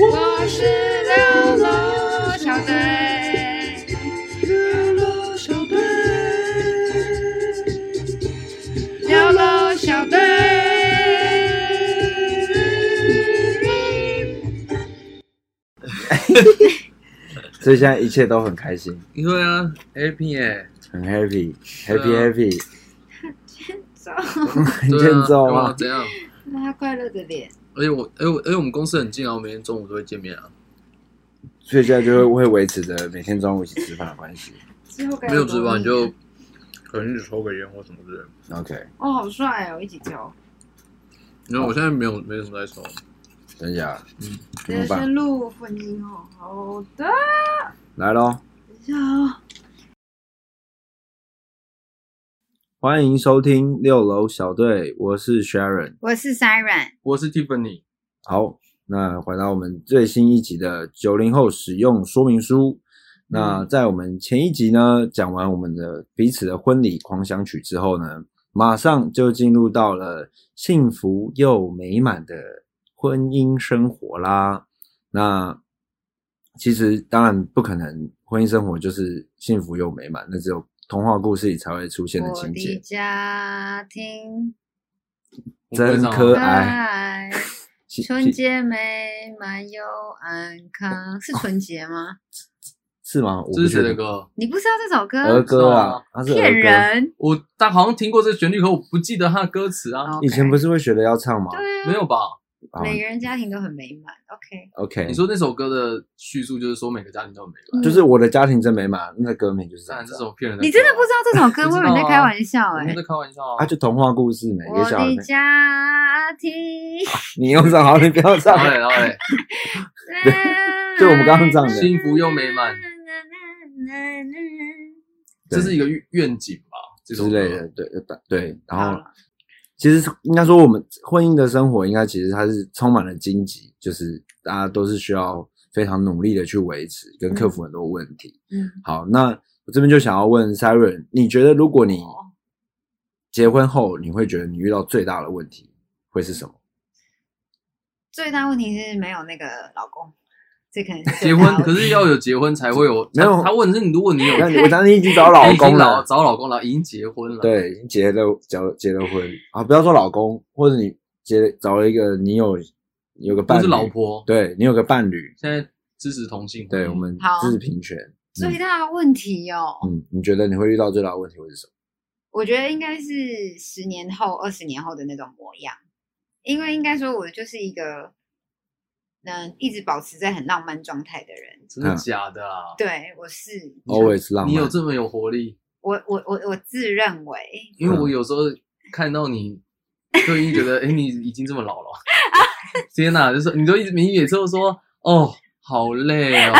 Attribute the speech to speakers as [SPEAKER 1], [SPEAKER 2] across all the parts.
[SPEAKER 1] 我是流浪小队，流浪小队，流浪小队。
[SPEAKER 2] 所以现在一切都很开心，
[SPEAKER 3] 对啊，happy 哎、
[SPEAKER 2] 很 happy，happy
[SPEAKER 3] 对啊
[SPEAKER 2] happy，
[SPEAKER 1] 走，
[SPEAKER 2] 很
[SPEAKER 3] 对
[SPEAKER 2] 欠
[SPEAKER 3] 啊，
[SPEAKER 2] 揍
[SPEAKER 3] 干嘛
[SPEAKER 2] 啊！
[SPEAKER 3] 怎样？
[SPEAKER 1] 让他快乐的脸。
[SPEAKER 3] 而且我，而且我，而且我们公司很近啊，我每天中午都会见面啊。
[SPEAKER 2] 所以现在就会维持着每天中午一起吃饭的关系。
[SPEAKER 1] 之后该
[SPEAKER 3] 没有
[SPEAKER 1] 多
[SPEAKER 3] 值班
[SPEAKER 1] 腻
[SPEAKER 3] 你就可能去抽个烟或什么之类的。
[SPEAKER 2] OK，
[SPEAKER 1] 哦，好帅哦，一起抽。
[SPEAKER 3] 然后我现在没有没有什么在抽，
[SPEAKER 2] 等一下，
[SPEAKER 3] 嗯
[SPEAKER 2] 嗯，
[SPEAKER 1] 人
[SPEAKER 2] 吧，
[SPEAKER 1] 生路婚姻哦，好的，
[SPEAKER 2] 来喽。
[SPEAKER 1] 等一下哦。
[SPEAKER 2] 欢迎收听六楼小队，我是 Sharon。
[SPEAKER 1] 我是 Siren，
[SPEAKER 3] 我是 Tiffany，
[SPEAKER 2] 好，那回到我们最新一集的九零后使用说明书。那在我们前一集呢，讲完我们的彼此的婚礼狂想曲之后呢，马上就进入到了幸福又美满的婚姻生活啦。那其实当然不可能，婚姻生活就是幸福又美满，那只有童话故事里才会出现的
[SPEAKER 1] 我
[SPEAKER 2] 情
[SPEAKER 1] 的
[SPEAKER 2] 节，
[SPEAKER 1] 家庭
[SPEAKER 2] 真可爱。
[SPEAKER 1] 爱，
[SPEAKER 2] 其
[SPEAKER 1] 春
[SPEAKER 2] 其
[SPEAKER 1] 节美满又安康，是春节吗？
[SPEAKER 2] 是吗？我
[SPEAKER 3] 这是
[SPEAKER 2] 不是
[SPEAKER 3] 谁的歌？
[SPEAKER 1] 你不知道这首
[SPEAKER 2] 儿
[SPEAKER 1] 歌？
[SPEAKER 2] 歌
[SPEAKER 3] 是
[SPEAKER 2] 啊
[SPEAKER 3] 吗，
[SPEAKER 2] 他是
[SPEAKER 1] 骗
[SPEAKER 2] 儿歌。
[SPEAKER 1] 人！
[SPEAKER 3] 我但好像听过这个旋律，可我不记得它的歌词啊，
[SPEAKER 1] OK
[SPEAKER 2] 以前不是会学的要唱吗？
[SPEAKER 1] 对啊，
[SPEAKER 3] 没有吧？
[SPEAKER 2] 啊
[SPEAKER 1] 每个人家庭都很美满。OK，
[SPEAKER 2] ，OK，
[SPEAKER 3] 你说那首歌的叙述就是说每个家庭都很美满，
[SPEAKER 2] 就是我的家庭真美满，那歌名就是这
[SPEAKER 3] 当
[SPEAKER 2] 样
[SPEAKER 3] 然这
[SPEAKER 2] 子啊。
[SPEAKER 3] 种骗人的
[SPEAKER 1] 嗯
[SPEAKER 3] 歌啊，
[SPEAKER 1] 你真的不知道这首歌，
[SPEAKER 3] 不
[SPEAKER 1] 我
[SPEAKER 3] 知
[SPEAKER 1] 以
[SPEAKER 3] 道
[SPEAKER 1] 为
[SPEAKER 3] 啊
[SPEAKER 1] 你在开玩笑
[SPEAKER 3] 我
[SPEAKER 1] 哎
[SPEAKER 3] 们。在开玩笑
[SPEAKER 2] 啊，
[SPEAKER 3] 啊。
[SPEAKER 2] 就童话故事每个
[SPEAKER 1] 我
[SPEAKER 2] 小孩
[SPEAKER 1] 的，家 庭，
[SPEAKER 2] 你用唱好，你不要唱
[SPEAKER 3] 然。后嘞，然后嘞，
[SPEAKER 2] 就我们刚刚唱的
[SPEAKER 3] 幸福又美满，
[SPEAKER 2] 对
[SPEAKER 3] 这是一个愿愿景吧？这首
[SPEAKER 2] 之
[SPEAKER 3] 歌
[SPEAKER 2] 类的，对对对，然
[SPEAKER 1] 好
[SPEAKER 2] 后
[SPEAKER 1] 了，
[SPEAKER 2] 其实应该说我们婚姻的生活，应该其实它是充满了荆棘，就是大家都是需要非常努力的去维持跟克服很多问题。
[SPEAKER 1] 嗯，
[SPEAKER 2] 好，那我这边就想要问 Siren，你觉得如果你
[SPEAKER 1] 哦
[SPEAKER 2] 结婚后，你会觉得你遇到最大的问题会是什 么？
[SPEAKER 1] 最大问题是没有那个老公，这可能是最
[SPEAKER 3] 结
[SPEAKER 1] 大
[SPEAKER 3] 婚，
[SPEAKER 1] 问
[SPEAKER 3] 可
[SPEAKER 1] 题
[SPEAKER 3] 是要有结婚才会有。
[SPEAKER 2] 没有
[SPEAKER 3] 他他问的是你，如果你有
[SPEAKER 2] 那你我相信已经找老
[SPEAKER 3] 哎已经
[SPEAKER 2] 公
[SPEAKER 3] 老
[SPEAKER 2] 了，
[SPEAKER 3] 找老公了，已经结婚了。，
[SPEAKER 2] 对，已经结了结结了婚啊，不要说老公，或者你结找了一个你有有个
[SPEAKER 3] 不
[SPEAKER 2] 伴侣，
[SPEAKER 3] 是老婆。
[SPEAKER 2] 对你有个伴侣，
[SPEAKER 3] 现在支持同性婚姻，
[SPEAKER 2] 对我们
[SPEAKER 1] 好
[SPEAKER 2] 这是平权。
[SPEAKER 1] 最大的问题哦，
[SPEAKER 2] 嗯，你觉得你会遇到最大的问题会是什么？
[SPEAKER 1] 我觉得应该是十年后、二十年后的那种模样，因为应该说，我就是一个能一直保持在很浪漫状态的人。
[SPEAKER 3] 真的假的啊？
[SPEAKER 1] 对，我是
[SPEAKER 2] always 嗯浪漫
[SPEAKER 3] 你有这么有活力？
[SPEAKER 1] 我我我我自认为，
[SPEAKER 3] 因
[SPEAKER 2] 嗯
[SPEAKER 3] 为我有时候看 到你，就已经觉得，哎，你已经这么老了，天哪！就是你就一直你每次都说，哦，好 累哦，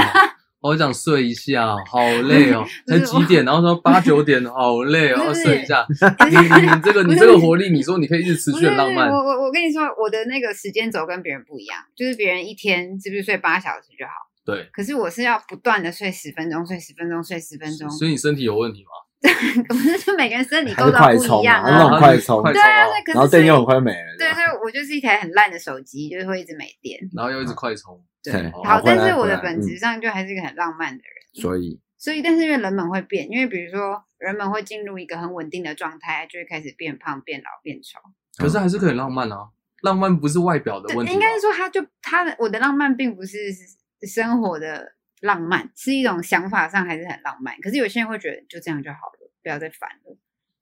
[SPEAKER 3] 我想睡一下，好累哦，
[SPEAKER 1] 不
[SPEAKER 3] 才
[SPEAKER 1] 是
[SPEAKER 3] 几点？然后说八九点，好累哦，
[SPEAKER 1] 不是
[SPEAKER 3] 睡 一下。
[SPEAKER 1] 不
[SPEAKER 3] 你
[SPEAKER 1] 是
[SPEAKER 3] 你这个
[SPEAKER 1] 不
[SPEAKER 3] 你
[SPEAKER 1] 是
[SPEAKER 3] 这个活力，你说你可以一直持
[SPEAKER 1] 不
[SPEAKER 3] 续
[SPEAKER 1] 是
[SPEAKER 3] 很浪漫
[SPEAKER 1] 我，我我跟你说，我的那个时间轴跟别人不一样，就是别人一天是不是睡八小时就好，
[SPEAKER 3] 对。
[SPEAKER 1] 可是我是要不断的睡十分钟，睡十分钟，睡十分钟，
[SPEAKER 3] 所以你身体有问题吗？
[SPEAKER 1] 不是就每个人生理
[SPEAKER 2] 还
[SPEAKER 1] 构
[SPEAKER 2] 是
[SPEAKER 1] 造
[SPEAKER 2] 快
[SPEAKER 1] 不
[SPEAKER 2] 充
[SPEAKER 1] 一样
[SPEAKER 2] 啊那
[SPEAKER 1] 啊
[SPEAKER 2] 种。
[SPEAKER 3] 它
[SPEAKER 2] 快
[SPEAKER 3] 是
[SPEAKER 2] 充
[SPEAKER 3] 快
[SPEAKER 1] 对
[SPEAKER 3] 充
[SPEAKER 1] 啊，
[SPEAKER 3] 啊，
[SPEAKER 1] 对，可是
[SPEAKER 2] 然后电
[SPEAKER 1] 所以
[SPEAKER 2] 又很快没了，
[SPEAKER 1] 对对，我就是一台很烂的手机，就是会一直没电。
[SPEAKER 3] 然后又一
[SPEAKER 2] 嗯
[SPEAKER 3] 直快充，
[SPEAKER 2] 对
[SPEAKER 3] 好
[SPEAKER 1] 好，
[SPEAKER 2] 回
[SPEAKER 1] 但
[SPEAKER 2] 来
[SPEAKER 1] 是我
[SPEAKER 2] 回
[SPEAKER 1] 的
[SPEAKER 2] 来
[SPEAKER 1] 本
[SPEAKER 2] 嗯
[SPEAKER 1] 质上就还是一个很浪漫的人，
[SPEAKER 2] 所以
[SPEAKER 1] 所以但是因为人们会变，因为比如说人们会进入一个很稳定的状态，就会开始变胖、变老、变丑。
[SPEAKER 3] 可
[SPEAKER 2] 嗯
[SPEAKER 3] 是还是可以很浪漫啊。浪漫不是外表的问
[SPEAKER 1] 对，
[SPEAKER 3] 题吧，
[SPEAKER 1] 应该是说他就他的我的浪漫并不是生活的浪漫，是一种想法上还是很浪漫。可是有些人会觉得就这样就好了，不要再烦了，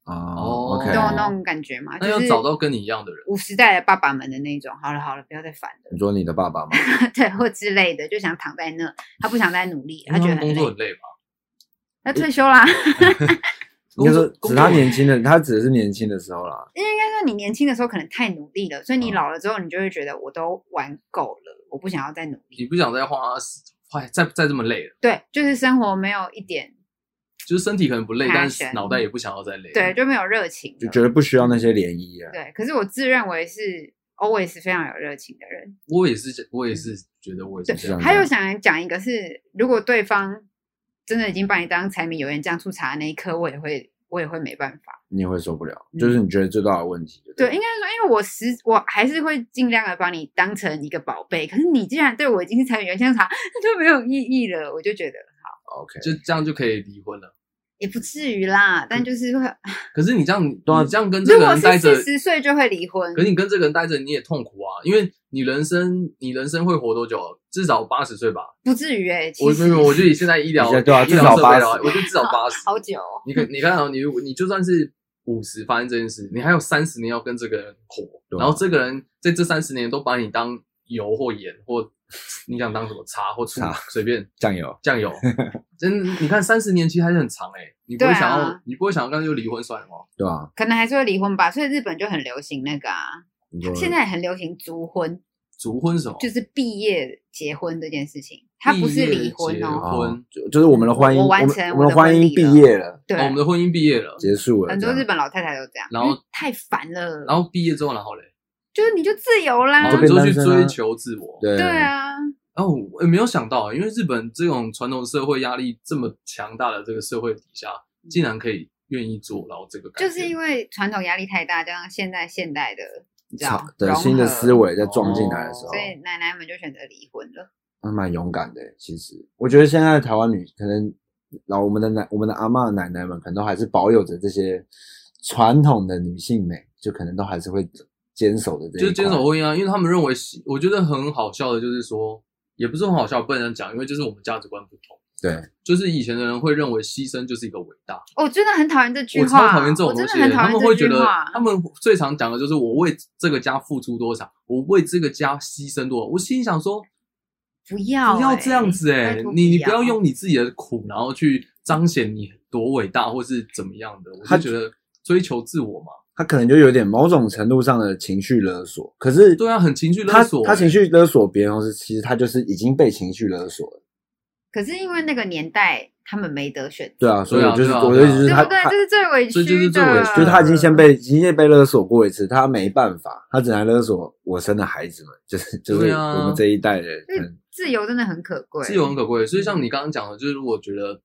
[SPEAKER 2] 哦
[SPEAKER 1] 你
[SPEAKER 2] ，OK，
[SPEAKER 1] 懂我那种感觉吗？
[SPEAKER 3] 啊那
[SPEAKER 1] 就
[SPEAKER 3] 要
[SPEAKER 1] 是
[SPEAKER 3] 找到跟你一样的人。
[SPEAKER 1] 五十代的爸爸们的那种，好了好了，不要再烦了，
[SPEAKER 2] 你说你的爸 爸吗？
[SPEAKER 1] 对，或之类的，就想躺在那，他不想再努力，
[SPEAKER 3] 因为
[SPEAKER 1] 觉得
[SPEAKER 3] 们工
[SPEAKER 1] 很
[SPEAKER 3] 作
[SPEAKER 1] 累
[SPEAKER 3] 很，累吧？
[SPEAKER 1] 那退休啦。
[SPEAKER 2] 应该说
[SPEAKER 3] 工作
[SPEAKER 2] 指他年轻的，他指的是年轻的时候啦。
[SPEAKER 1] 因为应该说你年轻的时候可能太努力了，所以你
[SPEAKER 2] 嗯
[SPEAKER 1] 老了之后，你就会觉得我都玩够了，我不想要再努力。
[SPEAKER 3] 你不想再花时，哎，再再这么累了，
[SPEAKER 1] 对，就是生活没有一点，
[SPEAKER 3] 就是身体可能不累，
[SPEAKER 1] Passion
[SPEAKER 3] 但是脑袋也不想要再累。
[SPEAKER 1] 对，，就没有热情了，
[SPEAKER 2] 就觉得不需要那些涟漪啊。
[SPEAKER 1] 对，可是我自认为是 always 非常有热情的人。
[SPEAKER 3] 我也是，我也
[SPEAKER 1] 嗯
[SPEAKER 3] 是觉得我也是这
[SPEAKER 2] 对
[SPEAKER 3] 样。
[SPEAKER 1] 还有想讲一个是，如果对方真的已经把你当柴米油盐酱醋茶的那一刻，我也会我也会没办法。
[SPEAKER 2] 你也会受不了，
[SPEAKER 1] 嗯
[SPEAKER 2] 就是你觉得最大的问题。
[SPEAKER 1] 对，应该说，因为我实我还是会尽量的把你当成一个宝贝，可是你既然对我已经是参与原香肠， 那就没有意义了，我就觉得
[SPEAKER 2] ，OK，
[SPEAKER 3] 就这样就可以离婚了。
[SPEAKER 1] 也不至于啦，
[SPEAKER 2] 嗯
[SPEAKER 1] 但就是会，
[SPEAKER 3] 可是你这样，你
[SPEAKER 2] 对啊
[SPEAKER 3] 这样跟这
[SPEAKER 1] 如
[SPEAKER 3] 个
[SPEAKER 1] 果
[SPEAKER 3] 人
[SPEAKER 1] 是
[SPEAKER 3] 待着
[SPEAKER 1] 四，十岁就会离婚
[SPEAKER 3] 可，是你跟这个人待着你也痛苦啊，因为你人生你人生会活多久？啊至少八十岁吧。
[SPEAKER 1] 不至于哎、其
[SPEAKER 3] 我
[SPEAKER 1] 实
[SPEAKER 3] 没有，我觉得以现在医疗
[SPEAKER 2] 现在对啊
[SPEAKER 3] 医疗
[SPEAKER 2] 至少
[SPEAKER 3] 设备的话
[SPEAKER 2] 80
[SPEAKER 3] 我觉得至少八十。
[SPEAKER 1] 好久、哦，
[SPEAKER 3] 你看，你看哦，你你就算是五十发生这件事，你还有三十年要跟这个人活，
[SPEAKER 2] 对啊
[SPEAKER 3] 然后这个人在这三十年都把你当油或盐或你想当什么茶或醋
[SPEAKER 2] 茶，
[SPEAKER 3] 随便
[SPEAKER 2] 酱油，
[SPEAKER 3] 酱油。真，你看三十年其实还是很长哎、你不会
[SPEAKER 1] 对啊
[SPEAKER 3] 想要，你不会想要干脆就离婚算了吗？哦
[SPEAKER 2] 对吧？
[SPEAKER 1] 可能还是会离婚吧。所以日本就很流行那个啊，
[SPEAKER 2] 你说
[SPEAKER 1] 现在也很流行族婚，
[SPEAKER 3] 族婚是什么？
[SPEAKER 1] 就是毕业结婚这件事情，它不是离婚
[SPEAKER 3] 毕业结啊
[SPEAKER 1] 哦。
[SPEAKER 2] 哦
[SPEAKER 3] 婚，
[SPEAKER 2] 就就是我们的婚姻，
[SPEAKER 1] 我
[SPEAKER 2] 我
[SPEAKER 1] 完
[SPEAKER 2] 们
[SPEAKER 1] 成
[SPEAKER 2] 我们
[SPEAKER 1] 我
[SPEAKER 2] 的
[SPEAKER 1] 的
[SPEAKER 2] 婚
[SPEAKER 1] 婚
[SPEAKER 2] 姻
[SPEAKER 1] 礼了
[SPEAKER 2] 毕业了，
[SPEAKER 1] 对，
[SPEAKER 3] 哦我们的婚姻毕业了，
[SPEAKER 2] 结束了，
[SPEAKER 1] 很多
[SPEAKER 2] 这样
[SPEAKER 1] 日本老太太都这样，
[SPEAKER 3] 然后
[SPEAKER 1] 因为太烦了，
[SPEAKER 3] 然后毕业之后然后嘞，
[SPEAKER 1] 就是你就自由啦
[SPEAKER 3] 然
[SPEAKER 2] 就
[SPEAKER 3] 后
[SPEAKER 2] 变
[SPEAKER 3] 你就去
[SPEAKER 2] 单身啊
[SPEAKER 3] 追求自我。
[SPEAKER 2] 对
[SPEAKER 1] 对，啊，
[SPEAKER 3] 然后我哦没有想到，因为日本这种传统社会压力这么强大的这个社会底下，竟然可以愿意做到这个感
[SPEAKER 1] 嗯
[SPEAKER 3] 觉，
[SPEAKER 1] 就是因为传统压力太大，加上现在现代的你知道
[SPEAKER 2] 操对
[SPEAKER 1] 融
[SPEAKER 2] 新的
[SPEAKER 1] 合
[SPEAKER 2] 思维在撞进来的时
[SPEAKER 3] 哦
[SPEAKER 2] 候
[SPEAKER 1] 所，以奶奶们就选择离婚了。
[SPEAKER 2] 还蛮勇敢的。其实我觉得现在的台湾女可能老我们的奶我们的阿嬷奶奶们，可能都还是保有着这些传统的女性美，就可能都还是会坚守的这一
[SPEAKER 3] 就是坚
[SPEAKER 2] 块
[SPEAKER 3] 守婚姻啊，因为他们认为喜，我觉得很好笑的，就是说，也不是很好笑，不能讲，因为就是我们价值观不同，
[SPEAKER 2] 对，
[SPEAKER 3] 就是以前的人会认为牺牲就是一个伟大，
[SPEAKER 1] 哦我真的很讨厌这句
[SPEAKER 3] 我
[SPEAKER 1] 话，
[SPEAKER 3] 超讨厌这种
[SPEAKER 1] 我真
[SPEAKER 3] 东
[SPEAKER 1] 的
[SPEAKER 3] 西
[SPEAKER 1] 很
[SPEAKER 3] 的，
[SPEAKER 1] 讨
[SPEAKER 3] 他
[SPEAKER 1] 厌
[SPEAKER 3] 们会
[SPEAKER 1] 这
[SPEAKER 3] 觉
[SPEAKER 1] 句
[SPEAKER 3] 得
[SPEAKER 1] 话，
[SPEAKER 3] 他们最常讲的就是我为这个家付出多少，我为这个家牺牲多少，我心里想说。
[SPEAKER 1] 不要
[SPEAKER 3] 不要
[SPEAKER 1] 欸
[SPEAKER 3] 这样子哎、
[SPEAKER 1] 拜托
[SPEAKER 3] 你你
[SPEAKER 1] 不
[SPEAKER 3] 不
[SPEAKER 1] 要
[SPEAKER 3] 要用你自己的苦，然后去彰显你多伟大或是怎么样的。我
[SPEAKER 2] 他
[SPEAKER 3] 是觉得追求自我嘛，
[SPEAKER 2] 她可能就有点某种程度上的情绪勒索，可是
[SPEAKER 3] 对啊，很情绪勒
[SPEAKER 2] 她
[SPEAKER 3] 索、
[SPEAKER 2] 她情，绪勒索别人，或是其实她就是已经被情绪勒索了，
[SPEAKER 1] 可是因为那个年代，他们没得选择，
[SPEAKER 2] 对啊，所以
[SPEAKER 3] 对啊
[SPEAKER 2] 我就是
[SPEAKER 3] 对啊
[SPEAKER 2] 我的意思就是
[SPEAKER 1] 对
[SPEAKER 2] 她
[SPEAKER 1] 不对？
[SPEAKER 2] 她
[SPEAKER 1] 这是最委
[SPEAKER 3] 这
[SPEAKER 1] 屈
[SPEAKER 3] 就
[SPEAKER 1] 的，
[SPEAKER 3] 是最委屈
[SPEAKER 2] 就是他已经先被已经被勒索过一次，他没办法，他只能勒索我生的孩子们，就是就是
[SPEAKER 3] 对啊
[SPEAKER 2] 我们这一代人。
[SPEAKER 1] 嗯
[SPEAKER 2] 嗯
[SPEAKER 1] 自由真的很可贵，
[SPEAKER 3] 自由很可贵。所以像你刚刚讲的，就是如果觉得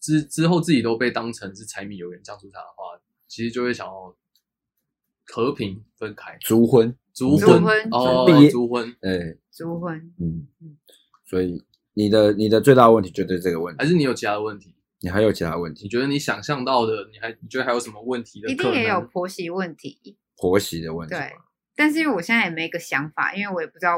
[SPEAKER 3] 之之后自己都被当成是柴米油盐酱醋茶的话，其实就会想要和平分开，
[SPEAKER 2] 族婚，
[SPEAKER 3] 族
[SPEAKER 1] 族
[SPEAKER 3] 婚
[SPEAKER 1] 婚
[SPEAKER 3] 哦
[SPEAKER 2] 毕，业
[SPEAKER 3] 族婚
[SPEAKER 2] 哎、
[SPEAKER 1] 族婚。
[SPEAKER 2] 嗯
[SPEAKER 1] 嗯，
[SPEAKER 2] 所以你的你的最大的问题就对这个问题，
[SPEAKER 3] 还是你有其他的问题？
[SPEAKER 2] 你还有其他问
[SPEAKER 3] 你
[SPEAKER 2] 题，
[SPEAKER 3] 觉得你想象到的，你还你觉得还有什么问题的可
[SPEAKER 1] 一
[SPEAKER 3] 能？
[SPEAKER 1] 定也有婆媳问题，
[SPEAKER 2] 婆媳的问题吗，
[SPEAKER 1] 对。但是因为我现在也没个想法，因为我也不知道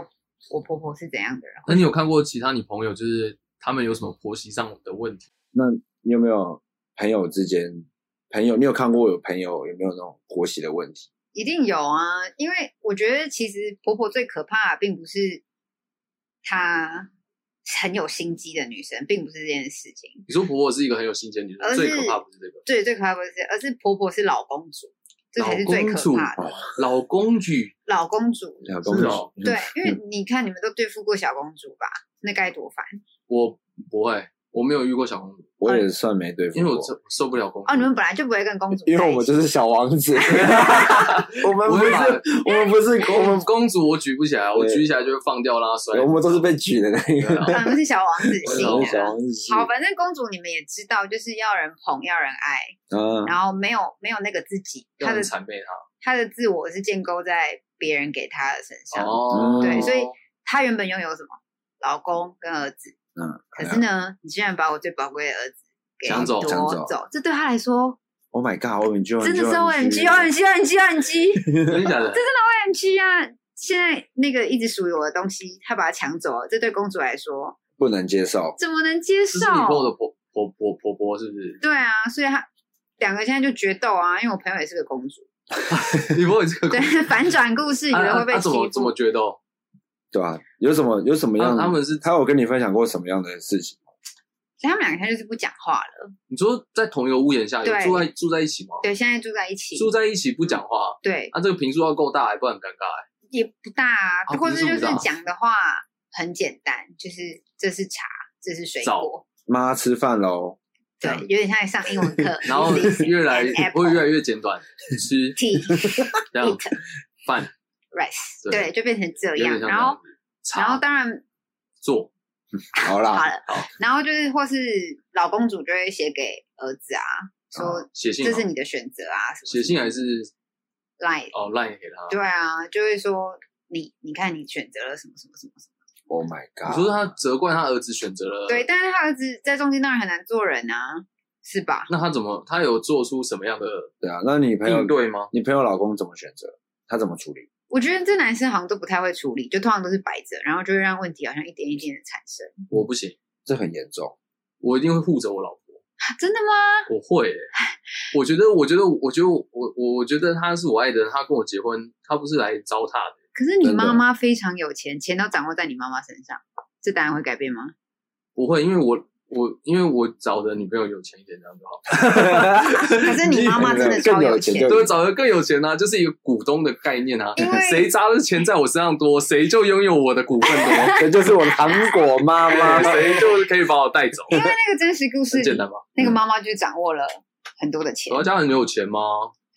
[SPEAKER 1] 我婆婆是怎样的人。
[SPEAKER 3] 那你有看过其他你朋友，就是他们有什么婆媳上的问题？
[SPEAKER 2] 那你有没有朋友之间朋友？你有看过有朋友有没有那种婆媳的问题？
[SPEAKER 1] 一定有啊，因为我觉得其实婆婆最可怕的并不是她很有心机的女生，并不是这件事情。
[SPEAKER 3] 你说婆婆是一个很有心机的女
[SPEAKER 1] 而
[SPEAKER 3] 人，最
[SPEAKER 1] 呃是
[SPEAKER 3] 可怕不是这个，
[SPEAKER 1] 对，最可怕不是这，而是婆婆是老公主，这才是最
[SPEAKER 3] 老公
[SPEAKER 1] 可
[SPEAKER 3] 主
[SPEAKER 2] 哦
[SPEAKER 1] 怕的。
[SPEAKER 3] 老公举，
[SPEAKER 1] 老公主，
[SPEAKER 2] 老公
[SPEAKER 3] 是哦
[SPEAKER 2] 嗯
[SPEAKER 1] 对，因为你看你们都对付过小公主吧，那该多烦
[SPEAKER 3] 我不会，我没有遇过小公主，
[SPEAKER 2] 我
[SPEAKER 1] 嗯
[SPEAKER 2] 也算没对付
[SPEAKER 3] 因为我
[SPEAKER 2] 过
[SPEAKER 3] 受受不了公主。
[SPEAKER 1] 哦！你们本来就不会跟公主在一起，
[SPEAKER 2] 因为我们就是小王 子， 我们不
[SPEAKER 3] 我会把
[SPEAKER 2] 是 我们不是我
[SPEAKER 3] 公
[SPEAKER 2] 们
[SPEAKER 3] 公主我举不起来，啊我
[SPEAKER 2] 对
[SPEAKER 3] 举起来就会放掉拉摔。
[SPEAKER 2] 我们都是被举的那一
[SPEAKER 3] 对
[SPEAKER 2] 个
[SPEAKER 3] 啊。
[SPEAKER 1] 我哦们是小王子
[SPEAKER 3] 我
[SPEAKER 1] 型
[SPEAKER 3] 啊是
[SPEAKER 1] 的
[SPEAKER 2] 小。王子，
[SPEAKER 1] 好，反正公主你们也知道，就是要人捧，要人爱，
[SPEAKER 2] 嗯，
[SPEAKER 1] 然后没有没有那个自己，
[SPEAKER 3] 要
[SPEAKER 1] 她的
[SPEAKER 3] 很谄媚啊
[SPEAKER 1] 他的自我是建构在别人给他的身
[SPEAKER 3] 她
[SPEAKER 1] 上。
[SPEAKER 3] 哦，
[SPEAKER 2] 对
[SPEAKER 1] 嗯所以他原本拥有什么？老公跟儿子。
[SPEAKER 2] 嗯。
[SPEAKER 1] 可是呢，你竟然把我最宝贵的儿子给
[SPEAKER 3] 抢走
[SPEAKER 1] 夺
[SPEAKER 2] 抢走
[SPEAKER 1] 这对他来说
[SPEAKER 2] Oh my god！我 n g
[SPEAKER 1] 真的是 O M G O M G O M G O M G
[SPEAKER 3] 真的 假
[SPEAKER 1] O
[SPEAKER 3] 的？
[SPEAKER 1] M G 啊！现在那个一直属于我的东西，他把它抢走了，这对公主来说
[SPEAKER 2] 不能接受。
[SPEAKER 1] 怎么能接
[SPEAKER 3] 这是你跟我
[SPEAKER 1] 受？
[SPEAKER 3] 的婆婆婆婆婆是不是？
[SPEAKER 1] 对啊，所以他两个现在就决斗啊，因为我朋友也是个公 主，
[SPEAKER 3] 你婆婆这个
[SPEAKER 1] 对，反转故事，以
[SPEAKER 3] 啊
[SPEAKER 1] 为会
[SPEAKER 3] 啊
[SPEAKER 1] 被
[SPEAKER 3] 啊
[SPEAKER 1] 欺
[SPEAKER 3] 怎么怎
[SPEAKER 1] 负
[SPEAKER 3] 么。决斗？
[SPEAKER 2] 对啊，有什么有什么样？
[SPEAKER 3] 他他们是
[SPEAKER 2] 他有跟你分享过什么样的事情？
[SPEAKER 1] 所以他们两个现在就是不讲话了。
[SPEAKER 3] 你说在同一个屋檐下，有
[SPEAKER 1] 对
[SPEAKER 3] 住在住在一起吗？
[SPEAKER 1] 对，现在住在一起，
[SPEAKER 3] 住在一起不讲话，
[SPEAKER 1] 对，
[SPEAKER 3] 啊，这个频数要够大，不然很尴尬欸。
[SPEAKER 1] 也不大啊，
[SPEAKER 3] 啊
[SPEAKER 1] 或
[SPEAKER 3] 不
[SPEAKER 1] 者
[SPEAKER 3] 是
[SPEAKER 1] 就是
[SPEAKER 3] 不大
[SPEAKER 1] 讲的话很简单，就是这是茶，这是水
[SPEAKER 3] 枣。
[SPEAKER 1] 果，
[SPEAKER 2] 妈吃饭喽，这
[SPEAKER 1] 对
[SPEAKER 2] 样，
[SPEAKER 1] 有点像在上英文课
[SPEAKER 3] 然后
[SPEAKER 1] This is
[SPEAKER 3] 越来
[SPEAKER 1] an
[SPEAKER 3] 会
[SPEAKER 1] apple
[SPEAKER 3] 越来越简短，吃
[SPEAKER 1] tea
[SPEAKER 3] 这样
[SPEAKER 1] eat
[SPEAKER 3] 饭
[SPEAKER 1] rice，
[SPEAKER 3] 对
[SPEAKER 1] 对，就变成这
[SPEAKER 3] 有
[SPEAKER 1] 样。
[SPEAKER 3] 点像这
[SPEAKER 1] 然后
[SPEAKER 3] 样，，茶
[SPEAKER 1] 然后当然
[SPEAKER 3] 做
[SPEAKER 2] 好
[SPEAKER 1] 好
[SPEAKER 2] 啦，
[SPEAKER 1] 了
[SPEAKER 3] 好，
[SPEAKER 1] 然后就是或是老公主就会写给儿子啊，说
[SPEAKER 3] 写哦信吗
[SPEAKER 1] 这是你的选择啊，什么
[SPEAKER 3] 写信还是
[SPEAKER 1] line
[SPEAKER 3] 哦 line 给他？
[SPEAKER 1] 对啊，就会说你你看你选择了什么什么什么什么，
[SPEAKER 2] Oh my god！
[SPEAKER 3] 你说他责怪他儿子选择了
[SPEAKER 1] 对，，但是他儿子在中间当然很难做人啊，是吧？
[SPEAKER 3] 那他怎么他有做出什么样的
[SPEAKER 2] 对啊，那你朋友
[SPEAKER 3] 应对吗？
[SPEAKER 2] 你朋友老公怎么选择？他怎么处理？
[SPEAKER 1] 我觉得这男生好像都不太会处理，就通常都是摆着，然后就会让问题好像一点一点的产生。
[SPEAKER 3] 我不行，
[SPEAKER 2] 这很严重。
[SPEAKER 3] 我一定会护着我老婆。
[SPEAKER 1] 啊真的吗？
[SPEAKER 3] 我会欸、我觉得，我觉得，我觉得我，我我我觉得他是我爱的人，他跟我结婚，他不是来糟蹋的。
[SPEAKER 1] 可是你
[SPEAKER 2] 真的
[SPEAKER 1] 妈妈非常有钱，钱都掌握在你妈妈身上，这答案会改变吗？
[SPEAKER 3] 不会，因为我我因为我找的女朋友有钱一点，这样就好。
[SPEAKER 1] 可是你妈妈真的超
[SPEAKER 2] 更有
[SPEAKER 1] 钱，
[SPEAKER 2] 钱就
[SPEAKER 3] 对，找一个更有钱啊，就是一个股东的概念啊
[SPEAKER 1] 因为。
[SPEAKER 3] 谁砸的钱在我身上多，谁就拥有我的股份 多，
[SPEAKER 2] 这就是我糖果妈妈
[SPEAKER 3] 对，谁就可以把我带走。
[SPEAKER 1] 因为那个真实故事
[SPEAKER 3] 很
[SPEAKER 1] 里
[SPEAKER 3] 简，单吧？
[SPEAKER 1] 那个妈妈就掌握了很多的钱
[SPEAKER 3] 我，家很有钱吗？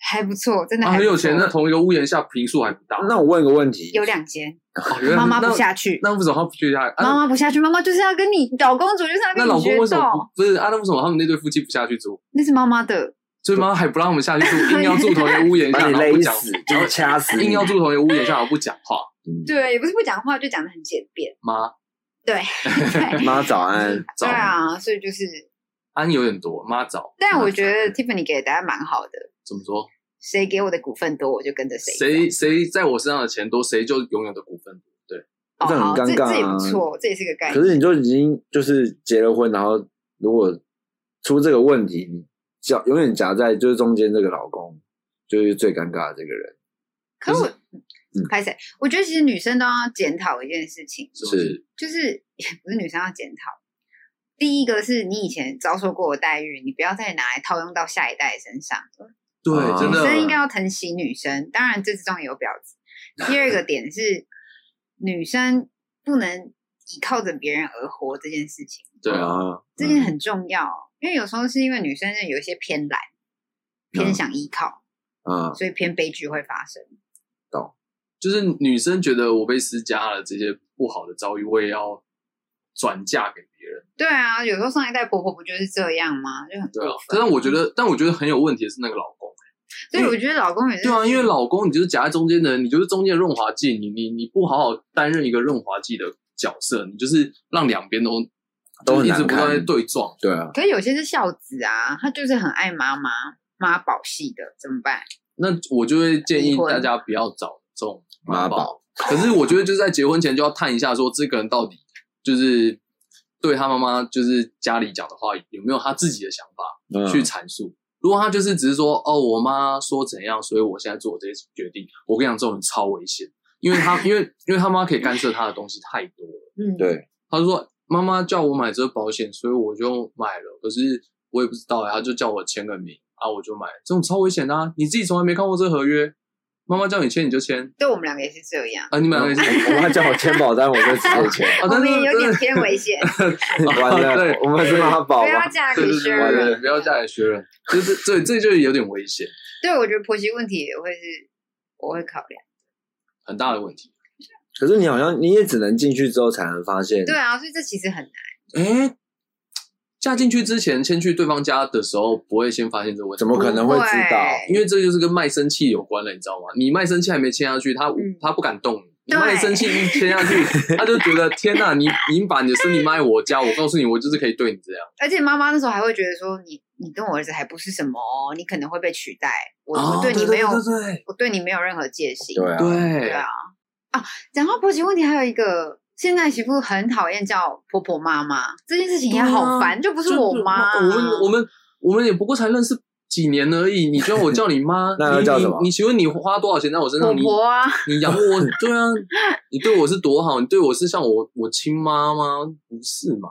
[SPEAKER 1] 还不错，真的
[SPEAKER 3] 啊，
[SPEAKER 1] 还不
[SPEAKER 3] 很
[SPEAKER 1] 错
[SPEAKER 3] 有钱，那同一个屋檐下平数还不大。
[SPEAKER 2] 那我问个问题，
[SPEAKER 1] 有两间，
[SPEAKER 3] 哦原来
[SPEAKER 1] 妈妈
[SPEAKER 3] 那
[SPEAKER 1] 不下去，
[SPEAKER 3] 那为什么他不去下？
[SPEAKER 1] 妈
[SPEAKER 3] 啊，
[SPEAKER 1] 妈不下去，妈妈就是要跟你老公主就是要
[SPEAKER 3] 那
[SPEAKER 1] 跟
[SPEAKER 3] 老
[SPEAKER 1] 你
[SPEAKER 3] 公
[SPEAKER 1] 决
[SPEAKER 3] 为什么
[SPEAKER 1] 斗，
[SPEAKER 3] 不不是啊？那为什么他们那对夫妻不下去住？
[SPEAKER 1] 那是妈妈的，
[SPEAKER 3] 所以妈妈还不让我们下 去住，硬要住同一个屋 檐
[SPEAKER 2] 把
[SPEAKER 3] 下，
[SPEAKER 2] 你
[SPEAKER 3] 然后不
[SPEAKER 2] 勒
[SPEAKER 3] 讲，
[SPEAKER 2] 死，就是掐死你，
[SPEAKER 3] 硬要住同一个屋檐下，然后不讲话。
[SPEAKER 2] 嗯
[SPEAKER 1] 对，也不是不讲话，就讲的很简便，
[SPEAKER 3] 妈，
[SPEAKER 1] 对，对
[SPEAKER 2] 妈早安，
[SPEAKER 3] 早
[SPEAKER 1] 对啊，所以就是，
[SPEAKER 3] 安有点多，妈早。
[SPEAKER 1] 但我觉得 Tiffany 给的答案蛮好的，
[SPEAKER 3] 怎么说？
[SPEAKER 1] 谁给我的股份多，我就跟着谁走，
[SPEAKER 3] 谁谁在我身上的钱多，谁就拥有的股份多。对，
[SPEAKER 1] 哦，
[SPEAKER 2] 这很
[SPEAKER 1] 好，这
[SPEAKER 2] 尴尬啊
[SPEAKER 1] 这也不错，这也是个概
[SPEAKER 2] 可
[SPEAKER 1] 念，
[SPEAKER 2] 是你就已经就是结了婚，然后如果出这个问题，你夹永远夹在就是中间这个老公，就是最尴尬的这个人。
[SPEAKER 1] 可是我
[SPEAKER 2] 嗯。
[SPEAKER 1] 拍谁？我觉得其实女生都要检讨一件事情，
[SPEAKER 3] 是不是？
[SPEAKER 1] 就是不是女生要检讨。第一个是你以前遭受过的待遇，你不要再拿来套用到下一代身上。
[SPEAKER 3] 对
[SPEAKER 2] 啊，
[SPEAKER 3] 真
[SPEAKER 1] 女生应该
[SPEAKER 3] 的。
[SPEAKER 1] 要疼惜女生，当然这之中也有婊子。第二个点是，女生不能依靠着别人而活这件事情，
[SPEAKER 3] 对啊，
[SPEAKER 2] 啊，
[SPEAKER 1] 这件很重要哦，因为有时候是因为女生是有一些偏懒，
[SPEAKER 3] 嗯
[SPEAKER 1] 偏想依靠，
[SPEAKER 2] 啊，
[SPEAKER 1] 所以偏悲剧会发生。
[SPEAKER 3] 就是女生觉得我被施加了这些不好的遭遇，我也要转嫁给别人。
[SPEAKER 1] 对啊，有时候上一代婆婆不就是这样吗？就很
[SPEAKER 3] 对啊
[SPEAKER 1] 过，分。
[SPEAKER 3] 但是我觉得，但我觉得很有问题的是那个老公。欸
[SPEAKER 1] 所以我觉得老公也是
[SPEAKER 3] 对啊，因为老公你就是夹在中间的人，你就是中间的润滑剂，你你你不好好担任一个润滑剂的角色，你就是让两边都
[SPEAKER 2] 都很
[SPEAKER 3] 一直
[SPEAKER 2] 难
[SPEAKER 3] 不断
[SPEAKER 2] 看
[SPEAKER 3] 在对撞。
[SPEAKER 2] 对啊，
[SPEAKER 1] 可是有些是孝子啊，他就是很爱妈妈妈宝系的，怎么办？
[SPEAKER 3] 那我就会建议
[SPEAKER 1] 离婚
[SPEAKER 3] 大家不要找这种
[SPEAKER 2] 妈
[SPEAKER 3] 宝。
[SPEAKER 2] 宝
[SPEAKER 3] 可是我觉得就是在结婚前就要探一下，说这个人到底就是对他妈妈就是家里讲的话有没有他自己的想法
[SPEAKER 2] 嗯
[SPEAKER 3] 去阐述。如果他就是只是说哦，我妈说怎样，所以我现在做这些决定，我跟你讲，这种人超危险，因为他因为因为他妈可以干涉他的东西太多了。
[SPEAKER 1] 嗯，
[SPEAKER 2] 对，
[SPEAKER 3] 他就说妈妈叫我买这个保险，所以我就买了，可是我也不知道、欸，他就叫我签个名啊，我就买了，这种超危险的、啊，你自己从来没看过这合约，妈妈叫你签你就签
[SPEAKER 1] 对我们两个也是这样，
[SPEAKER 3] 啊，你们两 个也是
[SPEAKER 2] 我妈叫我签保单，我就直接 签。
[SPEAKER 3] 啊，
[SPEAKER 1] 我
[SPEAKER 3] 但
[SPEAKER 1] 们
[SPEAKER 3] 是
[SPEAKER 1] 也有点
[SPEAKER 3] 真的
[SPEAKER 1] 偏危险，
[SPEAKER 2] 完了
[SPEAKER 3] 对，
[SPEAKER 2] 我们是妈宝
[SPEAKER 1] 不要
[SPEAKER 2] 吧？
[SPEAKER 1] 嫁给
[SPEAKER 3] 对对
[SPEAKER 1] 别
[SPEAKER 3] 对对
[SPEAKER 1] 人。
[SPEAKER 3] 对，不要嫁给学人，就是这这就有点危险，
[SPEAKER 1] 对，我觉得婆媳问题也会是我会考量。
[SPEAKER 3] 很大的问题。
[SPEAKER 2] 可是你好像你也只能进去之后才能发现，
[SPEAKER 1] 对啊，所以这其实很难。
[SPEAKER 3] 哎，嫁进去之前先去对方家的时候，不会先发现这个问题，
[SPEAKER 2] 怎么可能会知道？
[SPEAKER 1] 不
[SPEAKER 3] 因为这就是跟卖身契有关了，你知道吗？你卖身契还没签下去，他、
[SPEAKER 1] 嗯
[SPEAKER 3] 他不敢动你。你
[SPEAKER 1] 对
[SPEAKER 3] 卖身契一签下去，他就觉得天呐，你你把你的身体卖我家，我告诉你，我就是可以对你这样。
[SPEAKER 1] 而且妈妈那时候还会觉得说，你你跟我儿子还不是什么哦，你可能会被取代，我、我对你没有，
[SPEAKER 3] 哦对对
[SPEAKER 1] 我对你没有任何戒心。
[SPEAKER 2] 对啊，
[SPEAKER 3] 对
[SPEAKER 1] 对
[SPEAKER 3] 对
[SPEAKER 1] 啊，啊，讲到婆媳问题，还有一个，现在媳妇很讨厌叫婆婆妈妈这件事情，也
[SPEAKER 3] 啊
[SPEAKER 1] 好烦，就不是我妈、
[SPEAKER 3] 我们我们我们也不过才认识几年而已，你叫我叫你妈
[SPEAKER 2] 那要
[SPEAKER 3] 你
[SPEAKER 2] 叫什么
[SPEAKER 3] 你你请问你花多少钱在我身
[SPEAKER 1] 婆
[SPEAKER 3] 上？你
[SPEAKER 1] 婆啊，
[SPEAKER 3] 你养我，对啊，你对我是多好？你对我是像我我亲妈吗？不是嘛？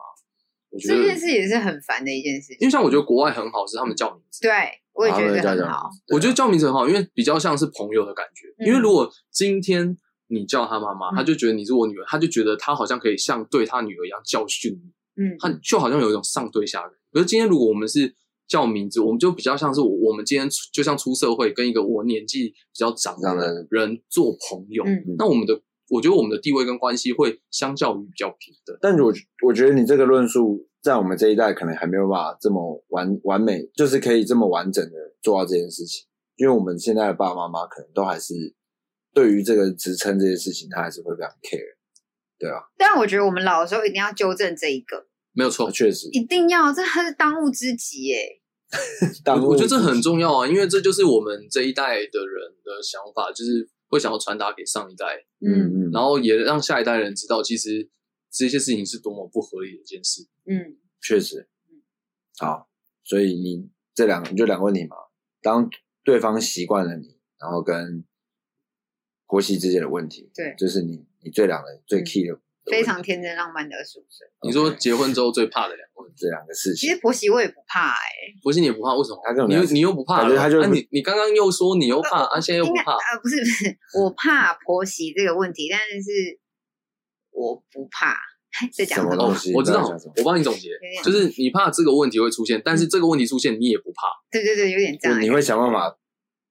[SPEAKER 3] 我觉
[SPEAKER 1] 这件
[SPEAKER 3] 得，
[SPEAKER 1] 事也是很烦的一件事
[SPEAKER 3] 因
[SPEAKER 1] 情。
[SPEAKER 3] 为像我觉得国外很好，是他
[SPEAKER 1] 嗯
[SPEAKER 3] 们叫名字。
[SPEAKER 1] 对，我也觉得
[SPEAKER 2] 然后再
[SPEAKER 1] 这
[SPEAKER 2] 叫
[SPEAKER 1] 很好。
[SPEAKER 3] 我觉得叫名字很好，因为比较像是朋友的感觉。
[SPEAKER 1] 嗯
[SPEAKER 3] 因为如果今天你叫他妈妈，
[SPEAKER 1] 嗯
[SPEAKER 3] 他就觉得你是我女儿，他就觉得他好像可以像对他女儿一样教训你，
[SPEAKER 1] 嗯，
[SPEAKER 3] 他就好像有一种上对下的感觉。可是今天如果我们是叫名字，我们就比较像是我我们今天出就像出社会跟一个我年纪比较长
[SPEAKER 2] 长的
[SPEAKER 3] 的
[SPEAKER 2] 人
[SPEAKER 3] 人做朋友，
[SPEAKER 1] 嗯
[SPEAKER 3] 那我们的我觉得我们的地位跟关系会相较于比较平等。
[SPEAKER 2] 但我我觉得你这个论述在我们这一代可能还没有办法这么完完美，就是可以这么完整的做到这件事情，因为我们现在的爸爸妈妈可能都还是对于这个职称这件事情，他还是会非常 care，对啊，
[SPEAKER 1] 但我觉得我们老的时候一定要纠正这一个，
[SPEAKER 3] 没有错，
[SPEAKER 2] 哦确实，
[SPEAKER 1] 一定要，这是当务之急耶。
[SPEAKER 2] 但
[SPEAKER 3] 我我觉得这很重要啊，因为这就是我们这一代的人的想法，就是会想要传达给上一代，
[SPEAKER 1] 嗯
[SPEAKER 2] 嗯嗯，
[SPEAKER 3] 然后也让下一代人知道，其实这些事情是多么不合理的一件事。
[SPEAKER 1] 嗯，
[SPEAKER 2] 确实，好，所以你这两你就两个问题嘛，当对方习惯了你，然后跟婆媳之间的问题，
[SPEAKER 1] 对
[SPEAKER 2] 就是你你最两个最
[SPEAKER 1] 嗯
[SPEAKER 2] key 的的问
[SPEAKER 1] 非
[SPEAKER 2] 题
[SPEAKER 1] 常天真浪漫的二十五岁。
[SPEAKER 3] 你说
[SPEAKER 2] OK
[SPEAKER 3] 结婚之后最怕的两个问题，
[SPEAKER 2] 这两个事
[SPEAKER 1] 其
[SPEAKER 2] 情
[SPEAKER 1] 实，婆媳我也不怕哎、
[SPEAKER 3] 不信你也不怕，为什么
[SPEAKER 2] 他跟？我
[SPEAKER 3] 你
[SPEAKER 2] 聊
[SPEAKER 3] 又你又不怕
[SPEAKER 2] 感觉
[SPEAKER 3] 了，
[SPEAKER 2] 他就
[SPEAKER 3] 啊你你刚刚又说你又怕，啊现在又不
[SPEAKER 1] 应该
[SPEAKER 3] 怕，
[SPEAKER 1] 啊，不是不是，我怕婆媳这个问题，但是我不怕。在讲
[SPEAKER 2] 什么
[SPEAKER 1] 什
[SPEAKER 2] 东
[SPEAKER 1] 么
[SPEAKER 2] 西？
[SPEAKER 3] 哦我知道
[SPEAKER 2] 不要讲什么，
[SPEAKER 3] 我帮你总结
[SPEAKER 1] 点，
[SPEAKER 3] 就是你怕这个问题会出现，但是这个问题出现你也不怕，
[SPEAKER 1] 对对对，有点这
[SPEAKER 2] 就
[SPEAKER 1] 样、
[SPEAKER 2] 你会想办法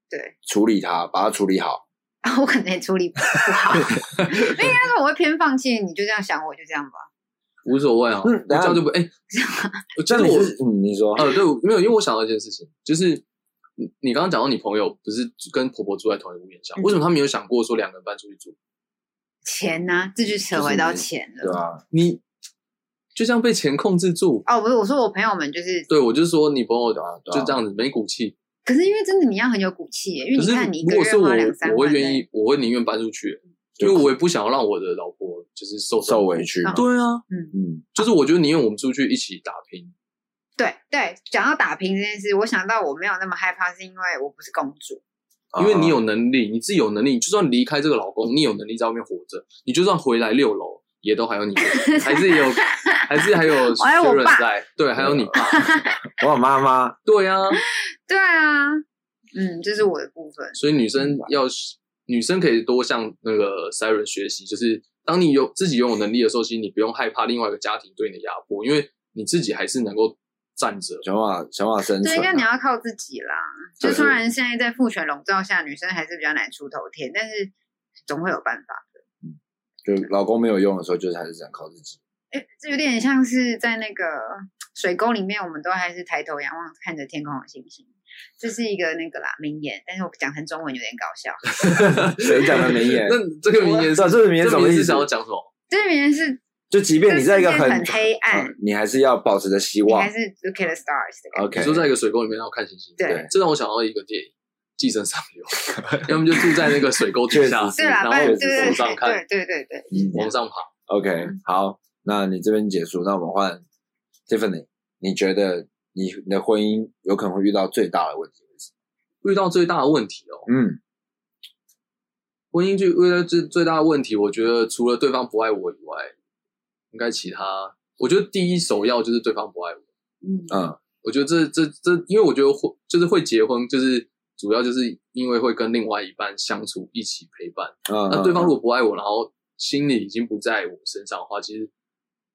[SPEAKER 1] 对
[SPEAKER 2] 处理它，把它处理好。
[SPEAKER 1] 啊，我可能也处理不好，应该是我会偏放弃。你就这样想，我就这样吧。
[SPEAKER 3] 无所谓啊，
[SPEAKER 2] 嗯
[SPEAKER 3] 这
[SPEAKER 2] 等一下
[SPEAKER 3] 样就不哎，
[SPEAKER 2] 这
[SPEAKER 3] 就
[SPEAKER 2] 样
[SPEAKER 3] 是
[SPEAKER 2] 你
[SPEAKER 3] 我
[SPEAKER 2] 是嗯，你说
[SPEAKER 3] 呃，对，没有，因为我想到一件事情，就是你你刚刚讲到你朋友不是跟婆婆住在同一个屋檐下，
[SPEAKER 1] 嗯
[SPEAKER 3] 为什么他没有想过说两个人搬出去住？
[SPEAKER 1] 钱呢、这就扯
[SPEAKER 2] 就是
[SPEAKER 1] 回到
[SPEAKER 2] 你
[SPEAKER 1] 钱了。
[SPEAKER 2] 对啊吧？
[SPEAKER 3] 你就这样被钱控制住？
[SPEAKER 1] 哦，不是，我说我朋友们就是，
[SPEAKER 3] 对，我就说你朋友
[SPEAKER 2] 对啊，对啊
[SPEAKER 3] 就这样子没骨气。
[SPEAKER 1] 可是因为真的你要很有骨气耶，因
[SPEAKER 3] 可
[SPEAKER 1] 为你
[SPEAKER 3] 是
[SPEAKER 1] 看你一
[SPEAKER 3] 如
[SPEAKER 1] 个
[SPEAKER 3] 果是
[SPEAKER 1] 月
[SPEAKER 3] 我
[SPEAKER 1] 花两三，万，
[SPEAKER 3] 我会愿意，我会宁愿搬出去，因
[SPEAKER 2] 对
[SPEAKER 3] 为我也不想要让我的老婆就是受
[SPEAKER 2] 受委。屈嘛。
[SPEAKER 3] 对啊，
[SPEAKER 2] 嗯，
[SPEAKER 3] 就是我觉得宁愿我们出去一起打拼。
[SPEAKER 1] 对对，讲到打拼这件事，我想到我没有那么害怕，是因为我不是公主。
[SPEAKER 3] 因为你
[SPEAKER 2] 啊
[SPEAKER 3] 有能力，你自己有能力，你就算离开这个老公，你有能力在外面活着，你就算回来六楼，也都还有你， 还是有，还是还有
[SPEAKER 1] 还有我
[SPEAKER 3] Sharon
[SPEAKER 1] 爸
[SPEAKER 3] 在，对，还有你爸，
[SPEAKER 2] 我有妈妈，
[SPEAKER 3] 对啊，
[SPEAKER 1] 对啊，嗯，这是我的部分。
[SPEAKER 3] 所以女生要女生可以多向那个 Siren 学习，就是当你有自己拥有能力的时候，其实你不用害怕另外一个家庭对你的压迫，因为你自己还是能够站着。
[SPEAKER 2] 想办法想办法生
[SPEAKER 1] 对，
[SPEAKER 2] 存
[SPEAKER 1] 应该你
[SPEAKER 2] 啊。
[SPEAKER 1] 要靠自己啦。就
[SPEAKER 2] 对
[SPEAKER 1] 虽然现在在父权笼罩下，女生还是比较难出头天，但是总会有办法。
[SPEAKER 2] 就老公没有用的时候，就是还是想靠自己。
[SPEAKER 1] 哎，这有点像是在那个水沟里面，我们都还是抬头仰望，看着天空的星星。这是一个那个啦名言，但是我讲成中文有点搞笑。
[SPEAKER 2] 谁讲的名言？
[SPEAKER 3] 那这个名言
[SPEAKER 2] 知
[SPEAKER 3] 是
[SPEAKER 2] 道啊这个名言
[SPEAKER 3] 这
[SPEAKER 2] 什
[SPEAKER 3] 名
[SPEAKER 2] 么
[SPEAKER 3] 言
[SPEAKER 2] 意
[SPEAKER 3] 是
[SPEAKER 2] 思
[SPEAKER 3] 想？要讲什么？
[SPEAKER 1] 这个名言是
[SPEAKER 2] 就即便你在一个
[SPEAKER 1] 这世界
[SPEAKER 2] 很
[SPEAKER 1] 很黑暗，
[SPEAKER 2] 嗯你还是要保持着希
[SPEAKER 1] 你
[SPEAKER 2] 望
[SPEAKER 1] 还。是 look at the stars 的感觉。
[SPEAKER 2] OK，
[SPEAKER 3] 你说在一个水沟里面然后看星星，
[SPEAKER 1] 对
[SPEAKER 3] 这让我想到一个电影《寄生上流》， 要么就住在那个水沟底下
[SPEAKER 2] 确，实
[SPEAKER 1] 对啦，
[SPEAKER 3] 然
[SPEAKER 1] 不然
[SPEAKER 3] 后
[SPEAKER 1] 对对
[SPEAKER 2] 也是
[SPEAKER 1] 对
[SPEAKER 3] 往上看，
[SPEAKER 1] 对对对对，
[SPEAKER 2] 嗯
[SPEAKER 3] 往上爬。
[SPEAKER 2] OK，好，
[SPEAKER 1] 嗯
[SPEAKER 2] 那你这边结束，那我们换 Tiffany，你觉得你你的婚姻有可能会遇到最大的问题会是什
[SPEAKER 3] 遇到最大的问题哦，
[SPEAKER 2] 么？嗯，
[SPEAKER 3] 婚姻剧遇到最最大的问题，我觉得除了对方不爱我以外，应该其他，我觉得第一首要就是对方不爱我。
[SPEAKER 1] 嗯
[SPEAKER 2] 嗯，
[SPEAKER 3] 我觉得这这这，因为我觉得会就是会结婚，就是主要就是因为会跟另外一半相处，一起陪伴。
[SPEAKER 2] 嗯，
[SPEAKER 3] 那对方如
[SPEAKER 2] 嗯
[SPEAKER 3] 果不爱我，然后心里已经不在我身上的话，其实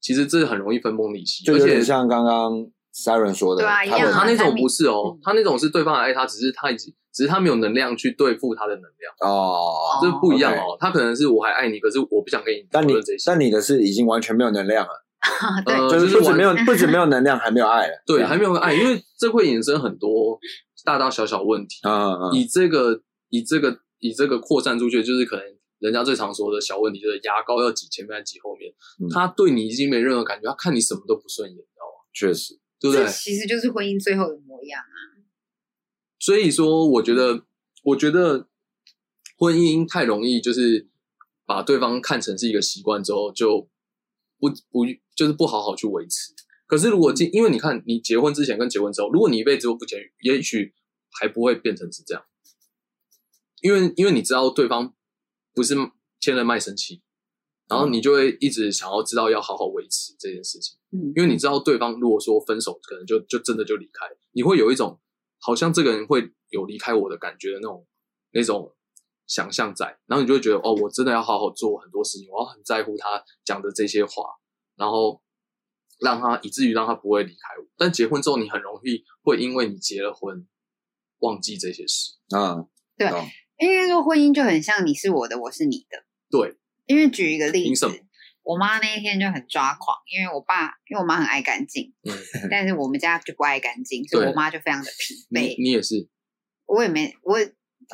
[SPEAKER 3] 其实这很容易分崩离析，
[SPEAKER 2] 就
[SPEAKER 3] 而
[SPEAKER 2] 有
[SPEAKER 3] 且
[SPEAKER 2] 点像刚刚 Siren 说的，
[SPEAKER 1] 对啊一
[SPEAKER 2] 他
[SPEAKER 1] 样
[SPEAKER 2] 的
[SPEAKER 1] 啊
[SPEAKER 3] 他那种
[SPEAKER 1] 他
[SPEAKER 3] 不是哦
[SPEAKER 1] 嗯，
[SPEAKER 3] 他那种是对方很爱他，只是他已经只是他没有能量去对付他的能量，
[SPEAKER 2] 哦，
[SPEAKER 3] 这不一样哦。他可能是我还爱你，可是我不想跟你讨
[SPEAKER 2] 但你
[SPEAKER 3] 论这些。
[SPEAKER 2] 但你的是已经完全没有能量了，
[SPEAKER 1] 啊对，
[SPEAKER 3] 呃，
[SPEAKER 2] 就
[SPEAKER 3] 就是
[SPEAKER 2] 不止
[SPEAKER 3] 完
[SPEAKER 2] 没有不止没有能量，还没有爱 了，
[SPEAKER 3] 对，
[SPEAKER 2] 这样
[SPEAKER 3] 还没有爱，因为这会衍生很多大大小小问题。
[SPEAKER 2] 嗯嗯嗯
[SPEAKER 3] 以这个以这个以这个扩散出去，就是可能人家最常说的小问题，就是牙膏要挤前面还是挤后面
[SPEAKER 2] 嗯。
[SPEAKER 3] 他对你已经没任何感觉，他看你什么都不顺眼，你知道吗？
[SPEAKER 2] 确实，
[SPEAKER 3] 对不
[SPEAKER 1] 这
[SPEAKER 3] 对？
[SPEAKER 1] 其实就是婚姻最后的模样啊。
[SPEAKER 3] 所以说，我觉得，我觉得婚姻太容易就是把对方看成是一个习惯之后，就不不就是不好好去维持。可是如果今因为你看，你结婚之前跟结婚之后，如果你一辈子都不结，也许还不会变成是这样，因为因为你知道对方不是签了卖身契，然后你就会一直想要知道要好好维持这件事情。
[SPEAKER 1] 嗯，
[SPEAKER 3] 因为你知道对方如果说分手，可能就就真的就离开，你会有一种好像这个人会有离开我的感觉的那种那种想象在，然后你就会觉得哦，我真的要好好做很多事情，我要很在乎他讲的这些话，然后让他以至于让他不会离开我。但结婚之后，你很容易会因为你结了婚，忘记这些事。
[SPEAKER 2] 嗯，
[SPEAKER 1] 对
[SPEAKER 2] 懂
[SPEAKER 1] 应该说婚姻就很像你是我的，我是你的。
[SPEAKER 3] 对，
[SPEAKER 1] 因为举一个例
[SPEAKER 3] 凭
[SPEAKER 1] 子
[SPEAKER 3] 什么，
[SPEAKER 1] 我妈那一天就很抓狂，因为我爸，因为我妈很爱干净，
[SPEAKER 3] 嗯
[SPEAKER 1] 但是我们家就不爱干净，所以
[SPEAKER 3] 对
[SPEAKER 1] 我妈就非常的疲
[SPEAKER 3] 你
[SPEAKER 1] 惫。
[SPEAKER 3] 你也是，
[SPEAKER 1] 我也没，我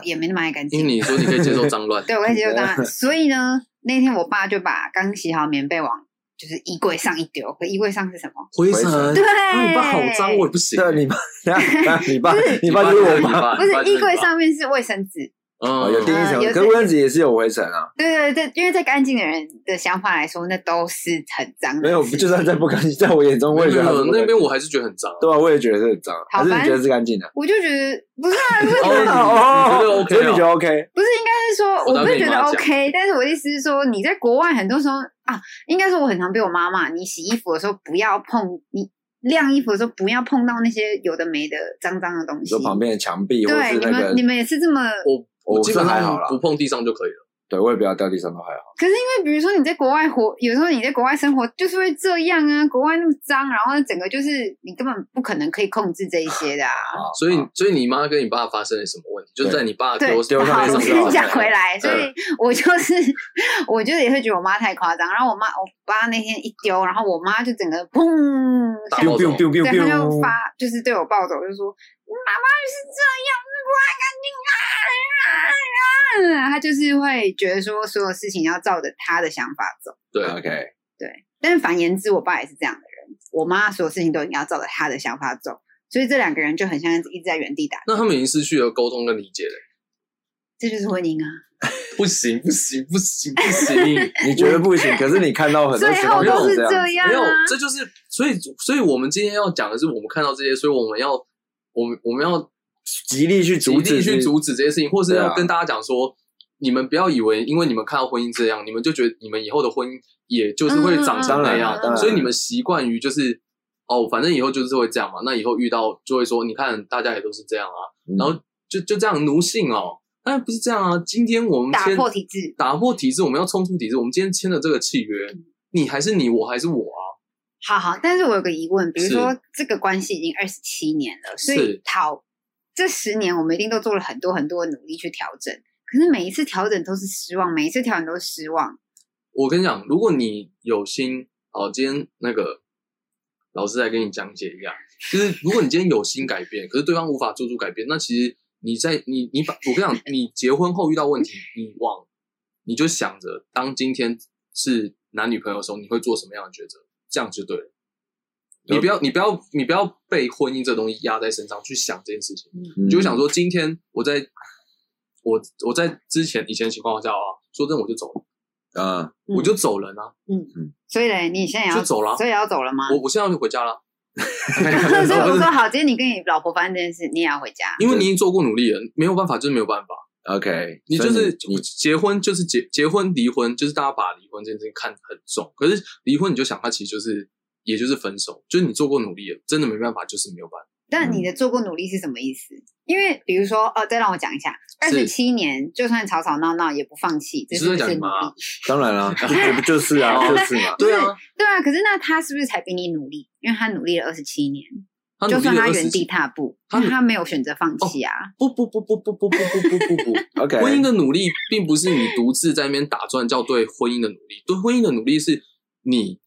[SPEAKER 1] 也没那么爱干
[SPEAKER 3] 因
[SPEAKER 1] 净，
[SPEAKER 3] 为你说你可以接受脏乱，
[SPEAKER 1] 对我也接受当 然。所以呢，那天我爸就把刚洗好棉被往就是衣柜上一丢，可衣柜上是什么？
[SPEAKER 3] 灰尘，
[SPEAKER 1] 对，
[SPEAKER 3] 啊你爸好脏，我也不行。
[SPEAKER 2] 对，啊你爸，等一下你 爸，你爸就是
[SPEAKER 3] 就是
[SPEAKER 2] 我爸。
[SPEAKER 3] 爸
[SPEAKER 1] 不是衣柜，上面是卫生纸，
[SPEAKER 3] 嗯
[SPEAKER 2] 哦，有第一层
[SPEAKER 1] 呃有，
[SPEAKER 2] 可是卫生纸也是有灰尘啊，
[SPEAKER 1] 对对对，因为在干净的人的想法来说，那都是很脏的事情。
[SPEAKER 2] 没有，就算在不干净， 在我眼中我
[SPEAKER 3] 没
[SPEAKER 2] 也觉
[SPEAKER 3] 有
[SPEAKER 2] 得它是
[SPEAKER 3] 没有
[SPEAKER 2] 不干
[SPEAKER 3] 那
[SPEAKER 2] 净
[SPEAKER 3] 边我还是觉得很脏啊。
[SPEAKER 2] 对吧？我也觉得是很脏，
[SPEAKER 1] 好
[SPEAKER 2] 还是你
[SPEAKER 1] 烦
[SPEAKER 2] 觉得是干净的？
[SPEAKER 1] 我就觉得不是啊，不是
[SPEAKER 3] 哦，你
[SPEAKER 2] 哦
[SPEAKER 3] 你
[SPEAKER 2] 所以
[SPEAKER 3] 觉得 OK
[SPEAKER 2] 你觉
[SPEAKER 3] 啊
[SPEAKER 2] 得 OK？
[SPEAKER 1] 不是，应该是说，
[SPEAKER 3] 我
[SPEAKER 1] 我
[SPEAKER 3] 当
[SPEAKER 1] 不是
[SPEAKER 3] 跟
[SPEAKER 1] 觉
[SPEAKER 3] 你
[SPEAKER 1] 得
[SPEAKER 3] 妈讲
[SPEAKER 1] OK，但是我的意思是说，你在国外很多时候啊，应该说我很常被我妈骂，你洗衣服的时候不要碰，你晾衣服的时候不要碰到那些有的没的脏脏的东
[SPEAKER 2] 你
[SPEAKER 1] 西
[SPEAKER 2] 说。旁边的墙壁或者
[SPEAKER 1] 对，
[SPEAKER 2] 是
[SPEAKER 1] 你
[SPEAKER 2] 那
[SPEAKER 1] 们
[SPEAKER 2] 个
[SPEAKER 1] 你，们也是这么，
[SPEAKER 3] 我
[SPEAKER 2] 我
[SPEAKER 3] 基本
[SPEAKER 2] 是还好
[SPEAKER 3] 上
[SPEAKER 2] 啦
[SPEAKER 3] 不碰地上就可以了。
[SPEAKER 2] 对我也不要掉地上都还好。
[SPEAKER 1] 可是因为比如说你在国外活，有时候你在国外生活就是会这样啊，国外那么脏，然后整个就是你根本不可能可以控制这一些的啊。
[SPEAKER 3] 所以所以你妈跟你爸发生了什么问题？就是在你爸
[SPEAKER 1] 对
[SPEAKER 3] 丢，丢
[SPEAKER 1] 好，
[SPEAKER 3] 上
[SPEAKER 1] 我
[SPEAKER 3] 面
[SPEAKER 1] 先
[SPEAKER 3] 上
[SPEAKER 1] 讲回
[SPEAKER 2] 嗯
[SPEAKER 1] 来，所以我就是，我就是也会觉得我妈太夸张，然后我妈我爸那天一丢，然后我妈就整个砰，
[SPEAKER 3] 大暴走
[SPEAKER 2] ，biu
[SPEAKER 1] 对，他就发就是对我暴走，就说妈妈就是这样，啊哎不爱干净啊啊啊！他就是会觉得说所有事情要照着他的想法走，
[SPEAKER 3] 对
[SPEAKER 2] OK，
[SPEAKER 1] 但是反言之，我爸也是这样的人，我妈所有事情都应该要照着他的想法走，所以这两个人就很像一直在原地打，
[SPEAKER 3] 那他们已经失去了沟通跟理解了。
[SPEAKER 1] 这就是婚姻啊。
[SPEAKER 3] 不行不行不行不 行！
[SPEAKER 2] 你觉得不行，可是你看到很多
[SPEAKER 1] 最
[SPEAKER 2] 时
[SPEAKER 1] 后
[SPEAKER 2] 候
[SPEAKER 1] 都是
[SPEAKER 2] 这样。
[SPEAKER 1] 这样、啊，
[SPEAKER 3] 没有，这就是所以所以我们今天要讲的是，我们看到这些，所以我们要我们我们要
[SPEAKER 2] 极力去阻
[SPEAKER 3] 极
[SPEAKER 2] 止
[SPEAKER 3] 力
[SPEAKER 2] 自
[SPEAKER 3] 去
[SPEAKER 2] 己，
[SPEAKER 3] 阻止这些事情，或是
[SPEAKER 2] 对
[SPEAKER 3] 要
[SPEAKER 2] 啊
[SPEAKER 3] 跟大家讲说，你们不要以为因为你们看到婚姻这样，你们就觉得你们以后的婚姻也就是会长成那
[SPEAKER 1] 嗯嗯嗯
[SPEAKER 3] 样
[SPEAKER 1] 嗯嗯，当然
[SPEAKER 3] 所以你们习惯于就是哦，反正以后就是会这样嘛。那以后遇到就会说，你看大家也都是这样啊，
[SPEAKER 2] 嗯
[SPEAKER 3] 然后就就这样奴性哦。但不是这样啊！今天我们
[SPEAKER 1] 打
[SPEAKER 3] 先
[SPEAKER 1] 破体制，
[SPEAKER 3] 打破体制，我们要冲出体制。我们今天签了这个契约，
[SPEAKER 1] 嗯
[SPEAKER 3] 你还是你，我还是我啊。
[SPEAKER 1] 好好，但是我有个疑问，比如说
[SPEAKER 3] 是
[SPEAKER 1] 这个关系已经二十七年了，所以
[SPEAKER 3] 是
[SPEAKER 1] 讨这十年我们一定都做了很多很多的努力去调整，可是每一次调整都是失望，每一次调整都是失望。
[SPEAKER 3] 我跟你讲，如果你有心，哦，今天那个老师来跟你讲解一下，就是如果你今天有心改变，可是对方无法做出改变，那其实你在你你把我跟你讲，你结婚后遇到问题，你往你就想着，当今天是男女朋友的时候，你会做什么样的抉择，这样就对了。你不要，你不要，你不要被婚姻这东西压在身上去想这件事情。
[SPEAKER 2] 嗯
[SPEAKER 3] 你就会想说，今天我在我我在之前以前情况下啊，说真的我就走了，
[SPEAKER 2] 嗯，
[SPEAKER 1] 嗯
[SPEAKER 3] 我就走人啊，
[SPEAKER 1] 所以呢，你现在也要
[SPEAKER 3] 就走了 啊
[SPEAKER 1] 所以啊要走了吗？
[SPEAKER 3] 我我现在就回家了。
[SPEAKER 1] 所以我
[SPEAKER 3] 不是嗯
[SPEAKER 1] 说好，今天你跟你老婆发生这件事，你也要回家。
[SPEAKER 3] 因为你已经做过努力了，没有办法，就是没有办法。
[SPEAKER 2] OK，
[SPEAKER 3] 你就
[SPEAKER 2] 所以
[SPEAKER 3] 是
[SPEAKER 2] 你
[SPEAKER 3] 结婚，就是结结婚离婚，就是大家把离婚这件事情看得很重。可是离婚，你就想它其实就是，也就是分手，就是你做过努力了，真的没办法，就是没有办法。
[SPEAKER 1] 但你的做过努力是什么意思？因为比如说，哦，再让我讲一下，二十七年就算吵吵闹闹也不放弃，这
[SPEAKER 3] 你
[SPEAKER 1] 是
[SPEAKER 3] 是
[SPEAKER 1] 不
[SPEAKER 3] 在讲
[SPEAKER 1] 是
[SPEAKER 3] 你
[SPEAKER 1] 努
[SPEAKER 3] 妈
[SPEAKER 1] 力？
[SPEAKER 2] 当然 啦， 这不就是啊，就是
[SPEAKER 1] 不
[SPEAKER 2] 嘛，
[SPEAKER 1] 是
[SPEAKER 3] 对啊，
[SPEAKER 1] 对啊，可是那他是不是才比你努力？因为他努力了二十七年，
[SPEAKER 3] 他努
[SPEAKER 1] 就
[SPEAKER 3] 力
[SPEAKER 1] 算
[SPEAKER 3] 了
[SPEAKER 1] 他
[SPEAKER 3] 二
[SPEAKER 1] 原
[SPEAKER 3] 十
[SPEAKER 1] 地
[SPEAKER 3] 几，
[SPEAKER 1] 踏步，
[SPEAKER 3] 他
[SPEAKER 1] 那
[SPEAKER 3] 努
[SPEAKER 1] 他没有选择放弃啊。
[SPEAKER 3] 不不不不不不不不不不不不，
[SPEAKER 2] OK，
[SPEAKER 3] 婚姻的努力并不是你独自在那边打转，叫对婚姻的努力。对婚姻的努力是你，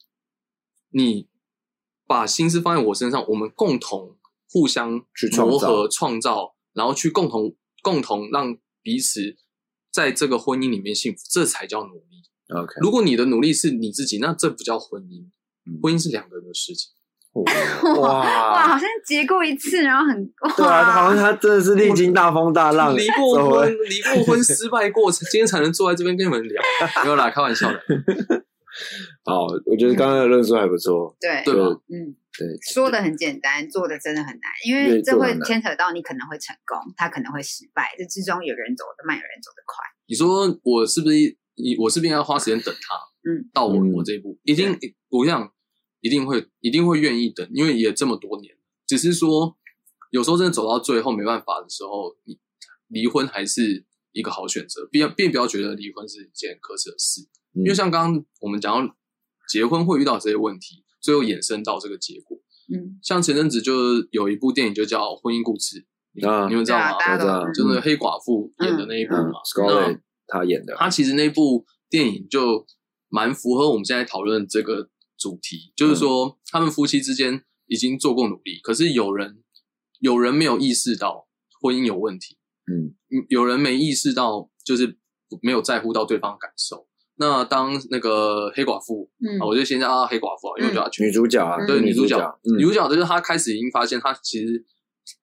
[SPEAKER 3] 你把心思放在我身上，我们共同互相
[SPEAKER 2] 去创
[SPEAKER 3] 磨
[SPEAKER 2] 造
[SPEAKER 3] 合、创造，然后去共同共同让彼此在这个婚姻里面幸福，这才叫努力。
[SPEAKER 2] OK，
[SPEAKER 3] 如果你的努力是你自己，那这不叫婚姻
[SPEAKER 2] 嗯。
[SPEAKER 3] 婚姻是两个人的事情。
[SPEAKER 1] 哇，
[SPEAKER 2] 哇，
[SPEAKER 1] 好像结过一次，然后很哇，
[SPEAKER 2] 啊对啊，好像他真的是历经大风大浪，
[SPEAKER 3] 离过
[SPEAKER 2] 走了
[SPEAKER 3] 婚，离过婚，失败 过，今天才能坐在这边跟你们聊。没有啦，开玩笑的，
[SPEAKER 2] 好，哦我觉得刚刚的论述还不错，
[SPEAKER 1] 对，
[SPEAKER 3] 对吧？
[SPEAKER 1] 嗯，
[SPEAKER 2] 对，
[SPEAKER 1] 说的很简单，做的真的很难，因为
[SPEAKER 2] 对
[SPEAKER 1] 这
[SPEAKER 2] 做得
[SPEAKER 1] 会
[SPEAKER 2] 很难
[SPEAKER 1] 牵扯到你可能会成功，他可能会失败，这之中有人走得慢，有人走得快。
[SPEAKER 3] 你说我是不是你我是不是应该花时间等他？
[SPEAKER 1] 嗯，
[SPEAKER 3] 到我
[SPEAKER 2] 嗯
[SPEAKER 3] 我这一步，一定我跟你讲，一定会一定会愿意等，因为也这么多年，只是说有时候真的走到最后没办法的时候，你离婚还是一个好选择，不要并不要觉得离婚是一件可耻的事，
[SPEAKER 2] 因
[SPEAKER 3] 因为像刚刚我们讲到结婚会遇到这些问题，最后衍生到这个结果。
[SPEAKER 1] 嗯，
[SPEAKER 3] 像前阵子就有一部电影就叫《婚姻故事》，你
[SPEAKER 2] 啊嗯
[SPEAKER 3] 你们知
[SPEAKER 1] 对
[SPEAKER 3] 道
[SPEAKER 1] 啊，
[SPEAKER 3] 吗？
[SPEAKER 1] 大家
[SPEAKER 2] 我知道
[SPEAKER 1] 都
[SPEAKER 3] 就是那个黑寡妇演的那一部
[SPEAKER 2] 嗯
[SPEAKER 3] 嘛，那
[SPEAKER 2] ，Scarlett 他演的，
[SPEAKER 3] 他其实那部电影就蛮符合我们现在讨论这个主题，就是
[SPEAKER 2] 嗯
[SPEAKER 3] 说他们夫妻之间已经做过努力，可是有人有人没有意识到婚姻有问题，
[SPEAKER 2] 嗯，
[SPEAKER 3] 嗯有人没意识到就是没有在乎到对方的感受。那当那个黑寡妇，
[SPEAKER 1] 嗯
[SPEAKER 3] 啊，我就先叫她黑寡妇，啊，因为我叫她全
[SPEAKER 2] 女主角啊，
[SPEAKER 1] 嗯
[SPEAKER 3] 对
[SPEAKER 2] 女
[SPEAKER 3] 女主
[SPEAKER 2] 角
[SPEAKER 3] 角，，
[SPEAKER 2] 嗯
[SPEAKER 3] 女主角就是她开始已经发现她其实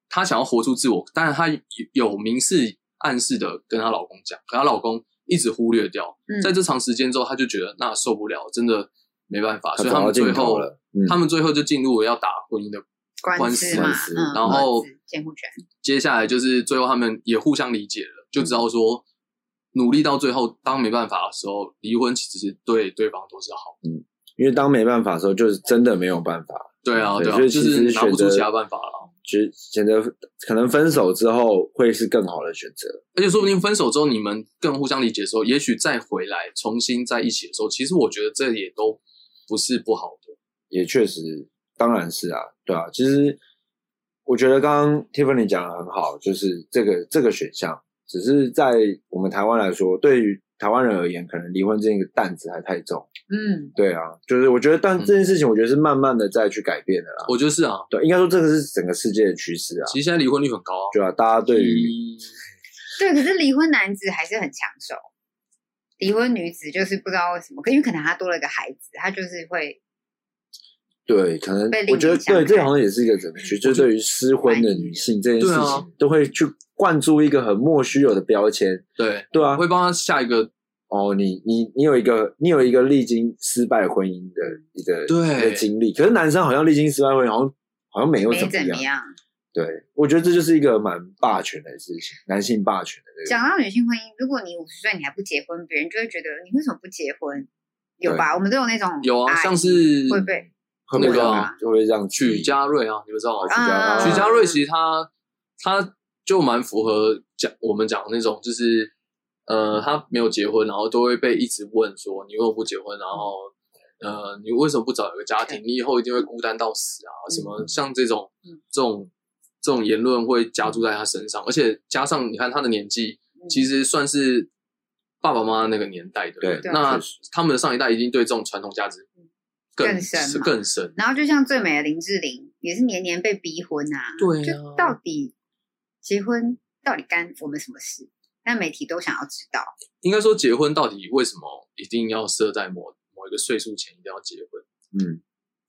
[SPEAKER 3] 她想要活出自我，但是她有明示暗示的跟她老公讲，可她老公一直忽略掉。
[SPEAKER 1] 嗯
[SPEAKER 3] 在这长时间之后，她就觉得那受不了，真的没办法，
[SPEAKER 2] 她
[SPEAKER 3] 所以
[SPEAKER 2] 走
[SPEAKER 3] 他
[SPEAKER 2] 到
[SPEAKER 3] 们
[SPEAKER 2] 尽
[SPEAKER 3] 最
[SPEAKER 2] 头
[SPEAKER 3] 后，
[SPEAKER 2] 了，嗯，
[SPEAKER 3] 他们最后就进入了要打婚姻的。
[SPEAKER 1] 官
[SPEAKER 3] 官
[SPEAKER 1] 司
[SPEAKER 3] 司
[SPEAKER 1] 嘛
[SPEAKER 2] 官司，
[SPEAKER 1] 嗯，
[SPEAKER 3] 然后
[SPEAKER 1] 官司监护权，
[SPEAKER 3] 接下来就是最后他们也互相理解了，就知道说。努力到最后，当没办法的时候，离婚其实是对对方都是好。
[SPEAKER 2] 因为当没办法的时候，就是真的没有办法，
[SPEAKER 3] 对啊，
[SPEAKER 2] 对
[SPEAKER 3] 对啊，
[SPEAKER 2] 嗯所以
[SPEAKER 3] 就
[SPEAKER 2] 其实
[SPEAKER 3] 是拿不
[SPEAKER 2] 选
[SPEAKER 3] 出
[SPEAKER 2] 择
[SPEAKER 3] 其他办法了。
[SPEAKER 2] 其实选择可能分手之后会是更好的选择，
[SPEAKER 3] 而且说不定分手之后你们更互相理解的时候，也许再回来重新在一起的时候，其实我觉得这也都不是不好的。
[SPEAKER 2] 也确实，当然是啊，对啊。其实我觉得刚刚 Tiffany 讲的很好，就是这个这个选项，只是在我们台湾来说，对于台湾人而言，可能离婚这个担子还太重。
[SPEAKER 1] 嗯，
[SPEAKER 2] 对啊，就是我觉得，但
[SPEAKER 3] 嗯
[SPEAKER 2] 这件事情，我觉得是慢慢的再去改变的啦。
[SPEAKER 3] 我觉得是啊，
[SPEAKER 2] 对，应该说这个是整个世界的趋势啊，
[SPEAKER 3] 其实现在离婚率很高啊。
[SPEAKER 2] 对啊，大家对于
[SPEAKER 3] 一
[SPEAKER 1] 对。可是离婚男子还是很抢手，离婚女子就是不知道为什么，可因为可能她多了一个孩子，她就是会
[SPEAKER 2] 对，可能
[SPEAKER 1] 被另
[SPEAKER 2] 我觉得
[SPEAKER 1] 眼相
[SPEAKER 2] 对，
[SPEAKER 1] 看
[SPEAKER 2] 这好像也是一个整个趋势，就是对于失婚的女性这件事
[SPEAKER 3] 对啊
[SPEAKER 2] 情，都会去灌注一个很莫须有的标签，
[SPEAKER 3] 对，
[SPEAKER 2] 对啊，
[SPEAKER 3] 会帮他下一个
[SPEAKER 2] 哦，你你你有一个你有一个历经失败婚姻的一个
[SPEAKER 3] 对
[SPEAKER 2] 一个经历，可是男生好像历经失败婚姻，好像好像没有
[SPEAKER 1] 没
[SPEAKER 2] 怎
[SPEAKER 1] 怎么
[SPEAKER 2] 么样。
[SPEAKER 1] 样。
[SPEAKER 2] 对，我觉得这就是一个蛮霸权的事情，男性霸权的这个。
[SPEAKER 1] 讲到女性婚姻，如果你五十岁你还不结婚，别人就会觉得你为什么不结婚？有吧？我们都有那种
[SPEAKER 3] 有啊，
[SPEAKER 1] 阿
[SPEAKER 3] 像
[SPEAKER 1] 姨
[SPEAKER 3] 是
[SPEAKER 1] 会被
[SPEAKER 2] 会不会
[SPEAKER 3] 那个
[SPEAKER 2] 让
[SPEAKER 3] 啊
[SPEAKER 2] 会不会让
[SPEAKER 3] 许家瑞啊，你们知道吗？
[SPEAKER 1] 啊
[SPEAKER 3] 许
[SPEAKER 2] 许
[SPEAKER 3] 家
[SPEAKER 2] 家
[SPEAKER 3] 瑞其实他他就蛮符合讲我们讲的那种，就是呃，他没有结婚，然后都会被一直问说你为什么不结婚，然后呃，你为什么不找一个家庭？你以后一定会孤单到死啊！什么像这种
[SPEAKER 1] 嗯
[SPEAKER 3] 这种这种言论会加注在他身上，而且加上你看他的年纪，其实算是爸爸妈妈那个年代的人，
[SPEAKER 2] 对
[SPEAKER 3] 那
[SPEAKER 2] 确实
[SPEAKER 3] 他们的上一代一定对这种传统价值
[SPEAKER 1] 更
[SPEAKER 3] 更
[SPEAKER 1] 深嘛
[SPEAKER 3] 更深。
[SPEAKER 1] 然后就像最美的林志玲，也是年年被逼婚啊。
[SPEAKER 3] 对啊
[SPEAKER 1] 就到底结婚到底干我们什么事？但媒体都想要知道。
[SPEAKER 3] 应该说，结婚到底为什么一定要设在某某一个岁数前一定要结婚？
[SPEAKER 2] 嗯，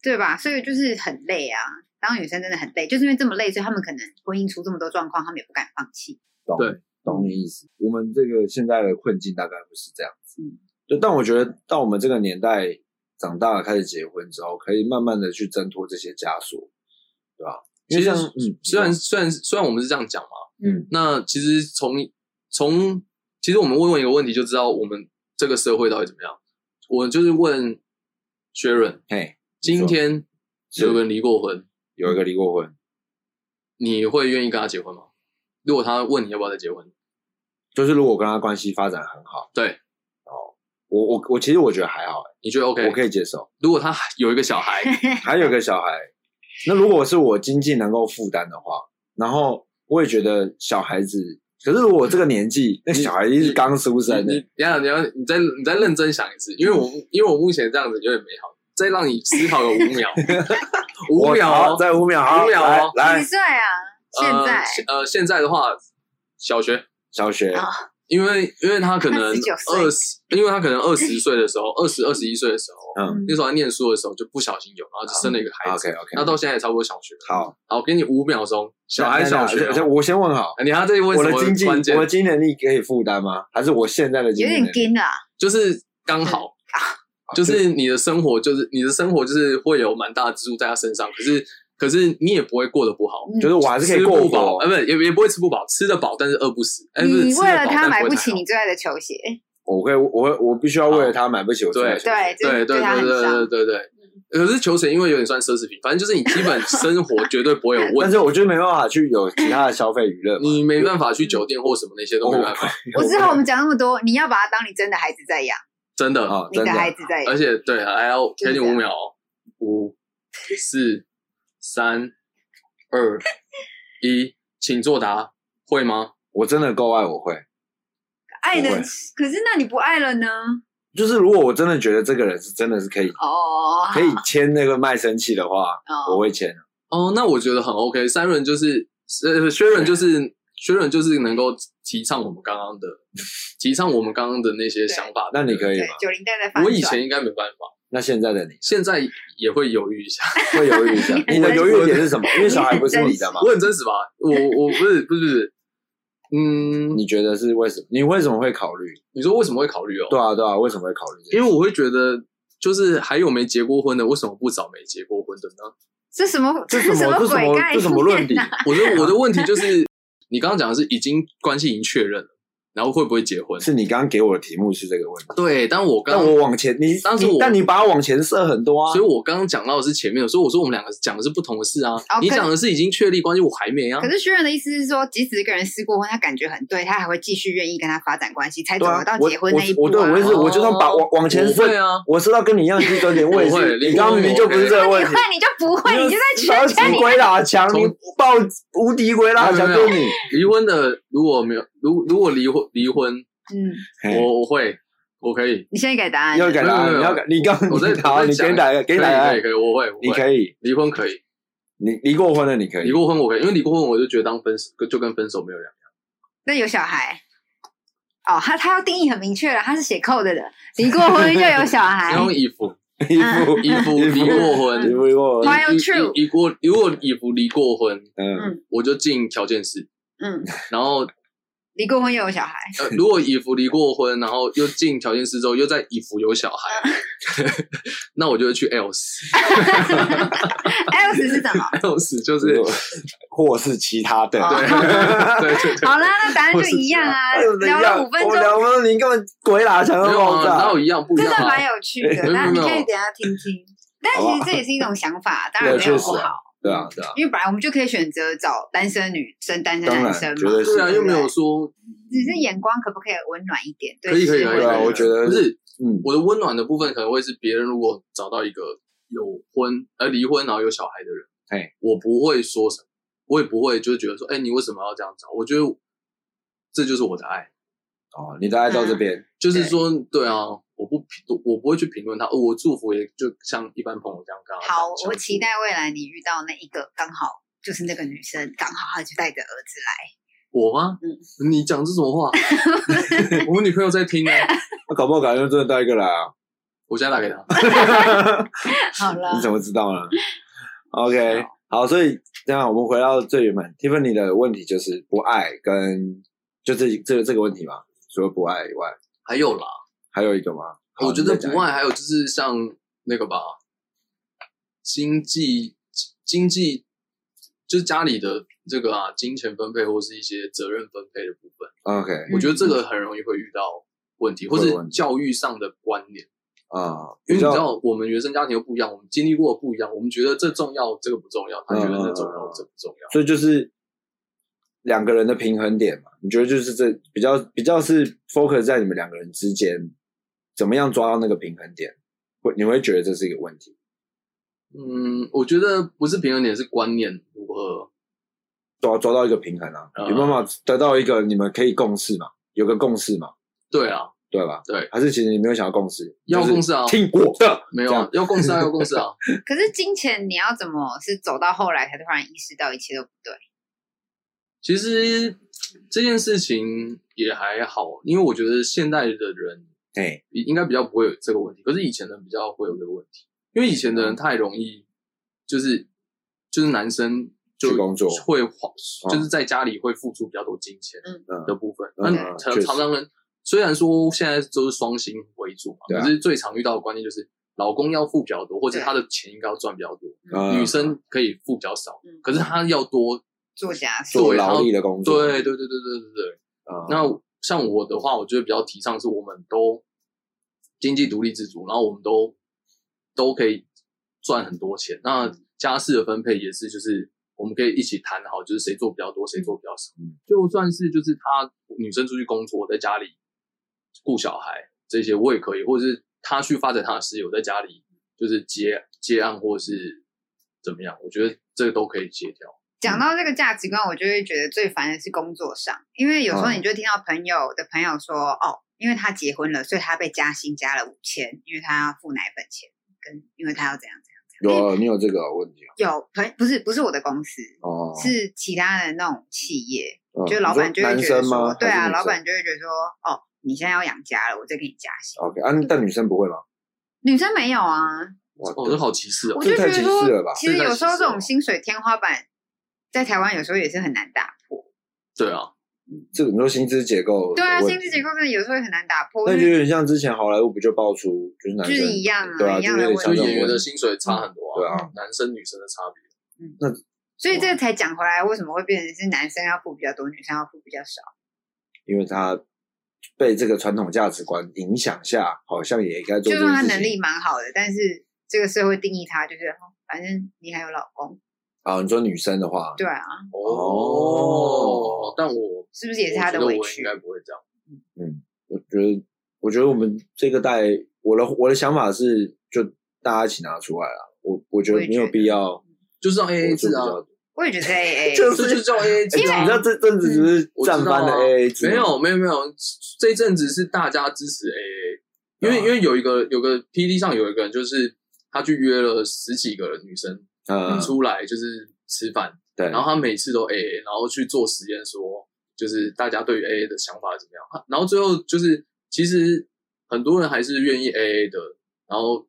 [SPEAKER 1] 对吧？所以就是很累啊。当女生真的很累，就是因为这么累，所以他们可能婚姻出这么多状况，他们也不敢放弃。
[SPEAKER 2] 懂
[SPEAKER 3] 对
[SPEAKER 2] 懂你意思。我们这个现在的困境大概会是这样子
[SPEAKER 1] 嗯。
[SPEAKER 2] 对，但我觉得到我们这个年代长大了开始结婚之后，可以慢慢的去挣脱这些枷锁，对吧？因为像
[SPEAKER 3] 其实
[SPEAKER 2] 嗯，
[SPEAKER 3] 虽然虽然虽然我们是这样讲嘛，
[SPEAKER 1] 嗯，
[SPEAKER 3] 那其实从从其实我们问问一个问题就知道我们这个社会到底怎么样。我就是问 Sharon，
[SPEAKER 2] 嘿，
[SPEAKER 3] 今天
[SPEAKER 2] 是
[SPEAKER 3] 有个人离过婚，
[SPEAKER 2] 有一个离过婚，
[SPEAKER 3] 你会愿意跟他结婚吗？如果他问你要不要再结婚，
[SPEAKER 2] 就是如果我跟他关系发展很好，哦
[SPEAKER 3] 对
[SPEAKER 2] 我我我其实我觉得还好、
[SPEAKER 3] 你觉得 OK？
[SPEAKER 2] 我可以接受。
[SPEAKER 3] 如果他 有一个小孩，
[SPEAKER 2] 还有个小孩，那如果是我经济能够负担的话，然后我也觉得小孩子，可是如果我这个年纪，那小孩一定是刚出生
[SPEAKER 3] 你
[SPEAKER 2] 的，
[SPEAKER 3] 你等一下你要你再你再认真想一次，因为我因为我目前这样子有点美好，再让你思考个五 秒，五
[SPEAKER 2] 我
[SPEAKER 3] 秒
[SPEAKER 2] 好
[SPEAKER 3] 哦。
[SPEAKER 2] 在五秒，好
[SPEAKER 3] 五秒
[SPEAKER 2] 来
[SPEAKER 3] 哦
[SPEAKER 1] 几
[SPEAKER 2] 来，
[SPEAKER 1] 岁啊？现在
[SPEAKER 3] 呃现呃现在的话，小学，
[SPEAKER 2] 小雪，
[SPEAKER 1] 啊
[SPEAKER 3] 因为因为他可能
[SPEAKER 1] 19岁
[SPEAKER 3] 二十，因为他可能二十岁的时候，二十二十一岁的时候，
[SPEAKER 2] 嗯
[SPEAKER 3] 那时候还念书的时候就不小心有，然后就生了一个孩子，
[SPEAKER 2] ，OK OK，
[SPEAKER 3] 那到现在也差不多小学了。
[SPEAKER 2] 好，
[SPEAKER 3] 好，我给你五秒钟，小孩小学
[SPEAKER 2] 那那那
[SPEAKER 3] 哦，
[SPEAKER 2] 我先问好，
[SPEAKER 3] 你还要再问
[SPEAKER 2] 我
[SPEAKER 3] 什
[SPEAKER 2] 的
[SPEAKER 3] 么
[SPEAKER 2] 经济，
[SPEAKER 3] 关键
[SPEAKER 2] 我的？经济能力可以负担吗？还是我现在的经
[SPEAKER 1] 有
[SPEAKER 2] 济
[SPEAKER 1] 点
[SPEAKER 2] 能力？
[SPEAKER 1] 惊啊，
[SPEAKER 3] 就是刚好，就是你的生活，就是你的生活，就是会有蛮大的支柱在他身上，可是可是你也不会过得不好。
[SPEAKER 1] 嗯
[SPEAKER 2] 就是我还是可以
[SPEAKER 3] 吃
[SPEAKER 2] 过
[SPEAKER 3] 不饱，
[SPEAKER 2] 活
[SPEAKER 3] 呃，，不是也也不会吃不饱，吃得饱但是饿不死。哎，不是
[SPEAKER 1] 你
[SPEAKER 3] 吃得
[SPEAKER 1] 为了
[SPEAKER 3] 饱
[SPEAKER 1] 他
[SPEAKER 3] 但
[SPEAKER 1] 买
[SPEAKER 3] 不
[SPEAKER 1] 不
[SPEAKER 3] 会
[SPEAKER 1] 起
[SPEAKER 3] 太
[SPEAKER 1] 你
[SPEAKER 3] 好
[SPEAKER 1] 最爱的球鞋，
[SPEAKER 2] 我会，我会，我必须要为了他买不起我自己的
[SPEAKER 3] 对
[SPEAKER 2] 小孩
[SPEAKER 1] 对，这
[SPEAKER 3] 对对
[SPEAKER 1] 对他
[SPEAKER 3] 对
[SPEAKER 1] 很伤。嗯
[SPEAKER 3] 对对对对。可是球鞋因为有点算奢侈品，反正就是你基 本生活绝对不会有问
[SPEAKER 2] 但
[SPEAKER 3] 题
[SPEAKER 2] 是，我就没办法去有其他的消费娱乐嘛。
[SPEAKER 3] 你没办法去酒店或什么那些都没办
[SPEAKER 2] 哦
[SPEAKER 3] 法，
[SPEAKER 1] 我知道我们讲那么多，你要把他当你真的孩子在养，
[SPEAKER 3] 真的。
[SPEAKER 2] 啊，
[SPEAKER 1] 你
[SPEAKER 2] 真
[SPEAKER 1] 的
[SPEAKER 2] 的
[SPEAKER 1] 孩子在
[SPEAKER 3] 而
[SPEAKER 1] 养。
[SPEAKER 3] 且对，还要
[SPEAKER 1] 就是
[SPEAKER 3] 给你
[SPEAKER 1] 这
[SPEAKER 3] 五
[SPEAKER 1] 样
[SPEAKER 3] 秒哦，五、四、三、二、一，请作答，会吗？
[SPEAKER 2] 我真的够爱，我会。
[SPEAKER 1] 爱的
[SPEAKER 2] 不会，
[SPEAKER 1] 可是那你不爱了呢？
[SPEAKER 2] 就是如果我真的觉得这个人是真的是可以
[SPEAKER 1] 哦，
[SPEAKER 2] 可以签那个卖身契的话，我
[SPEAKER 1] 哦，
[SPEAKER 2] 会签。
[SPEAKER 3] 哦，那我觉得很 OK。三轮就是呃，薛润就是薛润就是能够提倡我们刚刚的，提倡我们刚刚的那些想法。
[SPEAKER 2] 那你
[SPEAKER 3] 以，
[SPEAKER 2] 可以
[SPEAKER 1] 对
[SPEAKER 2] 吗？，
[SPEAKER 1] 九零代在反
[SPEAKER 3] 我以
[SPEAKER 1] 转
[SPEAKER 3] 前应该没办法，
[SPEAKER 2] 那现在的你
[SPEAKER 3] 现在也会犹豫一下。
[SPEAKER 2] 会犹豫一下，你的犹豫点是什么？因为小孩不是你的嘛，
[SPEAKER 3] 我很真实吧？我我不是不是不是，嗯，你
[SPEAKER 2] 你觉得是为什么？你为什么会考虑？
[SPEAKER 3] 你说为什么会考虑哦？
[SPEAKER 2] 对啊，对啊，为什么会考虑这个？
[SPEAKER 3] 因为我会觉得，就是还有没结过婚的，为什么不找没结过婚的呢？
[SPEAKER 1] 这什么
[SPEAKER 2] 这
[SPEAKER 1] 什
[SPEAKER 2] 什么这什
[SPEAKER 1] 鬼
[SPEAKER 2] 么
[SPEAKER 1] 概
[SPEAKER 2] 这什么
[SPEAKER 1] 念
[SPEAKER 2] 论理？
[SPEAKER 1] 啊
[SPEAKER 3] 我的我的问题 就是，你刚刚讲的是已经关系已经确认了，然后会不会结婚？
[SPEAKER 2] 是你刚刚给我的题目是这个问题，
[SPEAKER 3] 对，但我
[SPEAKER 2] 但
[SPEAKER 3] 刚，
[SPEAKER 2] 我往前，你
[SPEAKER 3] 当时
[SPEAKER 2] 你
[SPEAKER 3] 我
[SPEAKER 2] 但你把我往前射很多啊
[SPEAKER 3] 所以，我刚刚讲到的是前面的，所以我说我们两个讲的是不同的事啊。你
[SPEAKER 1] 哦可是
[SPEAKER 3] 讲的是已经确立关系，我还没啊
[SPEAKER 1] 可。是薛仁的意思是说，即使一个人试过婚，他感觉很对，他还会继续愿意跟他发展关系，才走
[SPEAKER 2] 对啊
[SPEAKER 1] 得到
[SPEAKER 2] 我
[SPEAKER 1] 结婚那一步、
[SPEAKER 2] 我我对我也是，
[SPEAKER 3] 哦
[SPEAKER 2] 我就算把往往前
[SPEAKER 3] 对
[SPEAKER 2] 射，
[SPEAKER 3] 啊，
[SPEAKER 2] 我射到跟你一样低端点，我也
[SPEAKER 3] 不会
[SPEAKER 2] 是。
[SPEAKER 3] 离
[SPEAKER 2] 你刚刚明明就不是这个问
[SPEAKER 1] 你
[SPEAKER 2] 题
[SPEAKER 1] 会，啊你就不会，你就在圈
[SPEAKER 2] 超
[SPEAKER 1] 圈
[SPEAKER 2] 级
[SPEAKER 1] 里。
[SPEAKER 2] 鬼打墙，
[SPEAKER 3] 从
[SPEAKER 2] 你爆无敌鬼打墙
[SPEAKER 3] 没有
[SPEAKER 2] 就
[SPEAKER 3] 没
[SPEAKER 2] 是
[SPEAKER 3] 有
[SPEAKER 2] 你。
[SPEAKER 3] 离婚的如果没有，如如果离婚离婚，
[SPEAKER 1] 嗯，
[SPEAKER 2] 嘿
[SPEAKER 3] 我我会，我可以，
[SPEAKER 1] 你现在改答案
[SPEAKER 2] 要
[SPEAKER 1] 了。
[SPEAKER 2] 改
[SPEAKER 3] 没
[SPEAKER 2] 答案，
[SPEAKER 3] 有没有
[SPEAKER 2] 你要改，你刚
[SPEAKER 3] 我在
[SPEAKER 2] 好，
[SPEAKER 3] 我在
[SPEAKER 2] 你给
[SPEAKER 3] 讲
[SPEAKER 2] 你打一个，
[SPEAKER 3] 可
[SPEAKER 2] 给你
[SPEAKER 3] 以
[SPEAKER 2] 打
[SPEAKER 3] 可
[SPEAKER 2] 一个，
[SPEAKER 3] 以可以，我会，我
[SPEAKER 2] 你
[SPEAKER 3] 会
[SPEAKER 2] 可以，
[SPEAKER 3] 离婚可以，
[SPEAKER 2] 你离过婚了，你可以
[SPEAKER 3] 离。过婚我可以，因为离过婚我就觉得当分手就跟分手没有两样。
[SPEAKER 1] 那有小孩。哦，他他要定义很明确了，他是写扣的人，离过婚就有小孩
[SPEAKER 3] 然。后以服
[SPEAKER 2] 衣服，
[SPEAKER 3] 以服
[SPEAKER 2] 衣服
[SPEAKER 3] 离过 婚，
[SPEAKER 2] 离不过婚，
[SPEAKER 1] Why are you true？
[SPEAKER 3] 已过，如果已服离过婚，
[SPEAKER 2] 嗯，
[SPEAKER 3] 我就进条件室。
[SPEAKER 1] 嗯，
[SPEAKER 3] 然后，
[SPEAKER 1] 离过婚又有小孩，
[SPEAKER 3] 呃，如果已服离过婚，然后又进条件室之后，又在已服有小孩， 那我就会去 else，else
[SPEAKER 1] L 十是什么？
[SPEAKER 3] 就
[SPEAKER 2] 就是是或是其他的，
[SPEAKER 1] 哦
[SPEAKER 3] 对对 对对，
[SPEAKER 1] 好啦，那答案就一样啊，聊了五分
[SPEAKER 2] 我
[SPEAKER 1] 钟
[SPEAKER 2] 们，两分钟，你根本鬼打墙
[SPEAKER 3] 没
[SPEAKER 2] 都
[SPEAKER 3] 有
[SPEAKER 2] 爆
[SPEAKER 3] 啊，哪
[SPEAKER 2] 炸
[SPEAKER 3] 有。一样不一
[SPEAKER 1] 真
[SPEAKER 3] 样
[SPEAKER 1] 的
[SPEAKER 3] 啊
[SPEAKER 1] 蛮？有趣的。
[SPEAKER 2] 哎
[SPEAKER 3] 没有
[SPEAKER 1] 那
[SPEAKER 3] 没
[SPEAKER 1] 你
[SPEAKER 3] 有
[SPEAKER 1] 可以等一下听听。但
[SPEAKER 2] 好
[SPEAKER 1] 其
[SPEAKER 2] 啊
[SPEAKER 1] 实这也是一种想法，当然
[SPEAKER 2] 对
[SPEAKER 1] 没有
[SPEAKER 2] 确实
[SPEAKER 1] 不
[SPEAKER 2] 啊
[SPEAKER 1] 好。
[SPEAKER 2] 对啊，对啊，
[SPEAKER 1] 因为本来我们就可以选择找单身女生、单身
[SPEAKER 2] 当
[SPEAKER 1] 男
[SPEAKER 2] 然
[SPEAKER 1] 生
[SPEAKER 2] 绝
[SPEAKER 1] 嘛，
[SPEAKER 2] 对是
[SPEAKER 3] 对啊，又没有说
[SPEAKER 1] 只是眼光可不可以温暖一点？对
[SPEAKER 3] 可以可以可以，
[SPEAKER 2] 对啊
[SPEAKER 3] 可以
[SPEAKER 2] 我觉得
[SPEAKER 3] 不是
[SPEAKER 2] 嗯，
[SPEAKER 3] 我的温暖的部分，可能会是别人如果找到一个有婚呃离婚然后有小孩的人，
[SPEAKER 2] 嘿，
[SPEAKER 3] 我不会说什么，我也不会就是觉得说，哎、你为什么要这样找？我觉得这就是我的爱，
[SPEAKER 2] 哦，你大概到
[SPEAKER 1] 嗯
[SPEAKER 2] 这边，
[SPEAKER 3] 就是说，对啊，我不评我不会去评论他，哦我祝福也就像一般朋友这样刚
[SPEAKER 1] 好，我期待未来你遇到那一个刚好就是那个女生，刚好她就带着儿子来。
[SPEAKER 3] 我吗？
[SPEAKER 2] 嗯
[SPEAKER 3] 你讲这种 话，我女朋友在听呢，
[SPEAKER 2] 那搞不好感觉真的带一个来啊？
[SPEAKER 3] 我现在打给她。
[SPEAKER 1] 好了
[SPEAKER 2] 你怎么知 道呢？OK，好，
[SPEAKER 1] 啊
[SPEAKER 2] 所以这样我们回到最原本，Tiffany 的问题就是不爱跟就这这这个问题嘛，除了不爱以外，
[SPEAKER 3] 还有啦，
[SPEAKER 2] 还有一个吗？好
[SPEAKER 3] 我觉得
[SPEAKER 2] 你再讲
[SPEAKER 3] 不
[SPEAKER 2] 一个
[SPEAKER 3] 外还有就是像那个吧，经济经济就是家里的这个啊，金钱分配或是一些责任分配的部分，
[SPEAKER 2] OK
[SPEAKER 3] 我觉得这个很容易会遇到问题，或
[SPEAKER 2] 嗯会有
[SPEAKER 3] 是
[SPEAKER 2] 问题
[SPEAKER 3] 教育上的观念。
[SPEAKER 2] 啊，比
[SPEAKER 3] 因为你知
[SPEAKER 2] 较
[SPEAKER 3] 道，我们原生家庭又不一样，我们经历过的不一样，我们觉得这重要，这个不重要；他觉得那重要，
[SPEAKER 2] 嗯
[SPEAKER 3] 这不重要。
[SPEAKER 2] 所以就是两个人的平衡点嘛。你觉得就是这比较比较是 focus 在你们两个人之间，怎么样抓到那个平衡点？会你会觉得这是一个问题，
[SPEAKER 3] 嗯，我觉得不是平衡点，是观念如何。
[SPEAKER 2] 抓抓到一个平衡啊，
[SPEAKER 3] 嗯
[SPEAKER 2] 有没有办法得到一个你们可以共识嘛？有个共识嘛，
[SPEAKER 3] 对啊，
[SPEAKER 2] 对吧？
[SPEAKER 3] 对，
[SPEAKER 2] 还是其实你没有想要共识，
[SPEAKER 3] 要
[SPEAKER 2] 就是
[SPEAKER 3] 共识啊
[SPEAKER 2] 听我的，
[SPEAKER 3] 没有
[SPEAKER 2] 这
[SPEAKER 3] 啊
[SPEAKER 2] 样，
[SPEAKER 3] 要共识啊，要共 识啊。
[SPEAKER 1] 可是金钱你要怎么是走到后来才突然意识到一切都不对？
[SPEAKER 3] 其实这件事情也还好，因为我觉得现代的人
[SPEAKER 2] 哎，
[SPEAKER 3] 应该比较不会有这个问题，可是以前的人比较会有这个问题，因为以前的
[SPEAKER 2] 嗯
[SPEAKER 3] 人太容易就是就是男生就
[SPEAKER 2] 去工作
[SPEAKER 3] 会花，就是在家里会付出比较多金钱的
[SPEAKER 2] 嗯，
[SPEAKER 3] 部分，
[SPEAKER 2] 嗯
[SPEAKER 3] 那
[SPEAKER 2] 嗯
[SPEAKER 3] 常
[SPEAKER 2] 确实
[SPEAKER 3] 常常人虽然说现在都是双薪为主嘛，
[SPEAKER 2] 对啊
[SPEAKER 3] 可是最常遇到的观念就是老公要付比较多，或者
[SPEAKER 1] 对
[SPEAKER 3] 他的钱应该要赚比较多，
[SPEAKER 2] 嗯
[SPEAKER 3] 女生可以付比较少
[SPEAKER 1] 嗯，
[SPEAKER 3] 可是他要多。
[SPEAKER 1] 作家说
[SPEAKER 2] 做
[SPEAKER 3] 对然后
[SPEAKER 2] 劳力的工作，
[SPEAKER 3] 对对对对对对对，
[SPEAKER 2] 嗯，
[SPEAKER 3] 那像我的话，我觉得比较提倡是我们都经济独立自主，然后我们都都可以赚很多钱。那家事的分配也是，就是我们可以一起谈好，就是谁做比较多，谁做比较少。
[SPEAKER 2] 嗯
[SPEAKER 3] 就算是就是她女生出去工作，我在家里顾小孩这些，我也可以，或者是她去发展她的事业，我在家里就是接接案或是怎么样，我觉得这个都可以协调。
[SPEAKER 1] 讲到这个价值观，我就会觉得最烦的是工作上，因为有时候
[SPEAKER 2] 嗯
[SPEAKER 1] 你就听到朋友的朋友说，哦，因为他结婚了，所以他被加薪加了五千，因为他要付奶粉钱，跟因为他要怎样怎样怎
[SPEAKER 2] 有
[SPEAKER 1] 样。
[SPEAKER 2] 啊你有这个问题啊
[SPEAKER 1] 有朋不是不是我的公司，
[SPEAKER 2] 哦，
[SPEAKER 1] 是其他的那种企业，
[SPEAKER 2] 嗯
[SPEAKER 1] 就老板就会
[SPEAKER 2] 你
[SPEAKER 1] 觉
[SPEAKER 2] 说
[SPEAKER 1] 得
[SPEAKER 2] 男生
[SPEAKER 1] 说
[SPEAKER 2] 吗？，
[SPEAKER 1] 对
[SPEAKER 2] 还
[SPEAKER 1] 啊，
[SPEAKER 2] 是女生
[SPEAKER 1] 老板就会觉得说，哦，你现在要养家了，我再给你加薪。
[SPEAKER 2] OK 啊，但女生不会吗？
[SPEAKER 1] 女生没有啊，
[SPEAKER 2] 哇
[SPEAKER 3] 哦，这好歧视哦
[SPEAKER 1] 我。
[SPEAKER 2] 这
[SPEAKER 1] 就觉
[SPEAKER 2] 太
[SPEAKER 1] 得
[SPEAKER 2] 歧
[SPEAKER 1] 说
[SPEAKER 2] 视了吧，
[SPEAKER 1] 其实
[SPEAKER 3] 这太
[SPEAKER 1] 有
[SPEAKER 3] 歧
[SPEAKER 1] 时候
[SPEAKER 3] 视
[SPEAKER 1] 这
[SPEAKER 3] 了
[SPEAKER 1] 种薪水天花板，在台湾有时候也是很难打破。
[SPEAKER 3] 对啊，
[SPEAKER 2] 这个你说薪资结构
[SPEAKER 1] 对啊，
[SPEAKER 2] 的问
[SPEAKER 1] 薪资
[SPEAKER 2] 题
[SPEAKER 1] 结构真的有时候也很难打破，
[SPEAKER 2] 那
[SPEAKER 1] 就
[SPEAKER 2] 就有
[SPEAKER 1] 是
[SPEAKER 2] 点像之前好莱坞不就爆出就是男
[SPEAKER 1] 就
[SPEAKER 2] 生
[SPEAKER 1] 是一样
[SPEAKER 2] 对
[SPEAKER 1] 啊，
[SPEAKER 2] 啊
[SPEAKER 1] 一样
[SPEAKER 2] 就
[SPEAKER 1] 的
[SPEAKER 2] 是
[SPEAKER 1] 问
[SPEAKER 3] 所
[SPEAKER 2] 想
[SPEAKER 3] 以
[SPEAKER 1] 题。
[SPEAKER 2] 象
[SPEAKER 3] 演员的薪水差很多
[SPEAKER 2] 对
[SPEAKER 3] 啊
[SPEAKER 2] 啊，
[SPEAKER 3] 男生女生的差别。
[SPEAKER 1] 所以这个才讲回来，为什么会变成是男生要付比较多，女生要付比较少？
[SPEAKER 2] 因为他被这个传统价值观影响下，好像也应该
[SPEAKER 1] 就
[SPEAKER 2] 做这
[SPEAKER 1] 算
[SPEAKER 2] 件
[SPEAKER 1] 他
[SPEAKER 2] 事
[SPEAKER 1] 能
[SPEAKER 2] 情。
[SPEAKER 1] 力蛮好的，但是这个社会定义他就是，哦反正你还有老公，
[SPEAKER 2] 啊，你说女生的话，
[SPEAKER 1] 对啊，
[SPEAKER 3] 哦，但我
[SPEAKER 1] 是不是也是他的
[SPEAKER 3] 我觉
[SPEAKER 1] 委
[SPEAKER 3] 得我应
[SPEAKER 1] 屈？
[SPEAKER 3] 该不会这样。
[SPEAKER 2] 我觉得，我觉得我们这个代，我的我的想法是，就大家一起拿出来啊。我我觉
[SPEAKER 1] 我
[SPEAKER 2] 得
[SPEAKER 1] 也
[SPEAKER 2] 没
[SPEAKER 1] 觉
[SPEAKER 2] 有
[SPEAKER 1] 得
[SPEAKER 2] 必要，
[SPEAKER 3] 就是让 A
[SPEAKER 2] 我
[SPEAKER 3] A
[SPEAKER 2] 就
[SPEAKER 3] 制
[SPEAKER 2] 比
[SPEAKER 3] 啊，
[SPEAKER 2] 较，
[SPEAKER 1] 我也觉 得 A A，
[SPEAKER 2] 就
[SPEAKER 3] 这就是叫 A A 制
[SPEAKER 2] 哎你知。
[SPEAKER 3] 啊
[SPEAKER 2] 道这阵子是不
[SPEAKER 1] 嗯
[SPEAKER 2] 是
[SPEAKER 3] 我知道
[SPEAKER 2] 战
[SPEAKER 3] 啊
[SPEAKER 2] 翻的 AA 制吗？
[SPEAKER 3] 没有没有没有，这一阵子是大家支持 A A，因
[SPEAKER 2] 对
[SPEAKER 3] 为
[SPEAKER 2] 啊
[SPEAKER 3] 因为有一个有个 P D 上有一个人，就是他去约了十几个女生
[SPEAKER 2] 嗯，
[SPEAKER 3] 出来，就是吃饭，
[SPEAKER 2] 对，
[SPEAKER 3] 然后他每次都 A A，然后去做实验说，就是大家对于 A A 的想法是怎么样，他然后最后就是其实很多人还是愿意 A A 的，然后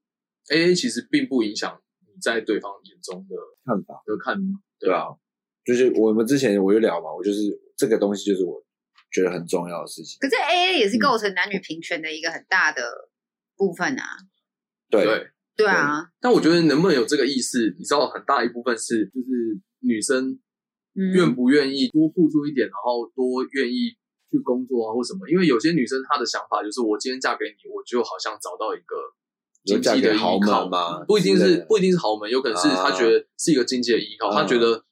[SPEAKER 3] A A 其实并不影响你在对方眼中的
[SPEAKER 2] 看法，
[SPEAKER 3] 的看法，
[SPEAKER 2] 对啊，就是我们之前我就聊嘛，我就是这个东西就是我觉得很重要的事情。
[SPEAKER 1] 可是 A A 也
[SPEAKER 3] 嗯
[SPEAKER 1] 是构成男女平权的一个很大的部分啊，
[SPEAKER 2] 对，
[SPEAKER 3] 对。
[SPEAKER 1] 对啊，
[SPEAKER 3] 但我觉得能不能有这个意识，你知道，很大一部分是就是女生愿
[SPEAKER 1] 嗯，
[SPEAKER 3] 不愿意多付出一点，然后多愿意去工作啊或什么。因为有些女生她的想法就是，我今天嫁给你，我就好像找到一个
[SPEAKER 2] 有
[SPEAKER 3] 经
[SPEAKER 2] 嫁
[SPEAKER 3] 济
[SPEAKER 2] 给
[SPEAKER 3] 的
[SPEAKER 2] 豪
[SPEAKER 3] 依靠
[SPEAKER 2] 门，吗？
[SPEAKER 3] 不一定
[SPEAKER 2] 之类
[SPEAKER 3] 是
[SPEAKER 2] 的
[SPEAKER 3] 不一定是豪门，有可能是她
[SPEAKER 2] 啊
[SPEAKER 3] 觉得是一个经济的依靠，她
[SPEAKER 2] 嗯
[SPEAKER 3] 觉得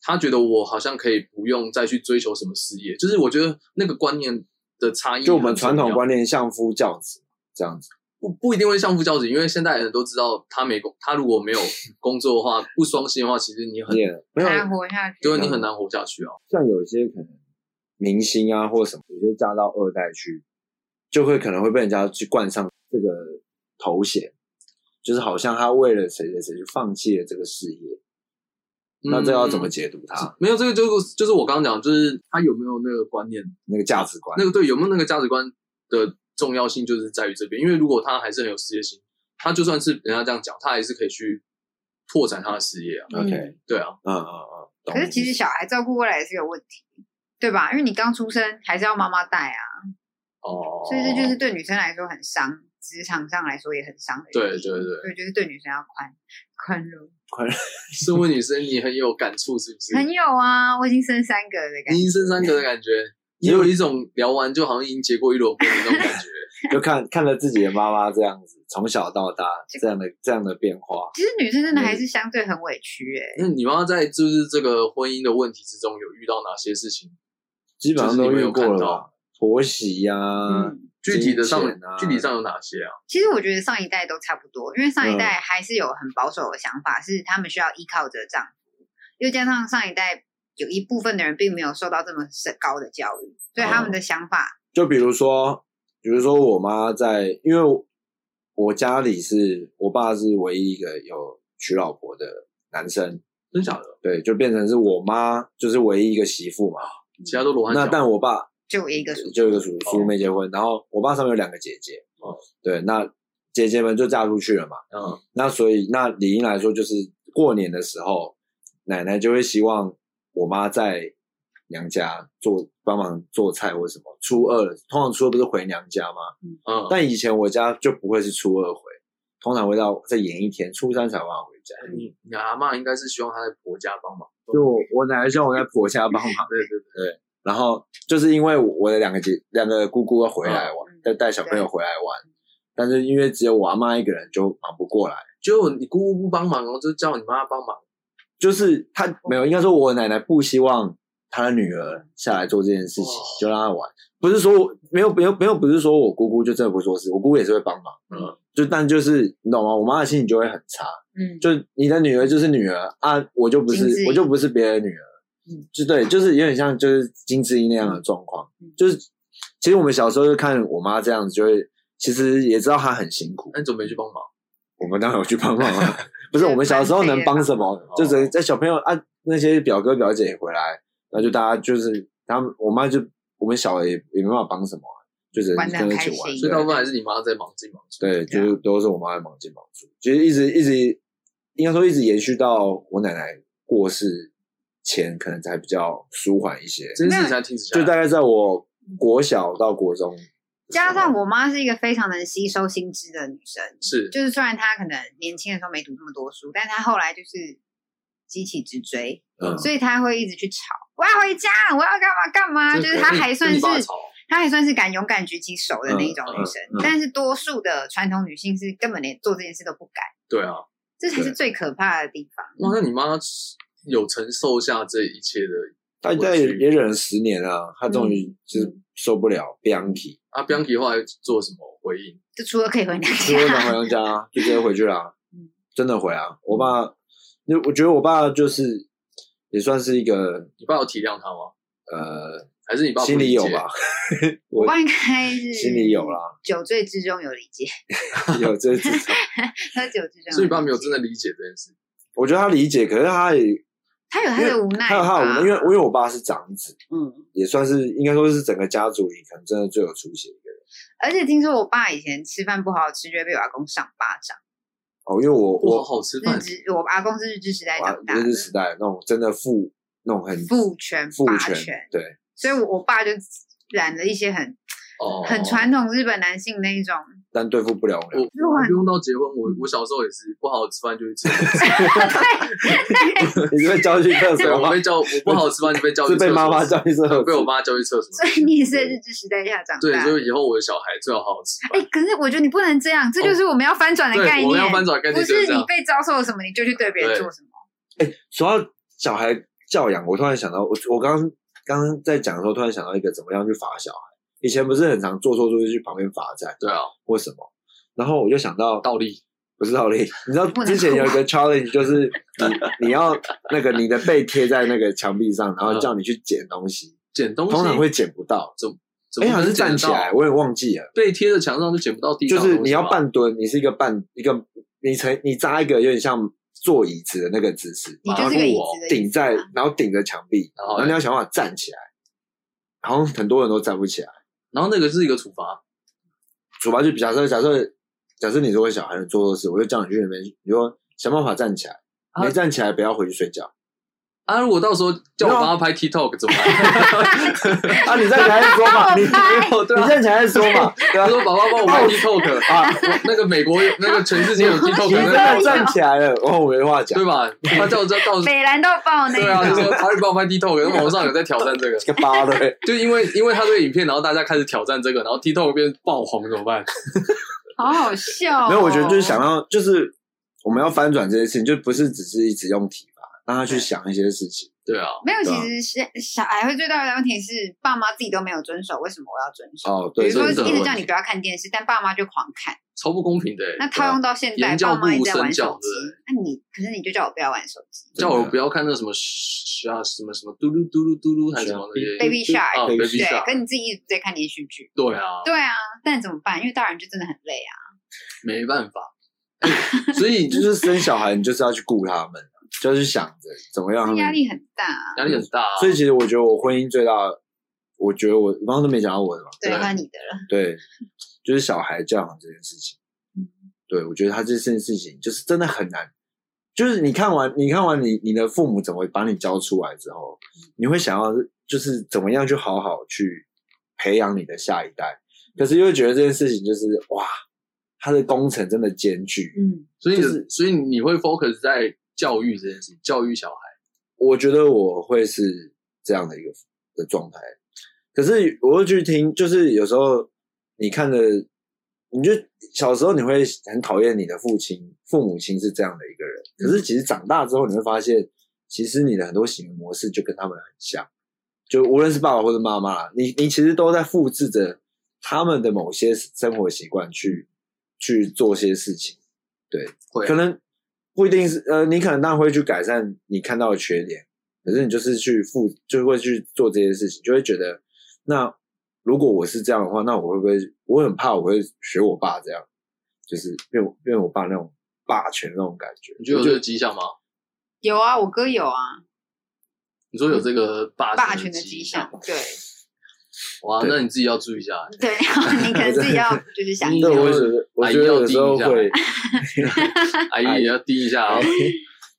[SPEAKER 3] 她觉得我好像可以不用再去追求什么事业，就是我觉得那个观念的差异很重
[SPEAKER 2] 就
[SPEAKER 3] 要，
[SPEAKER 2] 我们传统观念相夫教子这样子。
[SPEAKER 3] 不不一定会相夫教子，因为现代人都知道，他没工，他如果没有工作的话，不双薪的话，其实你很，
[SPEAKER 2] 也没有
[SPEAKER 1] 他活下去，
[SPEAKER 3] 就是你很难活下去啊。
[SPEAKER 2] 像有些可能明星啊或什么，有些嫁到二代去，就会可能会被人家去冠上这个头衔，就是好像他为了谁谁谁就放弃了这个事业。那这要怎么
[SPEAKER 3] 嗯？
[SPEAKER 2] 解读他
[SPEAKER 3] 没有这个就是就是我刚刚讲，就是他有没有那个观念，
[SPEAKER 2] 那个价值观？
[SPEAKER 3] 那个对有没有那个价值观的重要性，就是在于这边。因为如果他还是很有事业心，他就算是人家这样讲，他还是可以去拓展他的事业啊。
[SPEAKER 1] 嗯
[SPEAKER 2] OK，
[SPEAKER 3] 对啊，
[SPEAKER 2] 嗯嗯嗯。懂
[SPEAKER 1] 可是其实小孩照顾未来也是个问题，对吧？因为你刚出生还是要妈妈带啊，
[SPEAKER 3] 哦，
[SPEAKER 1] 所以这就是对女生来说很伤，职场上来说也很伤的。
[SPEAKER 3] 对对对嗯
[SPEAKER 1] 所以就是对女生要宽宽容。
[SPEAKER 3] 身为女生，你很有感触，是不是？
[SPEAKER 1] 很有啊，我已经生三个了的感
[SPEAKER 3] 你
[SPEAKER 1] 觉
[SPEAKER 3] 已。经生三个的感觉，也有一种聊完就好像已经结过一箩筐的那种感 觉。
[SPEAKER 2] 就看看了自己的妈妈这样子，从小到大这样的这样的变化，
[SPEAKER 1] 其实女生真的还是相对很委屈哎、
[SPEAKER 3] 那你妈在就是这个婚姻的问题之中，有遇到哪些事情？
[SPEAKER 2] 基本上
[SPEAKER 3] 就
[SPEAKER 2] 都
[SPEAKER 3] 是你们
[SPEAKER 2] 遇
[SPEAKER 3] 有
[SPEAKER 2] 过了
[SPEAKER 3] 看
[SPEAKER 2] 吧
[SPEAKER 3] 到？
[SPEAKER 2] 婆媳呀、
[SPEAKER 1] 嗯，
[SPEAKER 3] 具体的上
[SPEAKER 2] 金钱，啊
[SPEAKER 3] 具体上有哪些啊？
[SPEAKER 1] 其实我觉得上一代都差不多，因为上一
[SPEAKER 2] 嗯
[SPEAKER 1] 代还是有很保守的想法，是他们需要依靠着丈夫，又加上上一代有一部分的人并没有受到这么深高的教育，所以他
[SPEAKER 2] 嗯
[SPEAKER 1] 们的想法，
[SPEAKER 2] 就比如说，比如说我妈在，因为我我家里是我爸是唯一一个有娶老婆的男生，
[SPEAKER 3] 真假的，
[SPEAKER 2] 对，就变成是我妈就是唯一一个媳妇嘛。
[SPEAKER 3] 其他都罗汉
[SPEAKER 2] 那
[SPEAKER 3] 脚。
[SPEAKER 2] 但我爸
[SPEAKER 1] 就有一个说
[SPEAKER 2] 就有一个叔叔没结婚，然后我爸上面有两个姐姐，
[SPEAKER 3] 哦
[SPEAKER 2] 对，那姐姐们就嫁出去了嘛。
[SPEAKER 3] 嗯，
[SPEAKER 2] 那所以那理应来说，就是过年的时候，奶奶就会希望我妈在娘家做帮忙做菜或什么。初二通常初二不是回娘家吗？
[SPEAKER 3] 嗯，
[SPEAKER 2] 但以前我家就不会是初二回，通常会到再延一天，初三才往回家。
[SPEAKER 3] 你你阿妈应该是希望她在婆家帮忙。
[SPEAKER 2] 就我我奶奶希望我在婆家帮忙，
[SPEAKER 3] 对对对，
[SPEAKER 2] 然后就是因为我的两个姐两个姑姑要回来玩
[SPEAKER 1] 嗯，
[SPEAKER 2] 带带小朋友回来玩，但是因为只有我阿妈一个人就忙不过来。
[SPEAKER 3] 就你姑姑不帮忙哦，就叫你妈帮忙。
[SPEAKER 2] 就是他没有，应该说我奶奶不希望她的女儿下来做这件事情
[SPEAKER 3] 哦，
[SPEAKER 2] 就让她玩。不是说我没有没有没有，不是说我姑姑就真的不做事，我姑姑也是会帮忙。
[SPEAKER 3] 嗯，
[SPEAKER 2] 就但就是你懂吗？我妈的心情就会很差，
[SPEAKER 1] 嗯，
[SPEAKER 2] 就你的女儿就是女儿啊，我就不
[SPEAKER 1] 金智
[SPEAKER 2] 是
[SPEAKER 1] 英
[SPEAKER 2] 我就不是别人的女儿
[SPEAKER 1] 嗯，
[SPEAKER 2] 就对，就是有点像就是金智英那样的状况
[SPEAKER 1] 嗯，
[SPEAKER 2] 就是。其实我们小时候就看我妈这样子，就会其实也知道她很辛苦
[SPEAKER 3] 那。你怎么没去帮忙？
[SPEAKER 2] 我们当然有去帮忙 啊，不是
[SPEAKER 1] 对
[SPEAKER 2] 我们小时候能帮什么
[SPEAKER 3] 蛮，
[SPEAKER 2] 就只
[SPEAKER 3] 哦
[SPEAKER 2] 能在小朋友啊那些表哥表姐也回来，然后就大家就是他们我妈就我们小的也也没办法帮什么啊，就只能
[SPEAKER 1] 玩得很
[SPEAKER 2] 跟着一
[SPEAKER 1] 开
[SPEAKER 2] 起
[SPEAKER 1] 心哦
[SPEAKER 2] 玩。
[SPEAKER 3] 所以大部
[SPEAKER 2] 对
[SPEAKER 3] 分还是你妈在忙自己忙出。
[SPEAKER 2] 对，就是都是我妈在忙进忙出，其实一直一直应该说一直延续到我奶奶过世前，可能才比较舒缓一些。
[SPEAKER 3] 这件事情才停止下
[SPEAKER 2] 就
[SPEAKER 3] 来。
[SPEAKER 2] 大概在我国小到国中的时候，
[SPEAKER 1] 加上我妈是一个非常能吸收新知的女生，
[SPEAKER 3] 是
[SPEAKER 1] 就是虽然她可能年轻的时候没读那么多书，但她后来就是激起直追，
[SPEAKER 2] 嗯，
[SPEAKER 1] 所以她会一直去吵，我要回家，我要干嘛干嘛，就是她还算
[SPEAKER 3] 你
[SPEAKER 1] 是
[SPEAKER 3] 爸吵
[SPEAKER 1] 她还算是敢勇敢举起手的那一种女生，
[SPEAKER 2] 嗯嗯嗯
[SPEAKER 1] 但是多数的传统女性是根本连做这件事都不敢，
[SPEAKER 3] 对啊，
[SPEAKER 1] 这才是
[SPEAKER 2] 对
[SPEAKER 1] 最可怕的地方。
[SPEAKER 2] 嗯
[SPEAKER 3] 哇，那你妈有承受下这一切的
[SPEAKER 2] 大概
[SPEAKER 3] 委
[SPEAKER 2] 也
[SPEAKER 3] 屈
[SPEAKER 2] 也忍了十年啊，她
[SPEAKER 1] 嗯
[SPEAKER 2] 终于就是受不了 b i a n k i
[SPEAKER 3] 啊？Bianchi 后来做什么回应？
[SPEAKER 1] 就除了可以回娘
[SPEAKER 2] 直接拿回
[SPEAKER 1] 家，
[SPEAKER 2] 娘家，就直接回去啦
[SPEAKER 1] 嗯。
[SPEAKER 2] 真的回啊！我爸，就我觉得我爸就是也算是一个
[SPEAKER 3] 你爸有体谅他吗？
[SPEAKER 2] 呃，
[SPEAKER 3] 还是你爸不
[SPEAKER 2] 心里有
[SPEAKER 3] 理解？
[SPEAKER 2] 吧，
[SPEAKER 1] 我爸应该是
[SPEAKER 2] 心里有 啦，
[SPEAKER 1] 酒醉之中有理解，
[SPEAKER 2] 有这至少。
[SPEAKER 1] 喝酒之中理解，
[SPEAKER 3] 所以你爸没有真的理解这件事。
[SPEAKER 2] 啊我觉得他理解，可是他 也
[SPEAKER 1] 他有他的无奈
[SPEAKER 2] 他有他的无
[SPEAKER 1] 吧
[SPEAKER 2] 奈，因为因为我爸是长子，
[SPEAKER 1] 嗯，
[SPEAKER 2] 也算是应该说是整个家族里可能真的最有出息的一个人
[SPEAKER 1] 而且听说我爸以前吃饭不好吃，就会被我阿公赏巴掌。
[SPEAKER 2] 哦。因为我
[SPEAKER 3] 不好
[SPEAKER 2] 我
[SPEAKER 3] 好吃
[SPEAKER 1] 日
[SPEAKER 3] 饭，
[SPEAKER 1] 治，我阿公是日治时代
[SPEAKER 2] 我
[SPEAKER 1] 长大的
[SPEAKER 2] 日，治时代那种真的父那种很
[SPEAKER 1] 父权
[SPEAKER 2] 父
[SPEAKER 1] 霸
[SPEAKER 2] 权，对，
[SPEAKER 1] 所以我我爸就染了一些很
[SPEAKER 3] 哦，
[SPEAKER 1] 很传统日本男性那一种，
[SPEAKER 2] 但对付不了我
[SPEAKER 3] 我
[SPEAKER 2] 们
[SPEAKER 1] 如果
[SPEAKER 3] 我不用到结婚，我
[SPEAKER 2] 嗯
[SPEAKER 3] 我小时候也是不好好吃饭就去 吃，
[SPEAKER 2] 俩，你是被叫去厕
[SPEAKER 3] 对
[SPEAKER 2] 所
[SPEAKER 3] 我
[SPEAKER 2] 吗？
[SPEAKER 3] 被叫我不好好吃饭就被叫去
[SPEAKER 2] 是
[SPEAKER 3] 厕所，
[SPEAKER 2] 被妈妈叫去厕所，
[SPEAKER 3] 被我妈叫去厕所。
[SPEAKER 1] 所以你也是在日治时代下长大。
[SPEAKER 3] 对，所以以后我的小孩最好好好吃
[SPEAKER 1] 哎、
[SPEAKER 3] 饭。
[SPEAKER 1] 可是我觉得你不能这样，这就是我们要翻转的哎概念。
[SPEAKER 3] 哦对，我们要翻转概
[SPEAKER 1] 不
[SPEAKER 3] 念就是是这
[SPEAKER 1] 你
[SPEAKER 3] 样。
[SPEAKER 1] 被遭受了什么，你就去对别人
[SPEAKER 3] 对
[SPEAKER 1] 做什么。
[SPEAKER 2] 说到小孩教养，我突然想到，我我刚刚刚在讲的时候，突然想到一个怎么样去罚小孩。以前不是很常做错事就去旁边罚站
[SPEAKER 3] 对啊，
[SPEAKER 2] 或什么，然后我就想到
[SPEAKER 3] 倒立
[SPEAKER 2] 不是道理，你知道
[SPEAKER 1] 不能
[SPEAKER 2] 之前有一个 challenge 就是你你要那个你的背贴在那个墙壁上，然后叫你去捡东西，
[SPEAKER 3] 捡嗯东西，
[SPEAKER 2] 通常会捡不到。
[SPEAKER 3] 怎
[SPEAKER 2] 哎，
[SPEAKER 3] 么
[SPEAKER 2] 好像
[SPEAKER 3] 可能
[SPEAKER 2] 是
[SPEAKER 3] 捡得
[SPEAKER 2] 站起
[SPEAKER 3] 到
[SPEAKER 2] 来，我也忘记了。
[SPEAKER 3] 被贴在墙上就捡不到地
[SPEAKER 2] 就
[SPEAKER 3] 上的
[SPEAKER 2] 是
[SPEAKER 3] 东西吧，
[SPEAKER 2] 你要半蹲，你是一个半一个，你成你扎一个有点像坐椅子的那个姿势，
[SPEAKER 1] 你就是个椅子的
[SPEAKER 2] 顶
[SPEAKER 1] 意思啊
[SPEAKER 2] 在，然后顶着墙壁，
[SPEAKER 3] 然
[SPEAKER 2] 然
[SPEAKER 3] 后
[SPEAKER 2] 后
[SPEAKER 3] 嘞
[SPEAKER 2] 你要想办法站起来。好像很多人都站不起来。
[SPEAKER 3] 然后那个是一个处罚，
[SPEAKER 2] 处罚就假设假设假设你是我小孩，你做错事，我就叫你去那边，你说想办法站起来，
[SPEAKER 3] 啊
[SPEAKER 2] 没站起来不要回去睡觉。
[SPEAKER 3] 啊，如果到时候叫我
[SPEAKER 2] 没有啊
[SPEAKER 3] 帮他拍 TikTok 怎么办？
[SPEAKER 2] 啊，你站起来再说嘛，你
[SPEAKER 1] 拍
[SPEAKER 3] 哦，对
[SPEAKER 2] 你
[SPEAKER 3] 啊，
[SPEAKER 2] 站起来再说嘛，对
[SPEAKER 3] 他
[SPEAKER 2] 啊
[SPEAKER 3] 说爸爸帮我 拍 TikTok，
[SPEAKER 2] 啊，
[SPEAKER 3] 我那个美国有那个全世界有 TikTok
[SPEAKER 2] 你真
[SPEAKER 3] 那
[SPEAKER 2] 的
[SPEAKER 3] 个
[SPEAKER 2] 站起来了，哦，我没话讲
[SPEAKER 3] 对，吧？他叫我叫到时
[SPEAKER 1] 北兰到爆那一
[SPEAKER 3] 对啊，就
[SPEAKER 1] 种，
[SPEAKER 3] 说他去帮我拍 TikTok，因为网上有在挑战这个，
[SPEAKER 2] 这个八对，
[SPEAKER 3] 就因为因为他这个影片，然后大家开始挑战这个，然后 TikTok 变爆红怎么办？
[SPEAKER 1] 好好笑、哦。
[SPEAKER 2] 没有，我觉得就是想到就是我们要翻转这些事情，就不是只是一直用体罚，让他去想一些事情。
[SPEAKER 3] 对啊，
[SPEAKER 1] 没有，
[SPEAKER 2] 对啊
[SPEAKER 1] 其实是小孩会最大的问题是爸妈自己都没有遵守，为什么我要遵守？
[SPEAKER 2] 哦，
[SPEAKER 1] 比
[SPEAKER 2] 对，
[SPEAKER 1] 如说
[SPEAKER 3] 真的
[SPEAKER 1] 一直叫你不要看电视，但爸妈就狂看。
[SPEAKER 3] 超不公平的欸。
[SPEAKER 1] 那套用到现在，
[SPEAKER 3] 言教
[SPEAKER 1] 爸妈也
[SPEAKER 3] 不
[SPEAKER 1] 在
[SPEAKER 3] 如
[SPEAKER 1] 玩
[SPEAKER 3] 身教
[SPEAKER 1] 手机
[SPEAKER 3] 对不，
[SPEAKER 1] 那你可是你就叫我不要玩手机
[SPEAKER 3] 叫我不要看那什么嘘啊什么什么嘟噜嘟噜嘟噜还是什么那些
[SPEAKER 1] ，Baby
[SPEAKER 3] 啊
[SPEAKER 1] Shark，
[SPEAKER 2] 对
[SPEAKER 3] Baby
[SPEAKER 1] 对，可
[SPEAKER 3] Shark，
[SPEAKER 1] 你自己一直在看连续剧。
[SPEAKER 3] 对啊，
[SPEAKER 1] 对啊，但怎么办？因为大人就真的很累啊。
[SPEAKER 3] 没办法。哎所以
[SPEAKER 2] 你
[SPEAKER 3] 就
[SPEAKER 2] 就是是生小孩，你就是要去顾他们，就是想着怎么样他
[SPEAKER 1] 这
[SPEAKER 2] 们
[SPEAKER 1] 压力很大啊。
[SPEAKER 3] 压力很大啊，
[SPEAKER 2] 所以其实我觉得我婚姻最大，我觉得我刚刚都没讲到我的嘛，
[SPEAKER 1] 对，
[SPEAKER 3] 对
[SPEAKER 1] 换你的了。
[SPEAKER 2] 对，就是小孩教养这件事情
[SPEAKER 1] 嗯。
[SPEAKER 2] 对，我觉得他这件事情就是真的很难，就是你看完你看完你你的父母怎么把你教出来之后，你会想要就是怎么样去好好去培养你的下一代，可是又会觉得这件事情就是哇，他的工程真的艰巨，
[SPEAKER 1] 嗯，
[SPEAKER 3] 所以你的
[SPEAKER 2] 就是
[SPEAKER 3] 所以你会 focus 在教育这件事，教育小孩。
[SPEAKER 2] 我觉得我会是这样的一个的状态。可是我会去听，就是有时候你看的，你就小时候你会很讨厌你的父亲、父母亲是这样的一个人。可是其实长大之后，你会发现，其实你的很多行为模式就跟他们很像，就无论是爸爸或者妈妈啦，你你其实都在复制着他们的某些生活习惯去去做些事情。
[SPEAKER 3] 会啊
[SPEAKER 2] 可能不一定是呃，你可能当然会去改善你看到的缺点，可是你就是去负，就会去做这些事情，就会觉得那如果我是这样的话，那我会不会？我很怕我会学我爸这样，就是变我变我爸那种霸权那种感觉。
[SPEAKER 3] 你觉得有这个迹象吗？
[SPEAKER 1] 有啊，我哥有啊，
[SPEAKER 3] 你说有这个霸
[SPEAKER 1] 霸
[SPEAKER 3] 权
[SPEAKER 1] 权
[SPEAKER 3] 的
[SPEAKER 1] 的
[SPEAKER 3] 迹
[SPEAKER 1] 迹象，对
[SPEAKER 3] 哇，
[SPEAKER 2] 对
[SPEAKER 3] 那你自己要注意 一下欸。
[SPEAKER 1] 对，啊你可能自己要就是想
[SPEAKER 3] 你
[SPEAKER 1] 一
[SPEAKER 2] 对，
[SPEAKER 1] 想，
[SPEAKER 2] 我觉得我
[SPEAKER 3] 阿姨
[SPEAKER 2] 觉得
[SPEAKER 3] 要
[SPEAKER 2] 有
[SPEAKER 3] 盯
[SPEAKER 2] 时候
[SPEAKER 3] 一下
[SPEAKER 2] 会，
[SPEAKER 3] 阿姨也要盯一 下哦。
[SPEAKER 2] 哎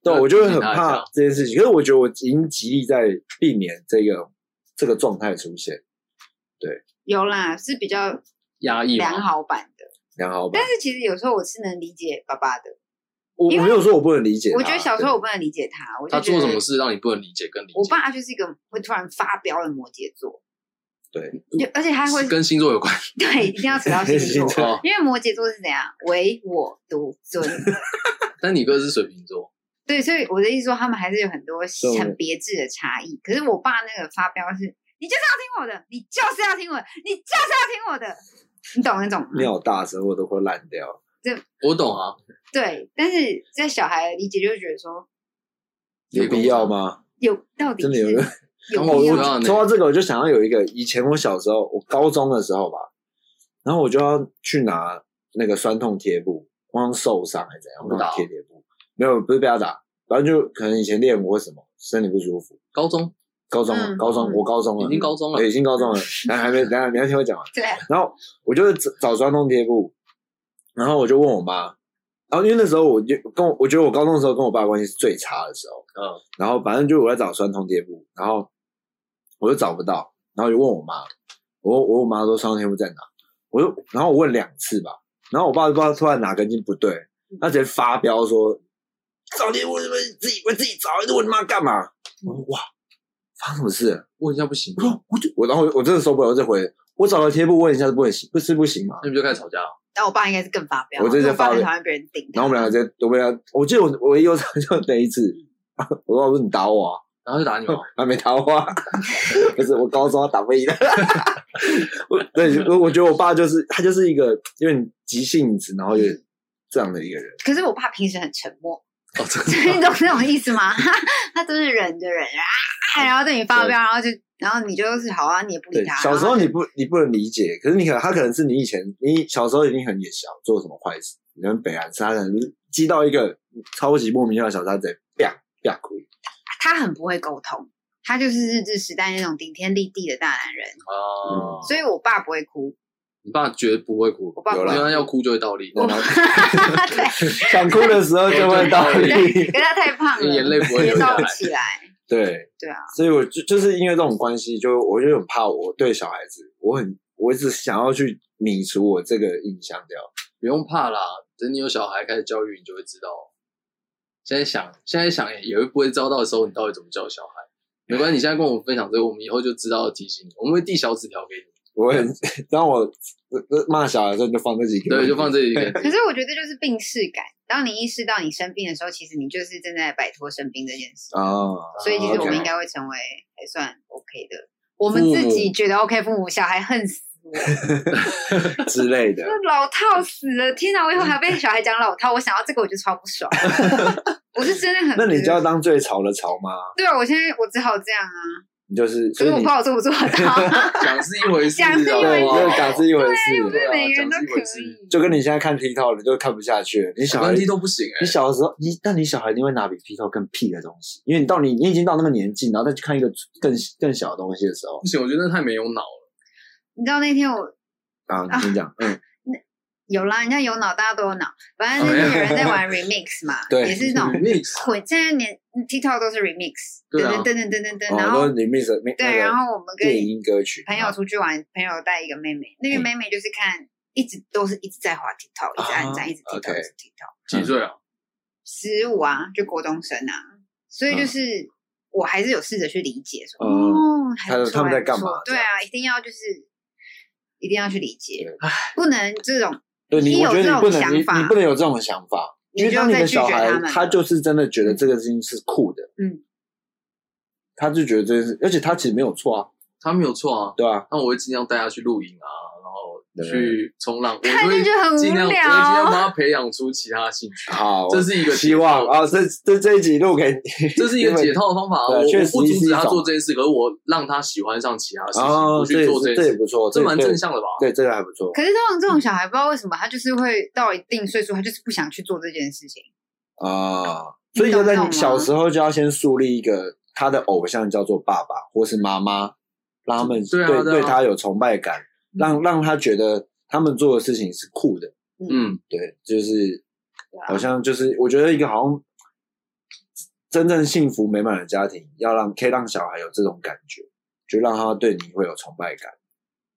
[SPEAKER 2] 对，我就会很
[SPEAKER 3] 要提醒他一
[SPEAKER 2] 怕
[SPEAKER 3] 下
[SPEAKER 2] 这件事情。可是我觉得我已经极力在避免这个这个状态出现，
[SPEAKER 1] 有啦，是比较
[SPEAKER 3] 压抑
[SPEAKER 1] 良
[SPEAKER 3] 嘛，
[SPEAKER 1] 好版的。
[SPEAKER 2] 良好吧
[SPEAKER 1] 但？是其实有时候我是能理解爸爸的，
[SPEAKER 2] 我
[SPEAKER 1] 因
[SPEAKER 2] 我
[SPEAKER 1] 为
[SPEAKER 2] 没有说我不能理解他，
[SPEAKER 1] 我觉得小时
[SPEAKER 2] 对
[SPEAKER 1] 候我不能理解他，我就
[SPEAKER 3] 他
[SPEAKER 1] 觉
[SPEAKER 3] 做
[SPEAKER 1] 得
[SPEAKER 3] 什么事让你不能理解跟理解？
[SPEAKER 1] 我爸他就是一个会突然发飙的摩羯座，
[SPEAKER 2] 对，
[SPEAKER 1] 就而且他会
[SPEAKER 3] 跟星座 有关
[SPEAKER 1] 对一定要扯到星
[SPEAKER 2] 星
[SPEAKER 1] 座
[SPEAKER 2] 座，
[SPEAKER 3] 哦。
[SPEAKER 1] 因为摩羯座是怎样唯我独尊，
[SPEAKER 3] 但你哥是水瓶座，
[SPEAKER 1] 对，所以我的意思说他们还是有很多
[SPEAKER 2] 对
[SPEAKER 1] 很别致的差异。可是我爸那个发飙是，你就是要听我的，你就是要听我的，你就是要听我的，你懂那种吗？
[SPEAKER 2] 你好大声，我都会烂掉。
[SPEAKER 3] 我懂啊，
[SPEAKER 1] 对，但是在小孩的理解就会觉得说，
[SPEAKER 2] 有必要吗？
[SPEAKER 1] 有到底
[SPEAKER 2] 真的
[SPEAKER 1] 是
[SPEAKER 2] 有个
[SPEAKER 1] 有
[SPEAKER 3] 我
[SPEAKER 1] 必
[SPEAKER 3] 知
[SPEAKER 1] 要
[SPEAKER 2] 哦我
[SPEAKER 1] 吗？
[SPEAKER 3] 道呢
[SPEAKER 2] 说到这个，我就想到有一个，以前我小时候，我高中的时候吧，然后我就要去拿那个酸痛贴布，我好像受伤还是怎样，我
[SPEAKER 3] 被打
[SPEAKER 2] 拿贴贴布，没有，不是被他打，反正就可能以前练舞或什么，身体不舒服。
[SPEAKER 3] 高中
[SPEAKER 2] 高中了，
[SPEAKER 1] 嗯
[SPEAKER 2] 高中，
[SPEAKER 1] 嗯
[SPEAKER 2] 我高中了，
[SPEAKER 3] 已经高中了
[SPEAKER 2] 对已经高中了，然后还没，然后你要听我讲完。
[SPEAKER 1] 对啊，
[SPEAKER 2] 然后我就找找酸痛贴布，然后我就问我妈，然后因为那时候我就跟我，我觉得我高中的时候跟我爸关系是最差的时候，
[SPEAKER 3] 嗯，
[SPEAKER 2] 然后反正就我在找酸痛贴布，然后我就找不到，然后就问我妈，我我我妈说酸痛贴布在哪？我就然后我问两次吧，然后我爸就不知道突然哪根筋不对，他直接发飙说找贴布是不是自己我自己找，你问你妈干嘛？我说哇，发生什么事了？
[SPEAKER 3] 问一下不行
[SPEAKER 2] 我，说我就我然后我真的受不了，我这回我找个贴布问一下是不行，不是不行吗？
[SPEAKER 3] 那你就开始吵架了。
[SPEAKER 1] 但我爸应该是更发飙，
[SPEAKER 2] 我这
[SPEAKER 1] 因为
[SPEAKER 2] 就
[SPEAKER 1] 我爸
[SPEAKER 2] 发
[SPEAKER 1] 很
[SPEAKER 2] 飙
[SPEAKER 1] 讨厌别人顶他。
[SPEAKER 2] 然后我们两个在我们俩，我记得我我一有场就那一次， 我爸说你打我、啊。
[SPEAKER 3] 然后就打你
[SPEAKER 1] 哦
[SPEAKER 3] 嘛，
[SPEAKER 2] 还没桃 花，不是我高中要打不赢的。 我对，我我觉得我爸就是他就是一个有点急性子，然后有点这样的一个人。
[SPEAKER 1] 可是我爸平时很沉默，
[SPEAKER 3] 哦，真
[SPEAKER 1] 所以你懂那种意思吗？ 他真是忍着忍着啊，然后对你发飙，然后就然后你就是好啊，你也不理
[SPEAKER 2] 对
[SPEAKER 1] 他。，
[SPEAKER 2] 小时候
[SPEAKER 1] 然后
[SPEAKER 2] 你不你不能理解，可是你可能他可能是你以前你小时候一定很野小，做什么坏事，你跟北韩杀人激到一个超级莫名其妙的小沙子，啪啪哭。
[SPEAKER 1] 他很不会沟通，他就是日治时代那种顶天立地的大男
[SPEAKER 2] 哦
[SPEAKER 1] 人，
[SPEAKER 2] 嗯
[SPEAKER 3] 啊，
[SPEAKER 1] 所以我爸不会哭，
[SPEAKER 3] 你爸绝对不会哭，
[SPEAKER 1] 我爸不
[SPEAKER 3] 因
[SPEAKER 1] 会
[SPEAKER 3] 为
[SPEAKER 2] 有
[SPEAKER 3] 他要哭就会倒立，
[SPEAKER 1] 我 对，
[SPEAKER 2] 想哭的时候就会倒立
[SPEAKER 1] 因。为他太胖了，
[SPEAKER 3] 眼泪不会
[SPEAKER 1] 也
[SPEAKER 3] 流下
[SPEAKER 1] 倒不
[SPEAKER 3] 来。
[SPEAKER 1] 起来。
[SPEAKER 2] 对
[SPEAKER 1] 对啊，
[SPEAKER 2] 所以我就就是因为这种关系，就我就很怕我对小孩子，我很我一直想要去泯除我这个印象掉。
[SPEAKER 3] 不用怕啦，等你有小孩开始教育，你就会知道。现在想，现在想也会不会遭到的时候，你到底怎么教小孩？没关系，你现在跟我们分享这个，我们以后就知道提醒你，我们会递小纸条给你，
[SPEAKER 2] 我很 当我呃呃骂小孩的时候，就放这几个，
[SPEAKER 3] 对，就放这里给
[SPEAKER 1] 可
[SPEAKER 3] 你。
[SPEAKER 1] 是我觉得就是病逝感，当你意识到你生病的时候，其实你就是正在摆脱生病这件事。
[SPEAKER 2] 啊。
[SPEAKER 1] 所以其实我们
[SPEAKER 2] OK
[SPEAKER 1] 应该会成为还算 OK 的。我们自己觉得 OK，父母小孩恨死我，
[SPEAKER 2] 之类 的
[SPEAKER 1] 这。老套死了！天哪，我以后还要被小孩讲老套，我想到这个我就超不 爽。我是真的很，
[SPEAKER 2] 那你就要当最潮的潮吗？
[SPEAKER 1] 对啊，我现在我只好这样啊。
[SPEAKER 2] 你就是，
[SPEAKER 1] 可是
[SPEAKER 2] 所以
[SPEAKER 1] 我不
[SPEAKER 2] 你
[SPEAKER 1] 知道我做不做得到，
[SPEAKER 3] 讲是一回事啊，
[SPEAKER 1] 讲是一
[SPEAKER 2] 对，
[SPEAKER 1] 回
[SPEAKER 2] 你
[SPEAKER 1] 事
[SPEAKER 2] 就讲是一回
[SPEAKER 1] 不
[SPEAKER 2] 事，
[SPEAKER 1] 是每个人都
[SPEAKER 3] 讲是一
[SPEAKER 1] 可
[SPEAKER 3] 回事
[SPEAKER 1] 以。
[SPEAKER 2] 就跟你现在看 P 套，你就看不下去了。你小孩
[SPEAKER 3] 关系都不行哎、
[SPEAKER 2] 你小的时候，你那你小孩一定会拿比 P 头更屁的东西，因为你到你你已经到那个年纪，然后再去看一个更更小的东西的时候
[SPEAKER 3] 不行，我觉得那太没有脑了。
[SPEAKER 1] 你知道那天我
[SPEAKER 2] 啊，你先讲，嗯，
[SPEAKER 1] 有啦，人家有脑，大家都有脑。反正就是有人在 玩 remix 嘛，
[SPEAKER 2] 啊对
[SPEAKER 1] 也是 那种
[SPEAKER 3] Remix
[SPEAKER 1] 混。现在连 TikTok 都是 remix，
[SPEAKER 3] 对
[SPEAKER 1] 噔
[SPEAKER 3] 啊
[SPEAKER 1] 噔噔噔噔噔，然
[SPEAKER 2] 哦，都
[SPEAKER 1] 后
[SPEAKER 2] 是你 miss 那
[SPEAKER 1] 对，
[SPEAKER 2] 个
[SPEAKER 1] 然后我们跟
[SPEAKER 2] 电音歌曲，啊
[SPEAKER 1] 朋友出去玩，朋友带一个妹妹，那个
[SPEAKER 2] 嗯
[SPEAKER 1] 妹妹就是看一直都是一直在滑 TikTok，一直按赞，一直 TikTok，
[SPEAKER 2] 啊 OK
[SPEAKER 1] 一直 TikTok，
[SPEAKER 3] 几岁啊？
[SPEAKER 1] 十五啊，就国中生啊，所以就是我还是有试着去理解说，
[SPEAKER 2] 嗯
[SPEAKER 1] 哦，还
[SPEAKER 2] 他
[SPEAKER 1] 不
[SPEAKER 2] 们
[SPEAKER 1] 错
[SPEAKER 2] 他们在干
[SPEAKER 1] 还
[SPEAKER 2] 嘛
[SPEAKER 1] 不错对啊，一定要就是一定要去理解，不能这种
[SPEAKER 2] 对
[SPEAKER 1] 你
[SPEAKER 2] 你，我
[SPEAKER 1] 有
[SPEAKER 2] 觉
[SPEAKER 1] 这
[SPEAKER 2] 得你
[SPEAKER 1] 种
[SPEAKER 2] 不能
[SPEAKER 1] 想
[SPEAKER 2] 你
[SPEAKER 1] 法
[SPEAKER 2] 你不能有这种想法，因为
[SPEAKER 1] 你就
[SPEAKER 2] 当你
[SPEAKER 1] 在
[SPEAKER 2] 的
[SPEAKER 1] 拒
[SPEAKER 2] 小
[SPEAKER 1] 绝
[SPEAKER 2] 孩
[SPEAKER 1] 他们
[SPEAKER 2] 他
[SPEAKER 1] 了
[SPEAKER 2] 就是真的觉得这个事情是酷的，
[SPEAKER 1] 嗯，
[SPEAKER 2] 他就觉得这件事，而且他其实没有错啊，
[SPEAKER 3] 他没有错啊，
[SPEAKER 2] 对吧？
[SPEAKER 3] 那我会尽量带他去露营啊，然后
[SPEAKER 2] 对
[SPEAKER 3] 去冲浪，我
[SPEAKER 1] 看
[SPEAKER 3] 就会
[SPEAKER 1] 着就很无
[SPEAKER 3] 尽量，我会尽
[SPEAKER 1] 聊
[SPEAKER 3] 量帮他培养出其他的兴趣。
[SPEAKER 2] 好，
[SPEAKER 3] 这是一个
[SPEAKER 2] 希望
[SPEAKER 3] 啊，
[SPEAKER 2] 啊，这这这一集录给
[SPEAKER 3] 这是一个解套的方法。啊
[SPEAKER 2] 对
[SPEAKER 3] 我我
[SPEAKER 2] 确
[SPEAKER 3] 不
[SPEAKER 2] 实
[SPEAKER 3] 阻
[SPEAKER 2] 是一
[SPEAKER 3] 止他
[SPEAKER 2] 种
[SPEAKER 3] 做这件事，可是我让他喜欢上其他事情，
[SPEAKER 2] 哦
[SPEAKER 3] 我，
[SPEAKER 2] 这
[SPEAKER 3] 去
[SPEAKER 2] 也
[SPEAKER 3] 做
[SPEAKER 2] 是
[SPEAKER 3] 件
[SPEAKER 2] 这也
[SPEAKER 3] 事，
[SPEAKER 2] 不错，
[SPEAKER 3] 这蛮
[SPEAKER 2] 对
[SPEAKER 3] 正向的吧？
[SPEAKER 2] 对，这个还不错。
[SPEAKER 1] 可是通常这
[SPEAKER 2] 嗯
[SPEAKER 1] 种小孩不知道为什么他就是会到一定岁数，他就是不想去做这件事情。
[SPEAKER 2] 啊，
[SPEAKER 1] 你
[SPEAKER 2] 所以要
[SPEAKER 1] 懂
[SPEAKER 2] 在
[SPEAKER 1] 这种
[SPEAKER 2] 你小
[SPEAKER 1] 吗
[SPEAKER 2] 时候就要先树立一个他的偶像叫做爸爸或是妈妈，让他们
[SPEAKER 3] 对啊嗯对啊
[SPEAKER 2] 他有崇拜感，让让他觉得他们做的事情是酷的。
[SPEAKER 3] 嗯，
[SPEAKER 2] 对，就是
[SPEAKER 1] 对啊
[SPEAKER 2] 好像就是我觉得一个好像真正幸福美满的家庭，要让可以让小孩有这种感觉，就让他对你会有崇拜感，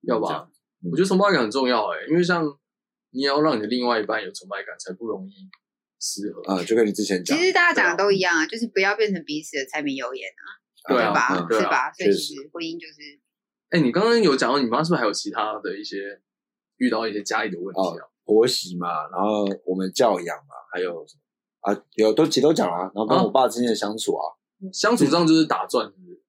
[SPEAKER 3] 要
[SPEAKER 2] 这
[SPEAKER 3] 吧
[SPEAKER 2] 样？嗯
[SPEAKER 3] 我觉得崇拜感很重要哎，因为像你也要让你的另外一半有崇拜感，才不容易失和。
[SPEAKER 2] 啊，就跟你之前
[SPEAKER 1] 其
[SPEAKER 2] 讲，
[SPEAKER 1] 实大家讲的都一样啊，就是不要变成彼此的柴米油盐啊，
[SPEAKER 3] 对啊
[SPEAKER 1] 吧？
[SPEAKER 2] 嗯
[SPEAKER 3] 对啊
[SPEAKER 1] 是吧？所以
[SPEAKER 2] 确
[SPEAKER 1] 其
[SPEAKER 2] 实
[SPEAKER 1] 实婚姻就是
[SPEAKER 3] 哎，你刚刚有讲到你妈是不是还有其他的一些遇到一些家里的问题啊？
[SPEAKER 2] 婆媳嘛，然后我们教养嘛，还有什么啊，有都其实都讲了、然后跟
[SPEAKER 3] 啊
[SPEAKER 2] 我爸之间的相处啊，
[SPEAKER 3] 相处上就是打转，是不是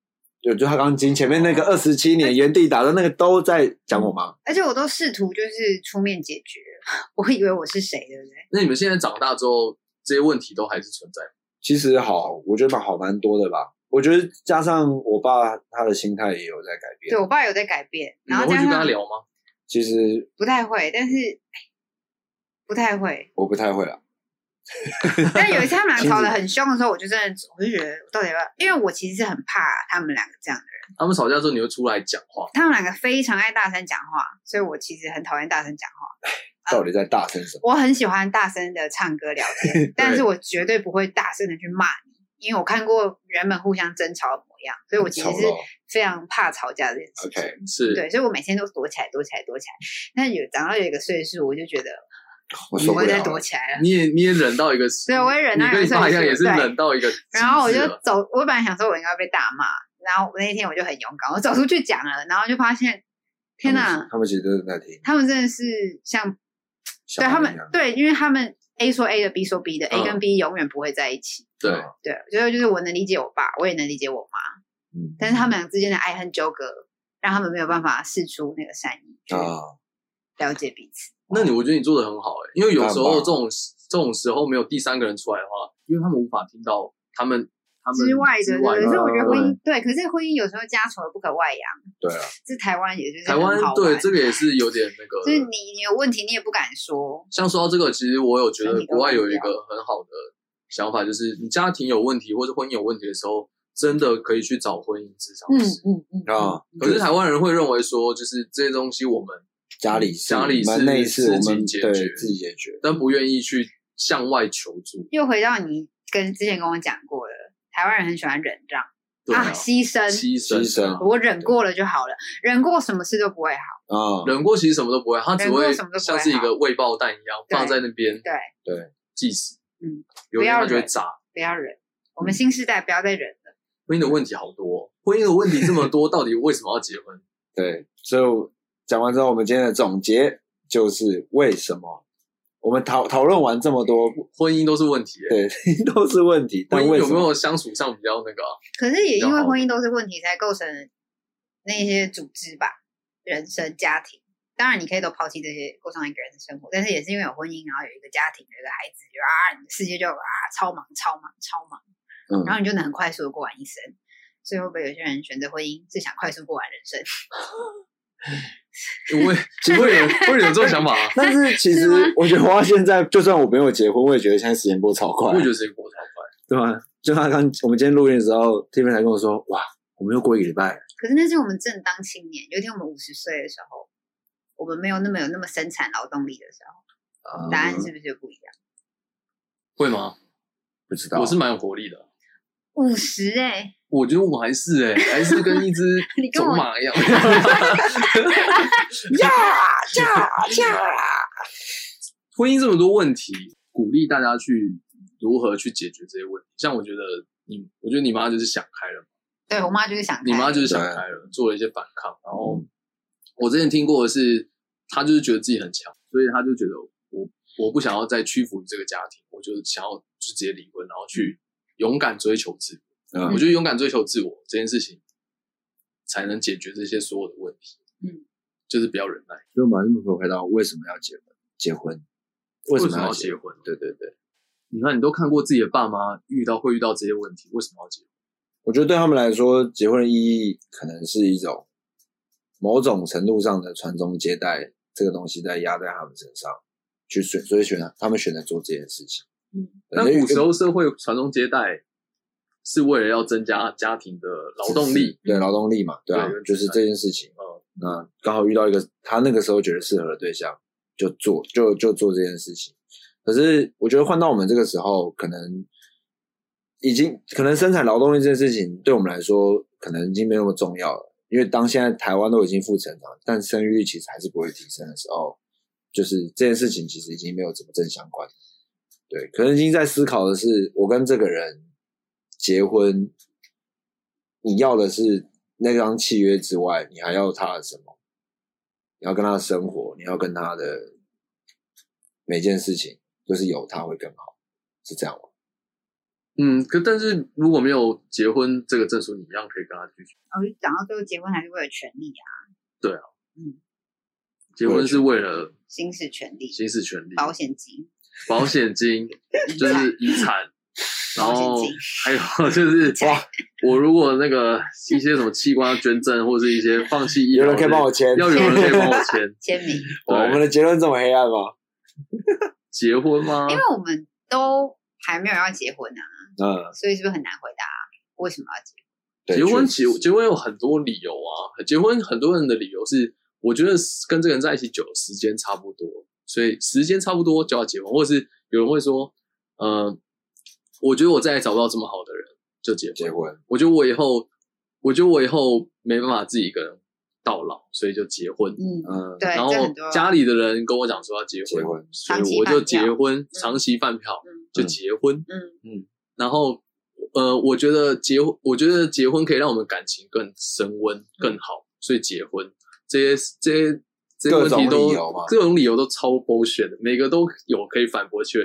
[SPEAKER 2] 对，就他刚经前面那个二十七年原地打的那个都在讲我妈，
[SPEAKER 1] 而且我都试图就是出面解决， 我以为我是谁，对不对？
[SPEAKER 3] 那你们现在长大之后，这些问题都还是存在吗。
[SPEAKER 2] 其实好，我觉得蛮好蛮多的吧。我觉得加上我爸他的心态也有在改变
[SPEAKER 1] 对，我爸有在改变，
[SPEAKER 3] 你
[SPEAKER 1] 然
[SPEAKER 3] 们
[SPEAKER 1] 后
[SPEAKER 3] 会
[SPEAKER 1] 加
[SPEAKER 3] 去跟他
[SPEAKER 1] 上
[SPEAKER 3] 聊吗？
[SPEAKER 2] 其实。
[SPEAKER 1] 不太会，但是哎不太会
[SPEAKER 2] 我不太会啊，
[SPEAKER 1] 但有一次他们
[SPEAKER 2] 其实
[SPEAKER 1] 俩吵得很凶的时候，我就真的我就觉得我到底要不要？因为我其实是很怕他们两个这样的人，
[SPEAKER 3] 他们吵架之后，你会出来讲话，
[SPEAKER 1] 他们两个非常爱大声讲话，所以我其实很讨厌大声讲话。
[SPEAKER 3] 啊
[SPEAKER 2] 到底在大声什么？
[SPEAKER 1] 我很喜欢大声的唱歌聊天，但是我绝对不会大声的去骂你，因为我看过人们互相争吵的模样，所以我其实
[SPEAKER 2] 丑
[SPEAKER 1] 是
[SPEAKER 2] 陋
[SPEAKER 1] 非常怕吵架这件事情。
[SPEAKER 2] ，OK，
[SPEAKER 3] 是
[SPEAKER 1] 对，所以我每天都躲起来，躲起来，躲起来。但有长到有一个岁数，我就觉得
[SPEAKER 2] 我
[SPEAKER 1] 我
[SPEAKER 2] 受不
[SPEAKER 1] 在
[SPEAKER 2] 了啊
[SPEAKER 1] 躲
[SPEAKER 2] 了。
[SPEAKER 1] 起来了。
[SPEAKER 3] 你也你也忍到一个，
[SPEAKER 1] 对我也忍到一
[SPEAKER 3] 你
[SPEAKER 1] 个
[SPEAKER 3] 跟你爸一样
[SPEAKER 1] 岁
[SPEAKER 3] 也
[SPEAKER 1] 数
[SPEAKER 3] 是
[SPEAKER 1] 对
[SPEAKER 3] 忍到一个极致了，
[SPEAKER 1] 然后我就走，我本来想说我应该被大骂，然后我那一天我就很勇敢，我走出去讲了，然后就发现，天
[SPEAKER 2] 他
[SPEAKER 1] 哪
[SPEAKER 2] 们，他们其实都是在 听，
[SPEAKER 1] 他们真的是像
[SPEAKER 2] 小
[SPEAKER 1] 对他
[SPEAKER 2] 孩
[SPEAKER 1] 们
[SPEAKER 2] 一样
[SPEAKER 1] 对，因为他们 A 说 A 的，B 说 B 的，A
[SPEAKER 3] 嗯
[SPEAKER 1] 跟 B 永远不会在一起。
[SPEAKER 3] 对
[SPEAKER 2] 啊
[SPEAKER 1] 对，我觉得就是我能理解我爸，我也能理解我妈，
[SPEAKER 2] 嗯
[SPEAKER 1] 但是他们俩之间的爱恨纠葛，让他们没有办法试出那个善意，去
[SPEAKER 2] 啊，
[SPEAKER 1] 了解彼此。
[SPEAKER 3] 那你我觉得你做的很好哎、因为有时
[SPEAKER 2] 那
[SPEAKER 3] 候
[SPEAKER 2] 很棒
[SPEAKER 3] 这种这种时候没有第三个人出来的话，因为他们无法听到他们他们
[SPEAKER 1] 之外的，
[SPEAKER 3] 之
[SPEAKER 1] 对
[SPEAKER 3] 外啊
[SPEAKER 1] 对，
[SPEAKER 2] 的
[SPEAKER 1] 所以我觉得婚姻对，可是婚姻有时候家丑不可外扬，
[SPEAKER 2] 对
[SPEAKER 3] 嗯
[SPEAKER 2] 啊，
[SPEAKER 1] 这台湾也就是
[SPEAKER 3] 台湾
[SPEAKER 1] 很好玩
[SPEAKER 3] 对这个也是有点那
[SPEAKER 1] 就是
[SPEAKER 3] 个。
[SPEAKER 1] 你你有问题你也不敢说，
[SPEAKER 3] 像说到这个，其实我有觉
[SPEAKER 1] 身
[SPEAKER 3] 得
[SPEAKER 1] 体都
[SPEAKER 3] 国外有
[SPEAKER 1] 烂
[SPEAKER 3] 一
[SPEAKER 1] 掉
[SPEAKER 3] 个很好的想法，就是你家庭有问题或者婚姻有问题的时候，真的可以去找婚姻咨商师。
[SPEAKER 1] 嗯嗯
[SPEAKER 2] 啊，
[SPEAKER 3] 可是台湾人会认为说，就是这些东西我们
[SPEAKER 2] 家里事
[SPEAKER 3] 家里
[SPEAKER 2] 我
[SPEAKER 3] 事
[SPEAKER 2] 们内事，
[SPEAKER 3] 自
[SPEAKER 2] 我
[SPEAKER 3] 己
[SPEAKER 2] 们
[SPEAKER 3] 解
[SPEAKER 2] 对
[SPEAKER 3] 决
[SPEAKER 2] 自己解决，
[SPEAKER 3] 但不愿意去向外求助。
[SPEAKER 1] 又回到你跟之前跟我讲过的，台湾人很喜欢忍让
[SPEAKER 3] 对啊，
[SPEAKER 1] 牺牲，
[SPEAKER 3] 牺牲
[SPEAKER 2] 牺牲
[SPEAKER 1] 我忍过了就好了，忍过什么事都不会好。
[SPEAKER 2] 啊，
[SPEAKER 3] 忍过其实什么都不会，他只
[SPEAKER 1] 忍
[SPEAKER 3] 会
[SPEAKER 1] 过什么都不会
[SPEAKER 3] 像是一个未爆弹一样
[SPEAKER 1] 对
[SPEAKER 3] 放在那边，
[SPEAKER 1] 对
[SPEAKER 2] 对
[SPEAKER 3] 计时，
[SPEAKER 1] 嗯，
[SPEAKER 3] 有一天
[SPEAKER 1] 不要
[SPEAKER 3] 它就会
[SPEAKER 1] 忍
[SPEAKER 3] 炸。
[SPEAKER 1] 不要忍，我们新时代不要再忍了。
[SPEAKER 3] 婚姻的问题好多哦，婚姻的问题这么多，到底为什么要结婚？
[SPEAKER 2] 对，所以我讲完之后，我们今天的总结就是为什么我们讨讨论完这么多，
[SPEAKER 3] 婚姻都是问题耶，
[SPEAKER 2] 对，都是问题，
[SPEAKER 3] 婚
[SPEAKER 2] 但
[SPEAKER 3] 姻
[SPEAKER 2] 为
[SPEAKER 3] 有
[SPEAKER 2] 什
[SPEAKER 3] 没
[SPEAKER 2] 么？
[SPEAKER 3] 有相处上比较那个啊？
[SPEAKER 1] 可是也
[SPEAKER 3] 比较
[SPEAKER 1] 因为
[SPEAKER 3] 好
[SPEAKER 1] 婚姻都是问题，才构成那些组织吧，人生、家庭。当然，你可以都抛弃这些，过上一个人的生活，但是也是因为有婚姻，然后有一个家庭，有一个孩子，就啊，你的世界就啊超忙、超忙、超忙，
[SPEAKER 2] 嗯
[SPEAKER 1] 然后你就能很快速的过完一生。所以会不会有些人选择婚姻是想快速过完人生？
[SPEAKER 3] 我也
[SPEAKER 2] 其实，
[SPEAKER 3] 会有会有这种想法啊
[SPEAKER 2] 但 是其实
[SPEAKER 1] 是吗
[SPEAKER 2] 我觉得我到现在，就算我没有结婚，我也觉得现在时间过超快
[SPEAKER 3] 我也，觉得时间过得好
[SPEAKER 2] 对吧？就他刚我们今天录音的时候，Tiffany 才跟我说，哇，我们又过一个礼拜了，
[SPEAKER 1] 可是那是我们正当青年，有一天我们五十岁的时候，我们没有那么有那么生产劳动力的时候，
[SPEAKER 2] 啊
[SPEAKER 1] 答案是不是就不一样？
[SPEAKER 3] 快，会吗？
[SPEAKER 2] 不知道，
[SPEAKER 3] 我是蛮有活力的，
[SPEAKER 1] 五十哎，
[SPEAKER 3] 我觉得我还是哎，还是跟一只
[SPEAKER 1] 你跟
[SPEAKER 3] 种
[SPEAKER 1] 我
[SPEAKER 3] 马 一样。
[SPEAKER 2] 呀呀呀！
[SPEAKER 3] 婚姻这么多问题，鼓励大家去如何去解决这些问题。像我觉得你，我觉得你妈就是想开了，
[SPEAKER 1] 对我妈就是想
[SPEAKER 3] 你妈
[SPEAKER 1] 开
[SPEAKER 3] 就是想开了，做了一些反抗。然后我之前听过的是，她就是觉得自己很强，所以她就觉得我我不想要再屈服于这个家庭，我就想要就直接离婚，然后去勇敢追求自我。
[SPEAKER 2] 嗯
[SPEAKER 3] 我觉得勇敢追求自我这件事情，才能解决这些所有的问题。
[SPEAKER 1] 嗯，
[SPEAKER 3] 就是不要忍耐。
[SPEAKER 2] 所以我们还是没有回到为什么要结婚？结婚为什
[SPEAKER 3] 什
[SPEAKER 2] 么
[SPEAKER 3] 么
[SPEAKER 2] 要
[SPEAKER 3] 要
[SPEAKER 2] 结
[SPEAKER 3] 结
[SPEAKER 2] 婚？
[SPEAKER 3] 婚？
[SPEAKER 2] 对对对，
[SPEAKER 3] 你看，你都看过自己的爸妈遇到会遇到这些问题，为什么要结婚？
[SPEAKER 2] 我觉得对他们来说，结婚的意义可能是一种某种程度上的传宗接代这个东西在压在他们身上去选，所以选他们选择做这件事情。
[SPEAKER 1] 嗯
[SPEAKER 2] 对，
[SPEAKER 3] 那
[SPEAKER 2] 那
[SPEAKER 3] 古时候社会传宗接代是为了要增加家庭的劳动力，
[SPEAKER 2] 对劳动力嘛，对啊，
[SPEAKER 3] 对
[SPEAKER 2] 就是这件事情。
[SPEAKER 3] 嗯，
[SPEAKER 2] 那刚好遇到一个他那个时候觉得适合的对象，就做就就做这件事情。可是我觉得换到我们这个时候，可能已经可能生产劳动力这件事情对我们来说，可能已经没那么重要了。因为当现在台湾都已经负成长，但生育率其实还是不会提升的时候，就是这件事情其实已经没有怎么正相关。对，可能已经在思考的是，我跟这个人结婚，你要的是那张契约之外，你还要他的什么？你要跟他的生活，你要跟他的每件事情，就是有他会更好，是这样吗？
[SPEAKER 3] 嗯，可但是如果没有结婚这个证书，你一样可以跟他继续。
[SPEAKER 1] 我就讲到最后，结婚还是为了权利啊，
[SPEAKER 3] 结婚是为了
[SPEAKER 1] 行使权利、
[SPEAKER 3] 行使权利、
[SPEAKER 1] 保险金、
[SPEAKER 3] 保险 金，就是遗产，然
[SPEAKER 1] 保险
[SPEAKER 3] 后
[SPEAKER 1] 金
[SPEAKER 3] 还 有就是哇，我如果那个一些什么器官要捐赠，或者是一些放弃医疗
[SPEAKER 2] 有
[SPEAKER 3] 的，
[SPEAKER 2] 人可以帮我签？
[SPEAKER 3] 要有人可以帮我签
[SPEAKER 1] 签名，
[SPEAKER 3] 嗯
[SPEAKER 2] 哇我们的结论这么黑暗吗？
[SPEAKER 3] 结婚吗
[SPEAKER 1] 因？为我们都还没有要结婚啊，
[SPEAKER 2] 嗯，
[SPEAKER 1] 所以是不是很难回答为什么要结婚？
[SPEAKER 2] 对
[SPEAKER 3] 结婚
[SPEAKER 2] 确
[SPEAKER 3] 结
[SPEAKER 2] 实
[SPEAKER 3] 结婚有很多理由啊，结婚很多人的理由是，我觉得跟这个人在一起久，时间差不多，所以时间差不多就要结婚，或者是有人会说，呃，我觉得我再也找不到这么好的人，就结婚。
[SPEAKER 2] 结婚，
[SPEAKER 3] 我觉得我以后，我觉得我以后没办法自己一个人到老，所以就结婚。
[SPEAKER 1] 嗯，
[SPEAKER 2] 嗯，
[SPEAKER 1] 对，
[SPEAKER 3] 然
[SPEAKER 1] 这
[SPEAKER 3] 后
[SPEAKER 1] 很多
[SPEAKER 3] 家里的人跟我讲说要结
[SPEAKER 2] 结婚
[SPEAKER 3] 所以
[SPEAKER 1] 长期
[SPEAKER 3] 我就
[SPEAKER 1] 饭
[SPEAKER 3] 结
[SPEAKER 1] 票
[SPEAKER 3] 婚，长期饭票
[SPEAKER 1] 嗯
[SPEAKER 3] 就结婚。
[SPEAKER 1] 嗯
[SPEAKER 3] 然后呃，我觉得结婚，我觉得结婚可以让我们感情更升
[SPEAKER 1] 嗯
[SPEAKER 3] 温、更好，所以结婚这些这些这些
[SPEAKER 2] 各
[SPEAKER 3] 问题
[SPEAKER 2] 种
[SPEAKER 3] 都
[SPEAKER 2] 理由嘛
[SPEAKER 3] 各种理由都超 bullshit 的，每个都有可以反驳去。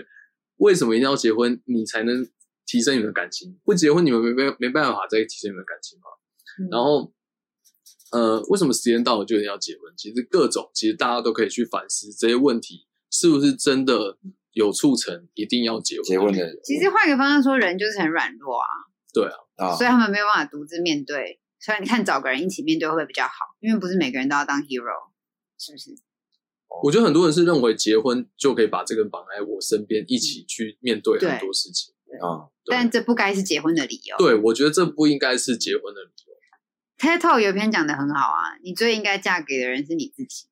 [SPEAKER 3] 为什么一定要结婚，你才能提升你们的感情？不结婚，你们没没没办法再提升你们的感情吗？
[SPEAKER 1] 嗯
[SPEAKER 3] 然后，呃，为什么时间到了就一定要结婚？其实各种，其实大家都可以去反思这些问题，是不是真的有促成一定要结婚？
[SPEAKER 2] 结婚的
[SPEAKER 1] 其实换个方向说，人就是很软弱啊，
[SPEAKER 2] 啊，
[SPEAKER 1] 所以他们没有办法独自面对。所以你看，找个人一起面对会不会比较好？因为不是每个人都要当 hero，是不是？
[SPEAKER 3] 我觉得很多人是认为结婚就可以把这个人绑在我身边，一
[SPEAKER 1] 嗯
[SPEAKER 3] 起去面对很多事情。
[SPEAKER 2] 啊，
[SPEAKER 3] 对
[SPEAKER 1] 但这不该是结婚的理由。
[SPEAKER 3] 对，我觉得这不应该是结婚的理由。
[SPEAKER 1] TED Talk 有一篇讲的很好啊，你最应该嫁给的人是你自己，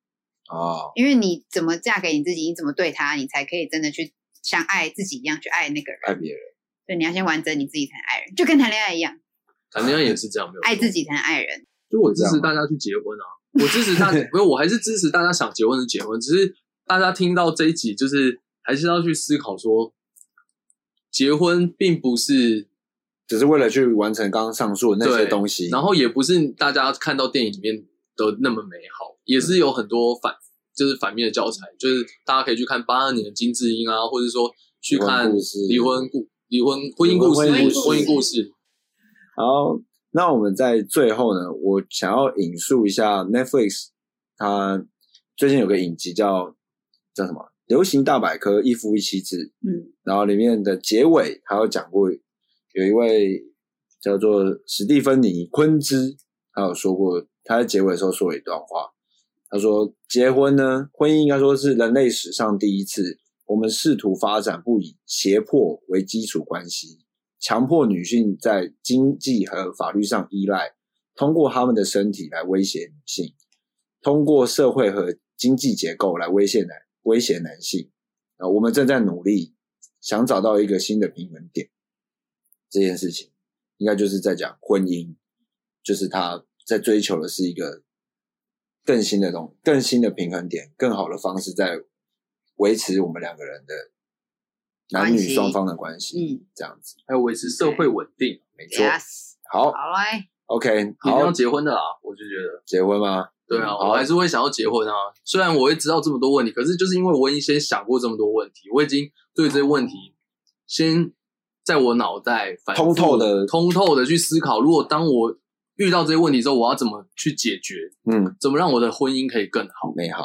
[SPEAKER 2] 啊，
[SPEAKER 1] 因为你怎么嫁给你自己，你怎么对他，你才可以真的去像爱自己一样去爱那个人。
[SPEAKER 2] 爱别人，
[SPEAKER 1] 对，你要先完整你自己才能爱人，就跟谈恋爱一样，
[SPEAKER 3] 谈恋爱也是这样，没有错
[SPEAKER 1] 爱自。己才能爱人。
[SPEAKER 3] 就我支
[SPEAKER 2] 这样
[SPEAKER 3] 持
[SPEAKER 2] 吗
[SPEAKER 3] 大家去结婚啊，我支持大 家，没有，我还是支持大家想结婚就结婚。只是大家听到这一集，就是还是要去思考说，结婚并不是，
[SPEAKER 2] 只是为了去完成刚刚上述的那些
[SPEAKER 3] 对
[SPEAKER 2] 东西，
[SPEAKER 3] 然后也不是大家看到电影里面的那么美好，也
[SPEAKER 2] 嗯
[SPEAKER 3] 是有很多反，就是反面的教材，就是大家可以去看八二年的金智英啊，或者说去看
[SPEAKER 2] 故事
[SPEAKER 3] 离婚故、离婚、婚姻故事、
[SPEAKER 2] 离婚婚姻故事
[SPEAKER 3] 婚姻故事。
[SPEAKER 2] 好，那我们在最后呢，我想要引述一下 Netflix，它最近有个影集叫叫什么《流行大百科》，一夫一妻制。
[SPEAKER 1] 嗯，
[SPEAKER 2] 然后里面的结尾还有讲过，有一位叫做史蒂芬妮·昆兹，他有说过，他在结尾的时候说了一段话，他说：“结婚呢，婚姻应该说是人类史上第一次，我们试图发展不以胁迫为基础关系，强迫女性在经济和法律上依赖，通过她们的身体来威胁女性，通过社会和经济结构来威胁男威胁男性。啊，我们正在努力想找到一个新的平衡点。这件事情应该就是在讲婚姻，就是他在追求的是一个更新的东、更新的平衡点，更好的方式在维持我们两个人的男女
[SPEAKER 1] 关系
[SPEAKER 2] 双方的关系。
[SPEAKER 1] 嗯，
[SPEAKER 2] 这样子
[SPEAKER 3] 还有维持社会稳定，
[SPEAKER 2] 没错。
[SPEAKER 1] yes，
[SPEAKER 2] 好
[SPEAKER 1] 好嘞，
[SPEAKER 2] ，OK，
[SPEAKER 3] 一定
[SPEAKER 2] 好
[SPEAKER 3] 要，结婚的啦，我就觉得。
[SPEAKER 2] 结婚吗？
[SPEAKER 3] 对啊，
[SPEAKER 2] 好
[SPEAKER 3] 我还是会想要结婚啊。虽然我会知道这么多问题，可是就是因为我已经先想过这么多问题，我已经对这些问题先在我脑袋反复
[SPEAKER 2] 通透地
[SPEAKER 3] 通透的去思考。如果当我遇到这些问题之后，我要怎么去解决？
[SPEAKER 2] 嗯，
[SPEAKER 3] 怎么让我的婚姻可以更好？
[SPEAKER 2] 美好，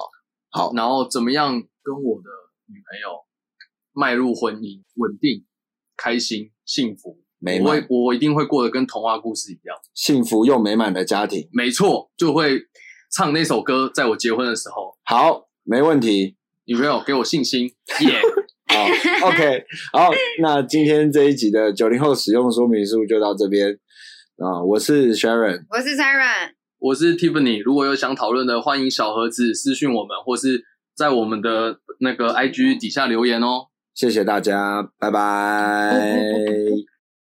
[SPEAKER 2] 好，
[SPEAKER 3] 然后怎么样跟我的女朋友迈入婚姻，稳定、开心、幸福？
[SPEAKER 2] 美
[SPEAKER 3] 我会
[SPEAKER 2] 满，
[SPEAKER 3] 我一定会过得跟童话故事一样。
[SPEAKER 2] 幸福又美满的家庭。
[SPEAKER 3] 没错，就会唱那首歌。在我结婚的时候，
[SPEAKER 2] 好，没问题。
[SPEAKER 3] 女朋友给我信心，耶、
[SPEAKER 2] 好 ，OK，好，那今天这一集的九零后使用说明书就到这边啊，我是 Sharon，
[SPEAKER 1] 我是 Siren，
[SPEAKER 3] 我是 Tiffany，如果有想讨论的，欢迎小盒子私讯我们，或是在我们的那个 IG 底下留言哦。
[SPEAKER 2] 谢谢大家，拜拜。